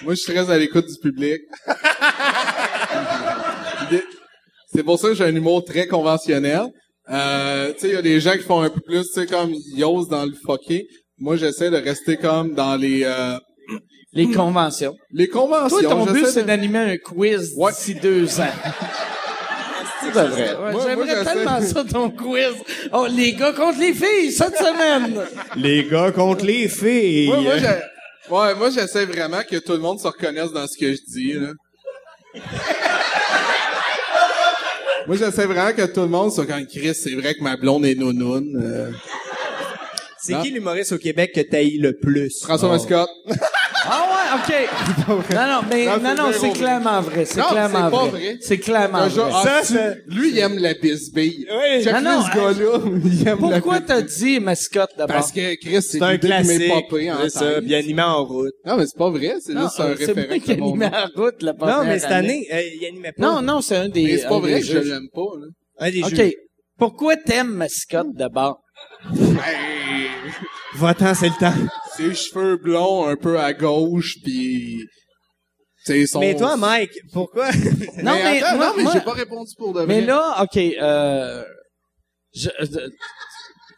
Moi, je suis très à l'écoute du public. Des- C'est pour ça que j'ai un humour très conventionnel. Euh, tu sais, il y a des gens qui font un peu plus, tu sais, comme ils osent dans le fucké. Moi, j'essaie de rester comme dans les euh, Les conventions. les conventions. Toi, ton but, J'essaie c'est de- d'animer un quiz Ouais. d'ici deux ans. C'est vrai. Moi- moi, J'aimerais j'essaie- tellement ça, ton quiz. Oh, les gars contre les filles, cette semaine. Les gars contre les filles. Moi, moi, j'ai- ouais, moi, j'essaie vraiment que tout le monde se reconnaisse dans ce que je dis. Là. Moi, j'essaie vraiment que tout le monde soit quand Chris, c'est vrai que ma blonde est nounoune. Euh, C'est Non. qui l'humoriste au Québec que t'haïs le plus? François Oh. Mascotte. Ah ouais, OK. Non, non, mais Non, non, c'est non, zéro c'est vrai. clairement vrai. C'est Non, clairement c'est pas vrai. vrai. C'est clairement Un jour, vrai. ah, Ça, si, c'est- lui, il aime la bisbille. Oui. hein, Check Non, non, ce gars-là, il aime la Pourquoi bisbille. t'as dit mascotte d'abord? Parce que Chris, c'est C'est un l'idée qui hein, m'est classique. popée en C'est ça, tête. bien animé en route. Non, mais c'est pas vrai, c'est juste un Ah, C'est moi référent qui à ai mon mis nom. en route la première Non, mais cette année, euh, il animait pas. Non, non, c'est un des. Mais c'est pas un vrai des que je juges. l'aime pas, là. Un des OK. jeux. Pourquoi t'aimes mascotte d'abord? Hey, Va-t'en, c'est le temps. ses cheveux blonds un peu à gauche, pis... c'est son... Mais toi, Mike, pourquoi? Non, mais, attends, moi- non, mais moi- j'ai pas répondu pour de vrai. mais là, OK, euh, je, euh,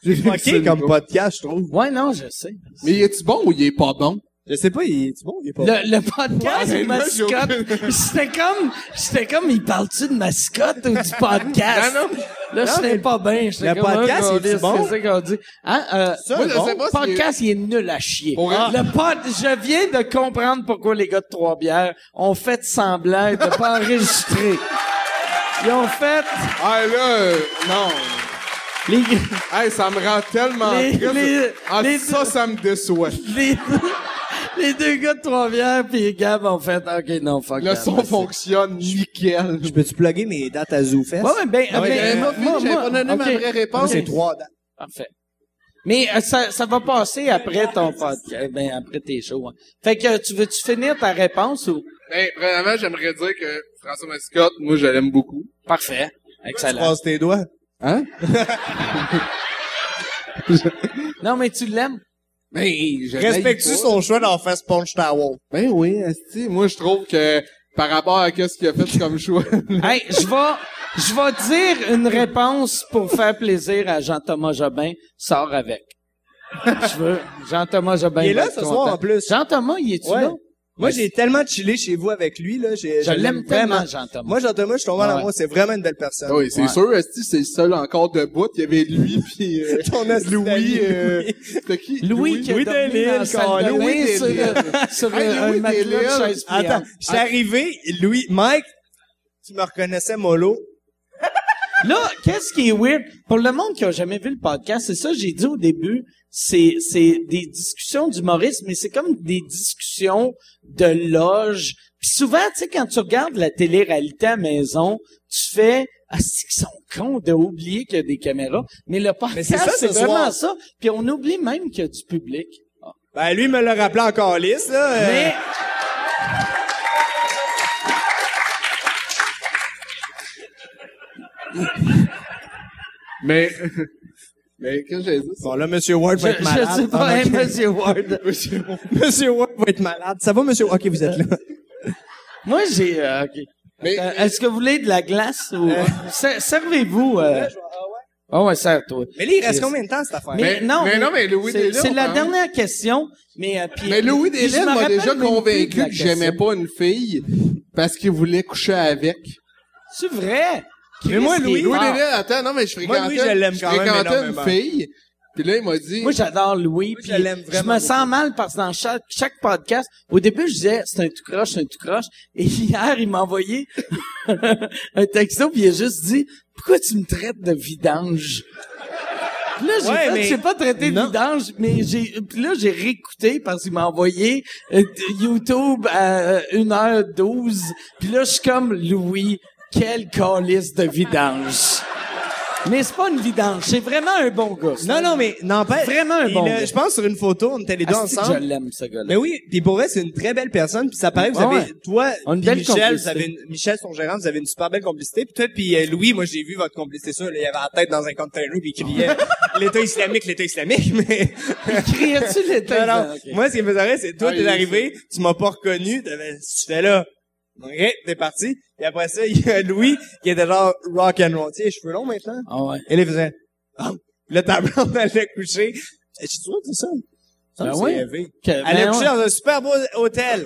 J'ai fucké comme podcast, je trouve. ouais, non, je sais. Mais il est-tu bon ou il est pas bon? Je sais pas, il est bon, il est pas bon? Le, le podcast Ouais, mais là, Ah, j'ai mascotte, c'était comme, c'était comme, il parle-tu de mascotte ou du podcast? Non, non. Là, je n'ai pas bien. j'étais le comme, podcast, ah, il est câlisse, bon? C'est ça qu'on dit. Hein, euh, Ça, Moi, je bon. sais pas le s'il est- podcast, il est nul à chier. Ah. Pour vrai? Le pod, je viens de comprendre pourquoi les gars de Trois-Bières ont fait semblant de pas enregistrer. Ils ont fait, Ah, là, euh, non. les, Hey, ça me rend tellement Les- triste. les- ah, les- ça, ça me déçoit. les, les deux gars de Trois-Bières pis Gab ont fait, ok, non, fuck Le that, son merci. fonctionne nickel. Je peux-tu plugger mes dates à ZooFest? Ouais, ouais, ben, Ah ouais, ben, j'avais moi, pas fini, moi, j'avais moi, pas donné ma ok. vraie réponse. Ok. C'est trois dates. Parfait. Mais euh, ça, ça va passer après ton podcast, ben, après tes shows. hein. Fait que euh, tu veux-tu finir ta réponse ou? Ben, premièrement, j'aimerais dire que François Mascotte, moi, je l'aime beaucoup. Parfait. Tu Excellent. passes tes doigts. Hein? Non, mais tu l'aimes? Ben, je Respectes-tu l'aime pas. son choix d'en faire Sponge Tower? Ben oui, esti, moi, je trouve que par rapport à ce qu'il a fait comme choix, Hey, je vais, je vais dire une réponse pour faire plaisir à Jean-Thomas Jobin. Sors avec. Je veux. Jean-Thomas Jobin. Il est va là être ce soir, content. en plus. Jean-Thomas, il est-tu Ouais. là? Moi, j'ai tellement chillé chez vous avec lui, là. j'ai- Je l'aime tellement, Jean-Thomas. Moi, Jean-Thomas, je suis tombé en Ouais. amour. C'est vraiment une belle personne. Ah oui, c'est Ouais. sûr, esti, c'est le seul encore debout. Il y avait lui, puis euh, Ton esti Louis, d'ami, euh, Louis. c'était qui? Louis, qui est Louis dormi Delisle, dans la salle de Louis bain sur, le- sur Hey, le- un Louis matelas de Delisle. chaise pliante. Attends, je suis arrivé, Louis, Mike, tu me reconnaissais mollo. Là, qu'est-ce qui est weird? Pour le monde qui a jamais vu le podcast, c'est ça que j'ai dit au début, c'est, c'est des discussions d'humoristes, mais c'est comme des discussions de loge. Puis souvent, tu sais, quand tu regardes la télé-réalité à maison, tu fais, ah, c'est qu'ils sont cons de oublier qu'il y a des caméras. Mais le podcast, c'est ça, c'est, ce vraiment soir. ça. Puis on oublie même qu'il y a du public. Ben, lui, il me l'a rappelé encore lisse, là. euh, Mais, Mais, mais qu'est-ce que j'ai dit? Bon, là, Monsieur Ward va je, être malade. je sais pas, Ah, hein, ok. Monsieur Ward. Monsieur Ward va être malade. Ça va, Monsieur? OK, vous êtes là. Moi, j'ai, euh, ok. Mais, Euh. Euh, Est-ce que vous voulez de la glace ou Se- servez-vous euh... Ah ouais, serre-toi. Mais là, il reste combien de temps, cette affaire? Mais, Mais- mais non, mais Louis c'est, Delisle, c'est la hein. dernière question, mais euh, puis- mais Louis puis je Delisle me m'a rappelle déjà même plus convaincu de la que j'aimais question. pas une fille parce qu'il voulait coucher avec. C'est vrai. Mais moi, Louis- Louis Delisle- Delisle, attends, non, mais je fréquentais, Moi, Louis, je l'aime quand même fréquentais énormément. une fille, puis là, il m'a dit... Moi, j'adore Louis. Moi, je puis l'aime vraiment me sens mal parce que dans chaque, chaque podcast, au début, je disais, c'est un tout croche, c'est un tout croche. Et hier, il m'a envoyé un texto, puis il a juste dit, pourquoi tu me traites de vidange? Puis là, j'ai Ouais, fait, mais- j'ai pas traité de Non. vidange, mais j'ai, puis là, j'ai réécouté parce qu'il m'a envoyé euh, YouTube à euh, 1h12. Puis là, je suis comme Louis, quel calice de vidange. Mais c'est pas une vidange, c'est vraiment un bon gars. Non, non, mais n'empêche. Vraiment un il, bon euh, gars. Je pense sur une photo, on était les deux Asti Ah, que ensemble. Je l'aime, ce gars-là. Mais oui, puis pour vrai, c'est une très belle personne. Puis ça paraît que vous Ah avez, ouais. toi, On a une puis belle Michel, vous complicité. avez une- Michel, son gérant, vous avez une super belle complicité. Puis toi, puis euh, Louis, moi, j'ai vu votre complicité. Ça, là, il avait la tête dans un container puis il criait l'État islamique, l'État islamique. Mais Criais-tu l'été? non, non. Ok. moi, ce qui me faisait rire, c'est toi, Ah, t'es il- arrivé, tu m'as pas reconnu, t'avais- tu étais là. Ok, t'es parti. Et après ça, il y a Louis qui était genre rock and roll. Tu sais, les cheveux longs maintenant. Ah ouais. Et là, il faisait, Ah. le tableau, allait coucher. Eh, Je suis sûr de ça. Ça me semble Ben que oui. c'est élevé. Que- Elle a ben couché ouais. dans un super beau hôtel.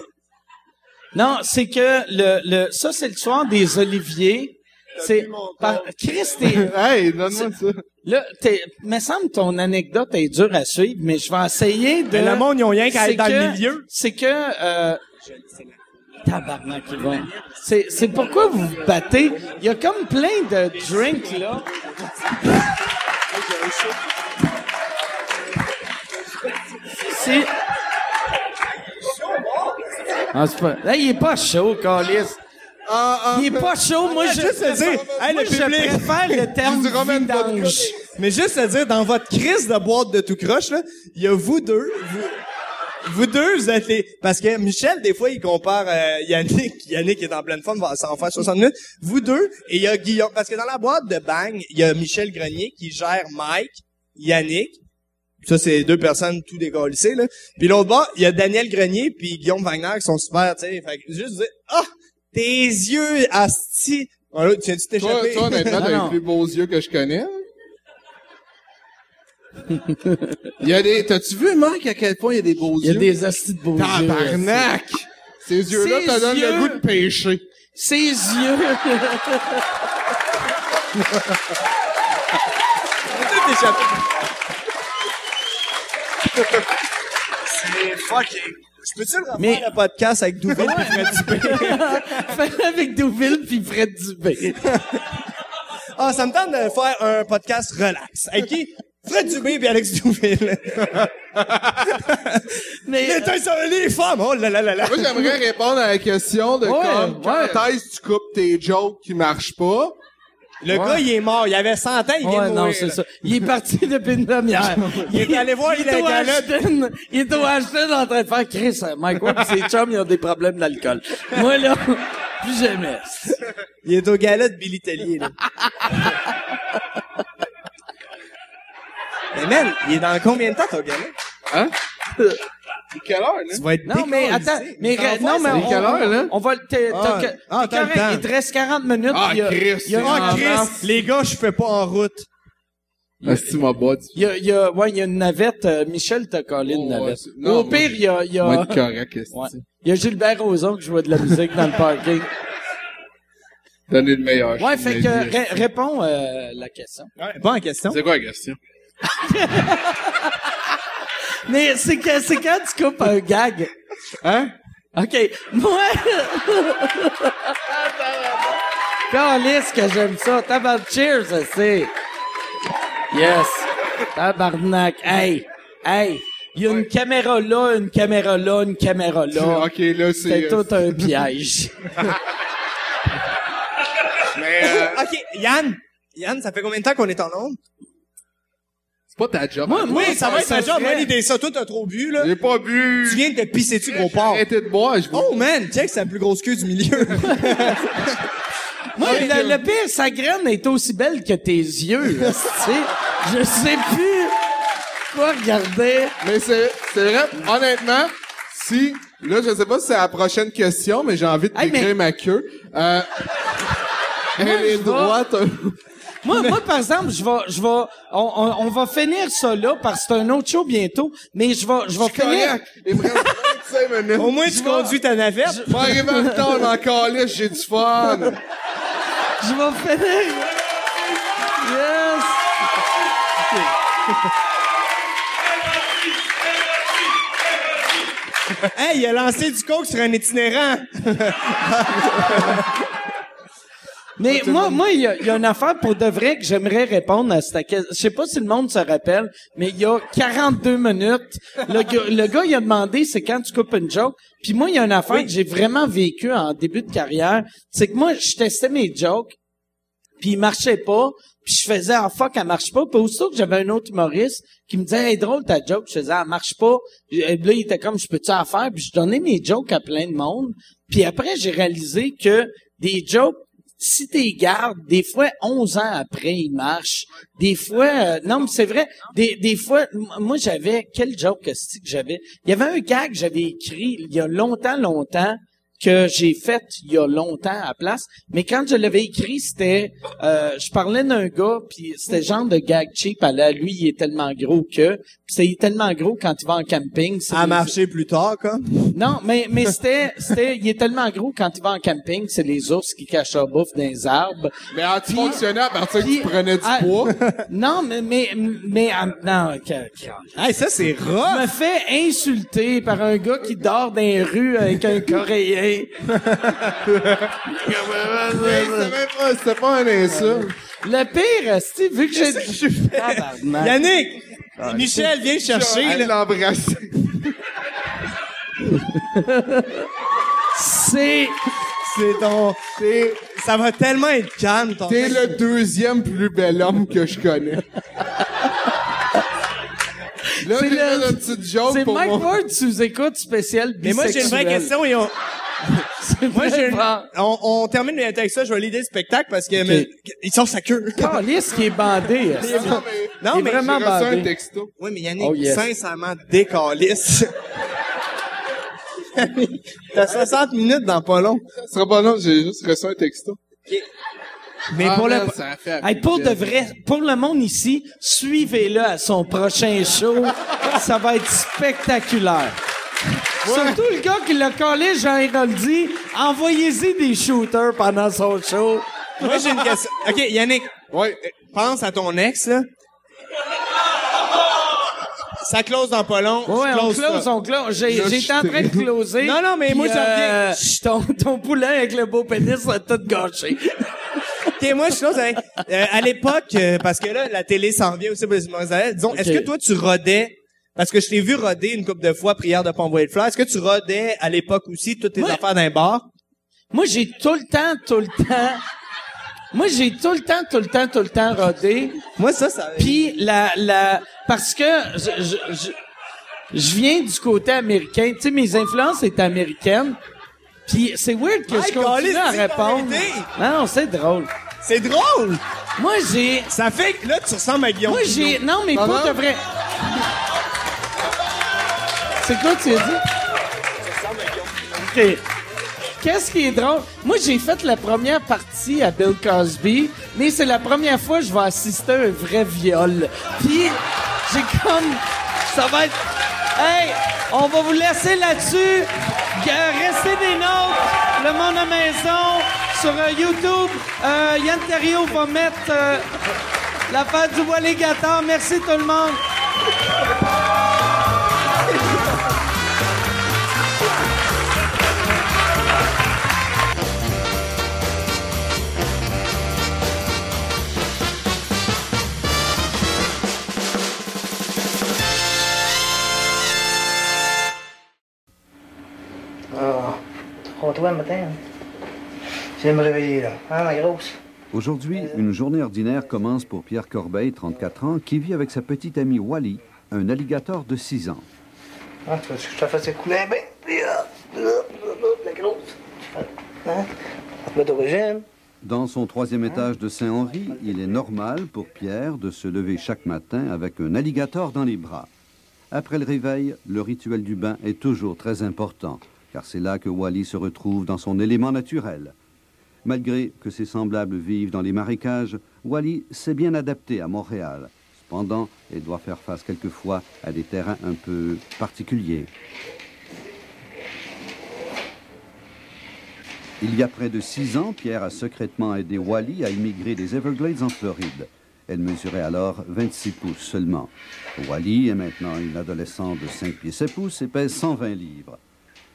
Non, c'est que le, le, ça, c'est le soir des Oliviers. C'est, vu mon corps. par, Chris, t'es, Hey, donne-moi ça. là, t'es, me semble ton anecdote est dure à suivre, mais je vais essayer de... Mais le monde, ils ont rien qu'à C'est être dans que- le milieu. C'est que, euh, Tabarnak, ils vont. C'est, c'est pourquoi vous vous battez. Il y a comme plein de drinks, là. C'est... Ah, c'est pas... Là, il est pas chaud, Calis. Il est pas chaud. Moi, je, juste le dire, hey, le moi, je public. préfère le terme Du Roman vidange. Vodka. Mais juste à dire, dans votre crise de boîte de tout croche, là, il y a vous deux, vous, vous deux, vous êtes les, parce que Michel, des fois, il compare, euh, Yannick, Yannick est en pleine forme, va s'en faire 60 minutes. Vous deux, et il y a Guillaume, parce que dans la boîte de bang, il y a Michel Grenier qui gère Mike, Yannick. Ça, c'est deux personnes tout décollissées, là. Puis l'autre bas, il y a Daniel Grenier puis Guillaume Wagner qui sont super, tu sais. Fait que juste dire, ah, tes yeux, asti. Oh là, tu viens-tu Toi, t'échapper? toi, honnêtement, t'as Non, non. les plus beaux yeux que je connais. il y a des, t'as-tu vu, Mike, à quel point il y a des beaux Il y a yeux? des hosties de beaux yeux. Tabarnak! Ces yeux-là Ces te donnent yeux- le goût de pêcher. Ses yeux. Tout échappé. C'est fucking. Je peux-tu le refaire Mais- le podcast avec Douville et Fred Dupé? Fais-le avec Deauville puis Fred Dubé. Ah, ça me tente de faire un podcast relax. Avec qui? Fred Dubé et Alex Douville. Mais, euh, Il est insolent, les femmes! Oh là là là là! Moi, j'aimerais répondre à la question de comme, quand est-ce que tu coupes tes jokes qui marchent pas? Le gars, il est mort. Il avait 100 ans, il vient Ouais, de mourir. non, c'est là. ça. Il est parti depuis une demi-heure. Il est allé voir il les est au galettes. Ashton, il est au Ashton en train de faire Chris, hein, Mike Ward pis ses chums, ils ont des problèmes d'alcool. Moi, là, plus jamais. Il est au gala de Billy Tellier, là. Mais man, il est dans combien de temps, ton gala? C'est quelle heure, là? Tu vas être Non, mais décalissé. attends, mais, Enfin, non, mais ça- on, quelle heure, là? on va, le- t'es, Ah, t'as que- ah, t'es t'as le correct, temps. il te reste 40 minutes. Ah, il y a- Chris! il y a- Ah, Ah, Chris! Les gars, je fais pas en route. Est-ce que tu m'as battu? Il y a, il y a, ouais, il y a une navette, euh, Michel t'a collé une Oh, ouais, navette. c'est- non, Au moi, pire, il y a, il y a, Moi, être correct, est-ce Ah. Ouais. que tu- Il y a Gilbert Rozon qui jouait de la musique dans le parking. Donnez le meilleur. Ouais, je fait que me dis. ré- réponds euh, la question. Pas en question. C'est quoi la question? Mais c'est que c'est quand tu coupes un gag. Hein? OK. Moi Calisse que j'aime ça. Tabarnak cheers, c'est. Yes. Tabarnak. Hey. Hey. Il y a une caméra là, une caméra là, une caméra là. Ok, là, c'est... C'est euh, tout un piège. Mais, euh, OK, Yann. Yann, ça fait combien de temps qu'on est en onde? c'est pas ta job. Moi, moi, Oui, ça va être ça un job, serait- bonne idée. Ça, toi, t'as trop bu, là. J'ai pas bu! Tu viens de te pisser dessus, gros porc. Arrêtez de boire, je vous... Oh, man, check, c'est la plus grosse queue du milieu. Moi, le, le pire, sa graine est aussi belle que tes yeux. là, tu sais. je sais plus quoi regarder. Mais c'est, c'est vrai, honnêtement, si, là, je sais pas si c'est la prochaine question, mais j'ai envie de Hey, décrire mais- ma queue. Euh, elle est je droite. euh, Moi, moi, par exemple, je vais, je vais, on, on, on va finir ça là parce que c'est un autre show bientôt, mais je vais, je vais finir. Correct. Il me reste 25 minutes. Au moins, tu conduis ta navette. Je vais arriver en retard, mais encore là, j'ai du fun. Je vais finir. Yes. Hey, il a lancé du coke sur un itinérant. Mais moi, moi, il y, a- il y a une affaire pour de vrai que j'aimerais répondre à cette question. Je sais pas si le monde se rappelle, mais il y a 42 minutes, le, gars- le gars, il a demandé, c'est quand tu coupes une joke. Puis moi, il y a une affaire que j'ai vraiment vécu en début de carrière. C'est que moi, je testais mes jokes, puis ils marchaient pas. Puis je faisais, ah fuck, elle marche pas. Puis aussitôt que j'avais un autre humoriste qui me disait, hey, drôle ta joke. Je faisais, elle marche pas. Et puis euh, là, il était comme, je peux-tu la faire? Puis je donnais mes jokes à plein de monde. Puis après, j'ai réalisé que des jokes, si t'es gardes, des fois, 11 ans après, ils marchent. Des fois, euh, non, mais c'est vrai, des, des fois, m- moi, j'avais, quel joke esti que j'avais? Il y avait un gag que j'avais écrit il y a longtemps, longtemps, que j'ai fait il y a longtemps à la place. Mais quand je l'avais écrit, c'était, euh, je parlais d'un gars, puis c'était genre de gag cheap. À la, lui, il est tellement gros que, puis c'est il est tellement gros quand il va en camping. c'est À des- marcher plus tard, comme. non, mais, mais c'était, c'était, il est tellement gros quand il va en camping, c'est les ours qui cachent leur bouffe dans les arbres. Mais antifonctionnel à partir que Puis- tu prenais du ah, poids. Non, mais, mais, mais, ah, non, ok, ok. Hey, ça, c'est Je rough. me fais insulter par un gars qui dort dans les rues avec un coréen. parler. C'est même pas, c'était pas un insulte. Le pire, Steve, vu que j'ai... Qu'est-ce que Yannick! Ah, Michel, viens le chercher, Elle là. l'a embrassé. C'est... C'est ton... T'es, Ça va tellement être calme, ton... t'es le deuxième plus bel homme que je connais. Là, C'est j'ai le- fait une petite joke C'est pour Mike moi. Ward, tu nous écoutes, spécial Mais moi, j'ai une vraie bisexuel. question et on... Moi, j'ai une- Vraiment. on, on termine le- avec ça. Je vais l'idée le spectacle parce que... mais- il sort sa queue. Calisse qui est bandé. est-ce que- Non, mais, Non, Il est mais... Ah. vraiment j'ai reçu bandé. un texto. Oui, mais Yannick, Oh, yes. sincèrement, décalisse. T'as 60 minutes dans pas long. Ce sera pas long, j'ai juste reçu un texto. Mais Ah, pour le... man, ça a fait Hey, pour de appel. vrai, pour le monde ici, suivez-le à son prochain show. Ça va être spectaculaire. Surtout le gars qui l'a collé, Jean-Héroldi, envoyez-y des shooters pendant son show. Moi, j'ai une question. OK, Yannick, euh, Ouais. pense à ton ex, là. Ça close dans pas long. Ouais, je on close close, ça. on close. J'ai- Je J'étais en train de closer. Non, non, mais puis, moi, ça euh, ton, ton poulet avec le beau pénis a tout gâché. OK, moi, je close avec... euh, à l'époque, euh, parce que là, la télé s'en vient aussi pour les humoristes. Disons, est-ce que toi, tu rodais... Parce que je t'ai vu roder une couple de fois, prière de Pomboy de fleurs. Est-ce que tu rodais à l'époque aussi toutes tes Ouais. affaires d'un bar? Moi, j'ai tout le temps, tout le temps... Moi, j'ai tout le temps, tout le temps, tout le temps rodé. Moi, ça, ça... Puis la la parce que je je, je- je viens du côté américain, tu sais mes influences étaient américaines. Puis c'est weird que je Hey, continue Calis, à dis la répondre. vérité! Non, c'est drôle. C'est drôle! Moi j'ai Ça fait que là, tu ressembles à Guillaume. moi j'ai non mais Maman? pour de vrai. C'est quoi tu as dit OK. Qu'est-ce qui est drôle? Moi, j'ai fait la première partie à Bill Cosby, mais c'est la première fois que je vais assister à un vrai viol. Puis, j'ai comme... Ça va être... Hey, on va vous laisser là-dessus. Euh, Restez des nôtres. Le Monde à Maison sur euh, YouTube. Euh, Yann Terriot va mettre euh, la pâte du voilé gâteau. Merci tout le monde. Rends-toi le matin. hein. Je vais me réveiller, là. Ah, ma grosse. Aujourd'hui, une journée ordinaire commence pour Pierre Corbeil, 34 ans, qui vit avec sa petite amie Wally, un alligator de 6 ans. Hein, tu veux que je te fasse couler un bain? Puis, ah, là, là, là, La grosse. Hein? Là, d'origine. Dans son troisième étage de Saint-Henri, il est normal pour Pierre de se lever chaque matin avec un alligator dans les bras. Après le réveil, le rituel du bain est toujours très important, car c'est là que Wally se retrouve dans son élément naturel. Malgré que ses semblables vivent dans les marécages, Wally s'est bien adapté à Montréal. Cependant, elle doit faire face quelquefois à des terrains un peu particuliers. Il y a près de six ans, Pierre a secrètement aidé Wally à immigrer des Everglades en Floride. Elle mesurait alors 26 pouces seulement. Wally est maintenant une adolescente de 5 pieds 7 pouces et pèse 120 livres.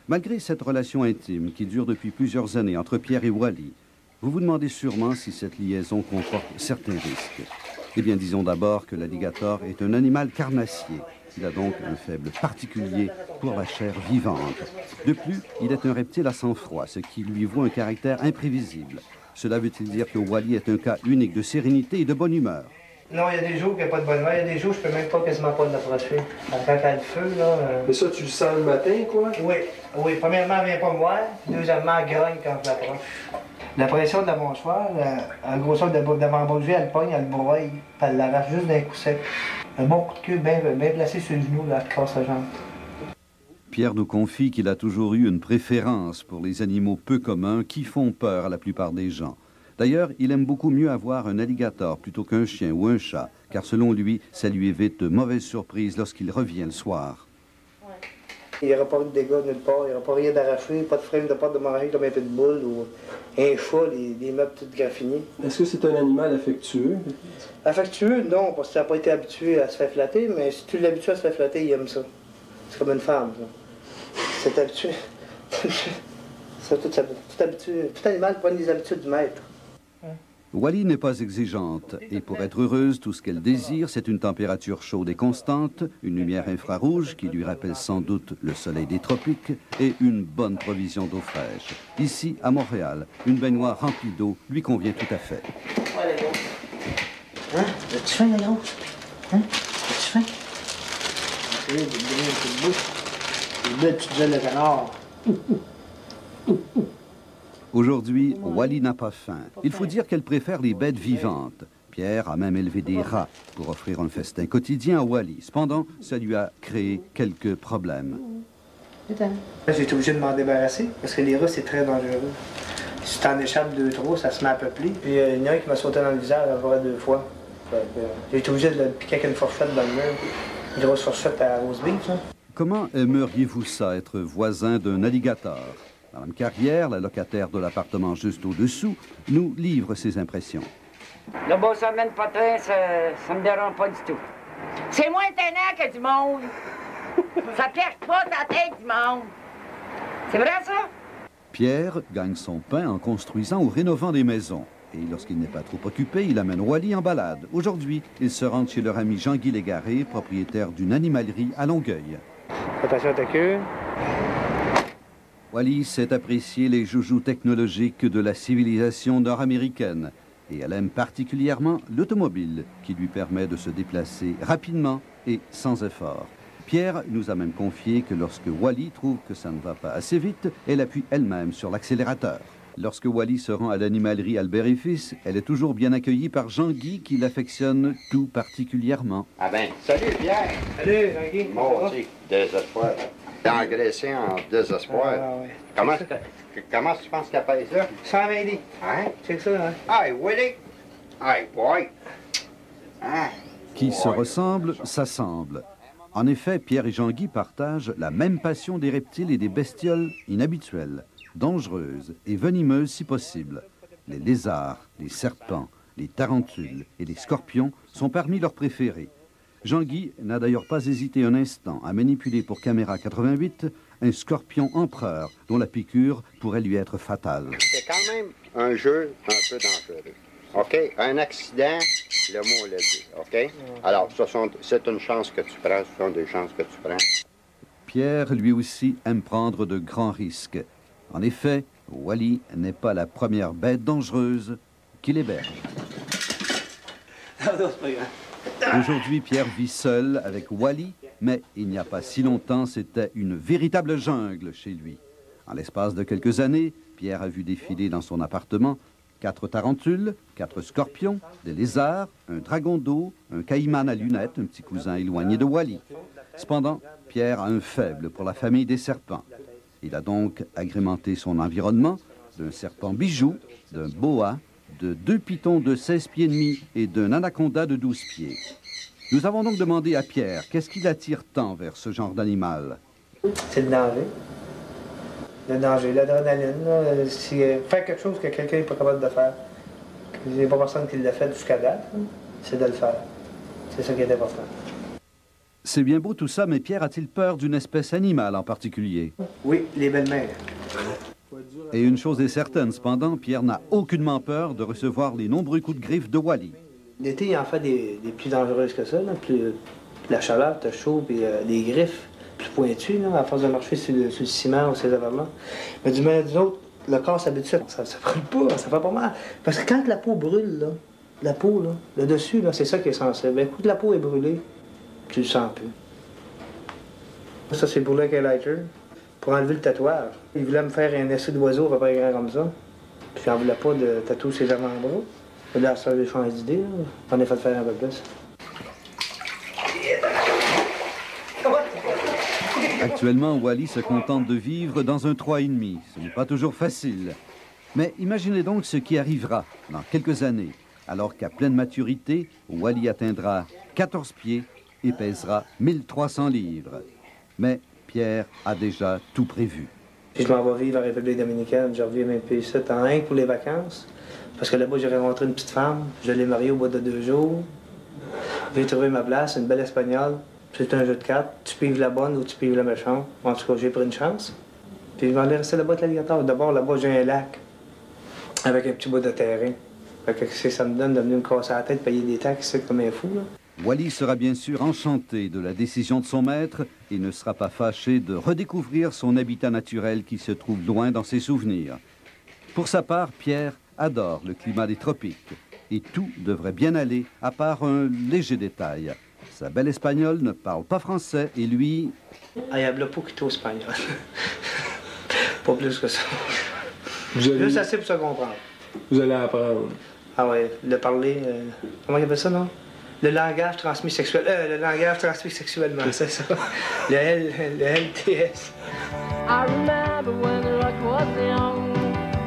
Malgré cette relation intime qui dure depuis plusieurs années entre Pierre et Wally, vous vous demandez sûrement si cette liaison comporte certains risques. Eh bien, disons d'abord que l'alligator est un animal carnassier. Il a donc un faible particulier pour la chair vivante. De plus, il est un reptile à sang-froid, ce qui lui vaut un caractère imprévisible. Cela veut-il dire que Wally est un cas unique de sérénité et de bonne humeur Non, il y a des jours qu'il n'y a pas de bonne humeur. Il y a des jours je peux même pas quasiment pas l'approcher. Quand il y a le feu, là... Mais ça, tu le sens le matin, quoi? Oui. Oui, premièrement, elle vient pas me voir. Deuxièmement, elle grogne quand je l'approche. La pression de la mâchoire, euh, la, la grosseur de, de l'embouchure, elle pogne, elle broye, puis elle l'arrache juste d'un coup sec. Un bon coup de queue bien, bien placé sur le genou, là, qui casse la jambe. Pierre nous confie qu'il a toujours eu une préférence pour les animaux peu communs qui font peur à la plupart des gens. D'ailleurs, il aime beaucoup mieux avoir un alligator plutôt qu'un chien ou un chat, car selon lui, ça lui évite de mauvaises surprises lorsqu'il revient le soir. Il n'y aura pas de dégâts nulle part, il n'y aura pas rien d'arraché, pas de frame de porte de manger comme un pitbull ou un chat, les, les meubles tout graffinés. Est-ce que c'est un animal affectueux? Affectueux, non, parce que ça n'a pas été habitué à se faire flatter, mais si tu l'habitues à se faire flatter, il aime ça. C'est comme une femme, ça. C'est habitué. Ça, toute, sa- toute habitude, tout animal prend les habitudes du maître. Wally n'est pas exigeante et pour être heureuse, tout ce qu'elle désire, c'est une température chaude et constante, une lumière infrarouge qui lui rappelle sans doute le soleil des tropiques et une bonne provision d'eau fraîche. Ici, à Montréal, une baignoire remplie d'eau lui convient tout à fait. Ouais, les gars. Hein? As-tu faim, les gars? Hein? As-tu faim? Ok, des belles petites bouches. Des belles petites ailes de canard. Aujourd'hui, Wally n'a pas faim. Il faut dire qu'elle préfère les bêtes vivantes. Pierre a même élevé des rats pour offrir un festin quotidien à Wally. Cependant, ça lui a créé quelques problèmes. Putain. Là, j'ai été obligé de m'en débarrasser parce que les rats, c'est très dangereux. Si t'en échappes deux, trop, ça se met à peupler. Puis euh, il y en a un qui m'a sauté dans le visage à peu près deux fois. Fait que, euh, j'ai été obligé de le piquer avec une fourchette dans le mur. Une grosse fourchette à rose beef, là. Comment aimeriez-vous ça, être voisin d'un alligator Madame Carrière, la locataire de l'appartement juste au-dessous, nous livre ses impressions. Le beau semaine patin, ça, ça me dérange pas du tout. C'est moins étonnant que du monde. ça piège pas ta tête du monde. C'est vrai, ça? Pierre gagne son pain en construisant ou rénovant des maisons. Et lorsqu'il n'est pas trop occupé, il amène Wally en balade. Aujourd'hui, ils se rendent chez leur ami Jean-Guy Légaré, propriétaire d'une animalerie à Longueuil. Fais attention à ta queue. Wally sait apprécier les joujoux technologiques de la civilisation nord-américaine et elle aime particulièrement l'automobile qui lui permet de se déplacer rapidement et sans effort. Pierre nous a même confié que lorsque Wally trouve que ça ne va pas assez vite, elle appuie elle-même sur l'accélérateur. Lorsque Wally se rend à l'animalerie Albert et Fils, elle est toujours bien accueillie par Jean-Guy qui l'affectionne tout particulièrement. Ah ben, salut Pierre! Salut, Jean-Guy. Mon Dieu, désespoir. T'es engraissé en désespoir. Ah, ouais. Comment est-ce que- comment tu penses qu'elle pèse là? 120 dés. Hein? Check ça, hein. Hey, Willie! Hey, boy! Hein? Qui se ressemble, s'assemble. En effet, Pierre et Jean-Guy partagent la même passion des reptiles et des bestioles inhabituelles, dangereuses et venimeuses si possible. Les lézards, les serpents, les tarentules et les scorpions sont parmi leurs préférés. Jean-Guy n'a d'ailleurs pas hésité un instant à manipuler pour Caméra 88 un scorpion empereur dont la piqûre pourrait lui être fatale. C'est quand même un jeu un peu dangereux. OK? Un accident, le mot le dit. OK? Alors, ce sont- c'est une chance que tu prends, ce sont des chances que tu prends. Pierre, lui aussi, aime prendre de grands risques. En effet, Wally n'est pas la première bête dangereuse qu'il héberge. Ah, non, c'est pas grave. Aujourd'hui, Pierre vit seul avec Wally, mais il n'y a pas si longtemps, c'était une véritable jungle chez lui. En l'espace de quelques années, Pierre a vu défiler dans son appartement quatre tarentules, quatre scorpions, des lézards, un dragon d'eau, un caïman à lunettes, un petit cousin éloigné de Wally. Cependant, Pierre a un faible pour la famille des serpents. Il a donc agrémenté son environnement d'un serpent bijou, d'un boa, de deux pitons de 16 pieds et demi et d'un anaconda de 12 pieds. Nous avons donc demandé à Pierre qu'est-ce qui l'attire tant vers ce genre d'animal. C'est le danger. Le danger, l'adrénaline. là, euh, Si, euh, faire quelque chose que quelqu'un n'est pas capable de faire, que il n'y a pas personne qui l'a fait jusqu'à date, là, c'est de le faire. C'est ça qui est important. C'est bien beau tout ça, mais Pierre a-t-il peur d'une espèce animale en particulier Oui, les belles-mères. Et une chose est certaine, cependant, Pierre n'a aucunement peur de recevoir les nombreux coups de griffe de Wally. L'été, il en fait des, des plus dangereuses que ça. Là, plus, la chaleur, t'as chaud, puis euh, des griffes plus pointues, là, à force de marcher sur le, sur le ciment ou ces événements. Mais du mal du autre, le corps s'habitue, ça, ça brûle pas, ça fait pas mal. Parce que quand la peau brûle, là, la peau, là, le dessus, là, c'est ça qui est sensible. Ben, Écoute, la peau est brûlée, tu le sens plus. Ça, c'est brûlé avec un lighter pour enlever le tatouage. Il voulait me faire un essai d'oiseau, à peu près grand comme ça. Puis j'en voulais pas de tatouer ses avant-bras. Mais Là, ça avait changé d'idée. là. J'en ai fait faire un peu plus. Actuellement, Wally se contente de vivre dans un 3,5. Ce n'est pas toujours facile. Mais imaginez donc ce qui arrivera dans quelques années, alors qu'à pleine maturité, Wally atteindra 14 pieds et pèsera 1300 livres. Mais Pierre a déjà tout prévu. Puis je m'en vais vivre en République dominicaine. Je reviens même pays ici en rien que pour les vacances. Parce que là-bas, j'ai rencontré une petite femme. Je l'ai mariée au bout de deux jours. J'ai trouvé ma place, une belle espagnole. C'est un jeu de cartes. Tu pives la bonne ou tu pives la méchante. En tout cas, j'ai pris une chance. Puis je vais aller rester là-bas de l'alligator. D'abord, là-bas, j'ai un lac avec un petit bout de terrain. Fait que c'est- ça me donne de venir me casser la tête, payer des taxes, c'est comme un fou, là. Wally sera bien sûr enchanté de la décision de son maître et ne sera pas fâché de redécouvrir son habitat naturel qui se trouve loin dans ses souvenirs. Pour sa part, Pierre adore le climat des tropiques et tout devrait bien aller à part un léger détail. Sa belle espagnole ne parle pas français et lui... Ay, habla poquito espagnol. pas plus que ça. Vous allez- Juste assez pour se comprendre. Vous allez apprendre. Ah ouais, le parler, euh, comment il appelle ça, non? Le langage transmis sexuel. euh, le langage transmis sexuellement, c'est ça. Le, L, le LTS. I remember when the luck was young,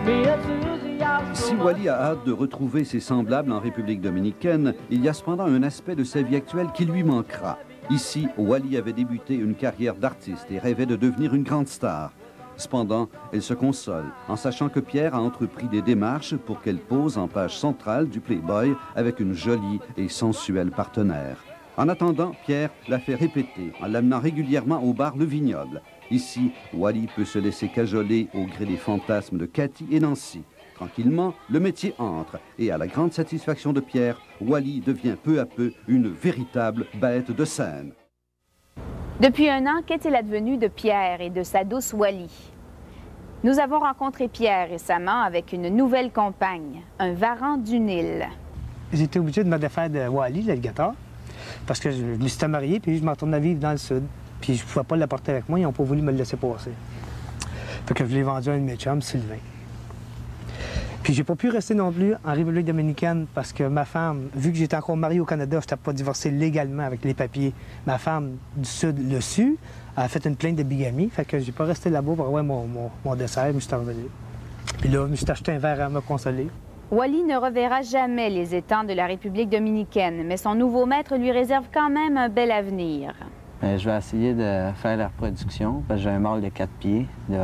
me enthusiasm. Si Wally a hâte de retrouver ses semblables en République dominicaine, il y a cependant un aspect de sa vie actuelle qui lui manquera. Ici, Wally avait débuté une carrière d'artiste et rêvait de devenir une grande star. Cependant, elle se console en sachant que Pierre a entrepris des démarches pour qu'elle pose en page centrale du Playboy avec une jolie et sensuelle partenaire. En attendant, Pierre la fait répéter en l'amenant régulièrement au bar Le Vignoble. Ici, Wally peut se laisser cajoler au gré des fantasmes de Cathy et Nancy. Tranquillement, le métier entre et à la grande satisfaction de Pierre, Wally devient peu à peu une véritable bête de scène. Depuis un an, qu'est-il advenu de Pierre et de sa douce Wally? Nous avons rencontré Pierre récemment avec une nouvelle compagne, un varan du Nil. J'étais obligé de me défaire de Wally, l'alligator, parce que je je me suis marié, puis je m'en retourne à vivre dans le sud. Puis je pouvais pas l'apporter avec moi, ils n'ont pas voulu me le laisser passer. Fait que je l'ai vendu à un de mes chums, Sylvain. Puis j'ai pas pu rester non plus en République dominicaine parce que ma femme, vu que j'étais encore marié au Canada, je n'étais pas divorcé légalement avec les papiers. Ma femme du sud le su, a fait une plainte de bigamie, fait que j'ai pas resté là-bas pour avoir mon, mon, mon dessert, mais je suis revenu. Puis là, je me suis acheté un verre à me consoler. Wally ne reverra jamais les étangs de la République dominicaine, mais son nouveau maître lui réserve quand même un bel avenir. Euh, je vais essayer de faire la reproduction parce que j'ai un mâle de quatre pieds. Il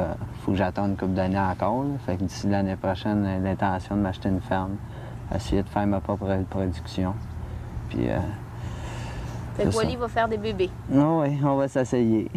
faut que j'attende une couple d'années encore. là. Fait que d'ici l'année prochaine, j'ai l'intention de m'acheter une ferme. Essayer de faire ma propre production. Puis. euh, Fait que c'est Wally ça. va faire des bébés. Ah oui, on va s'essayer.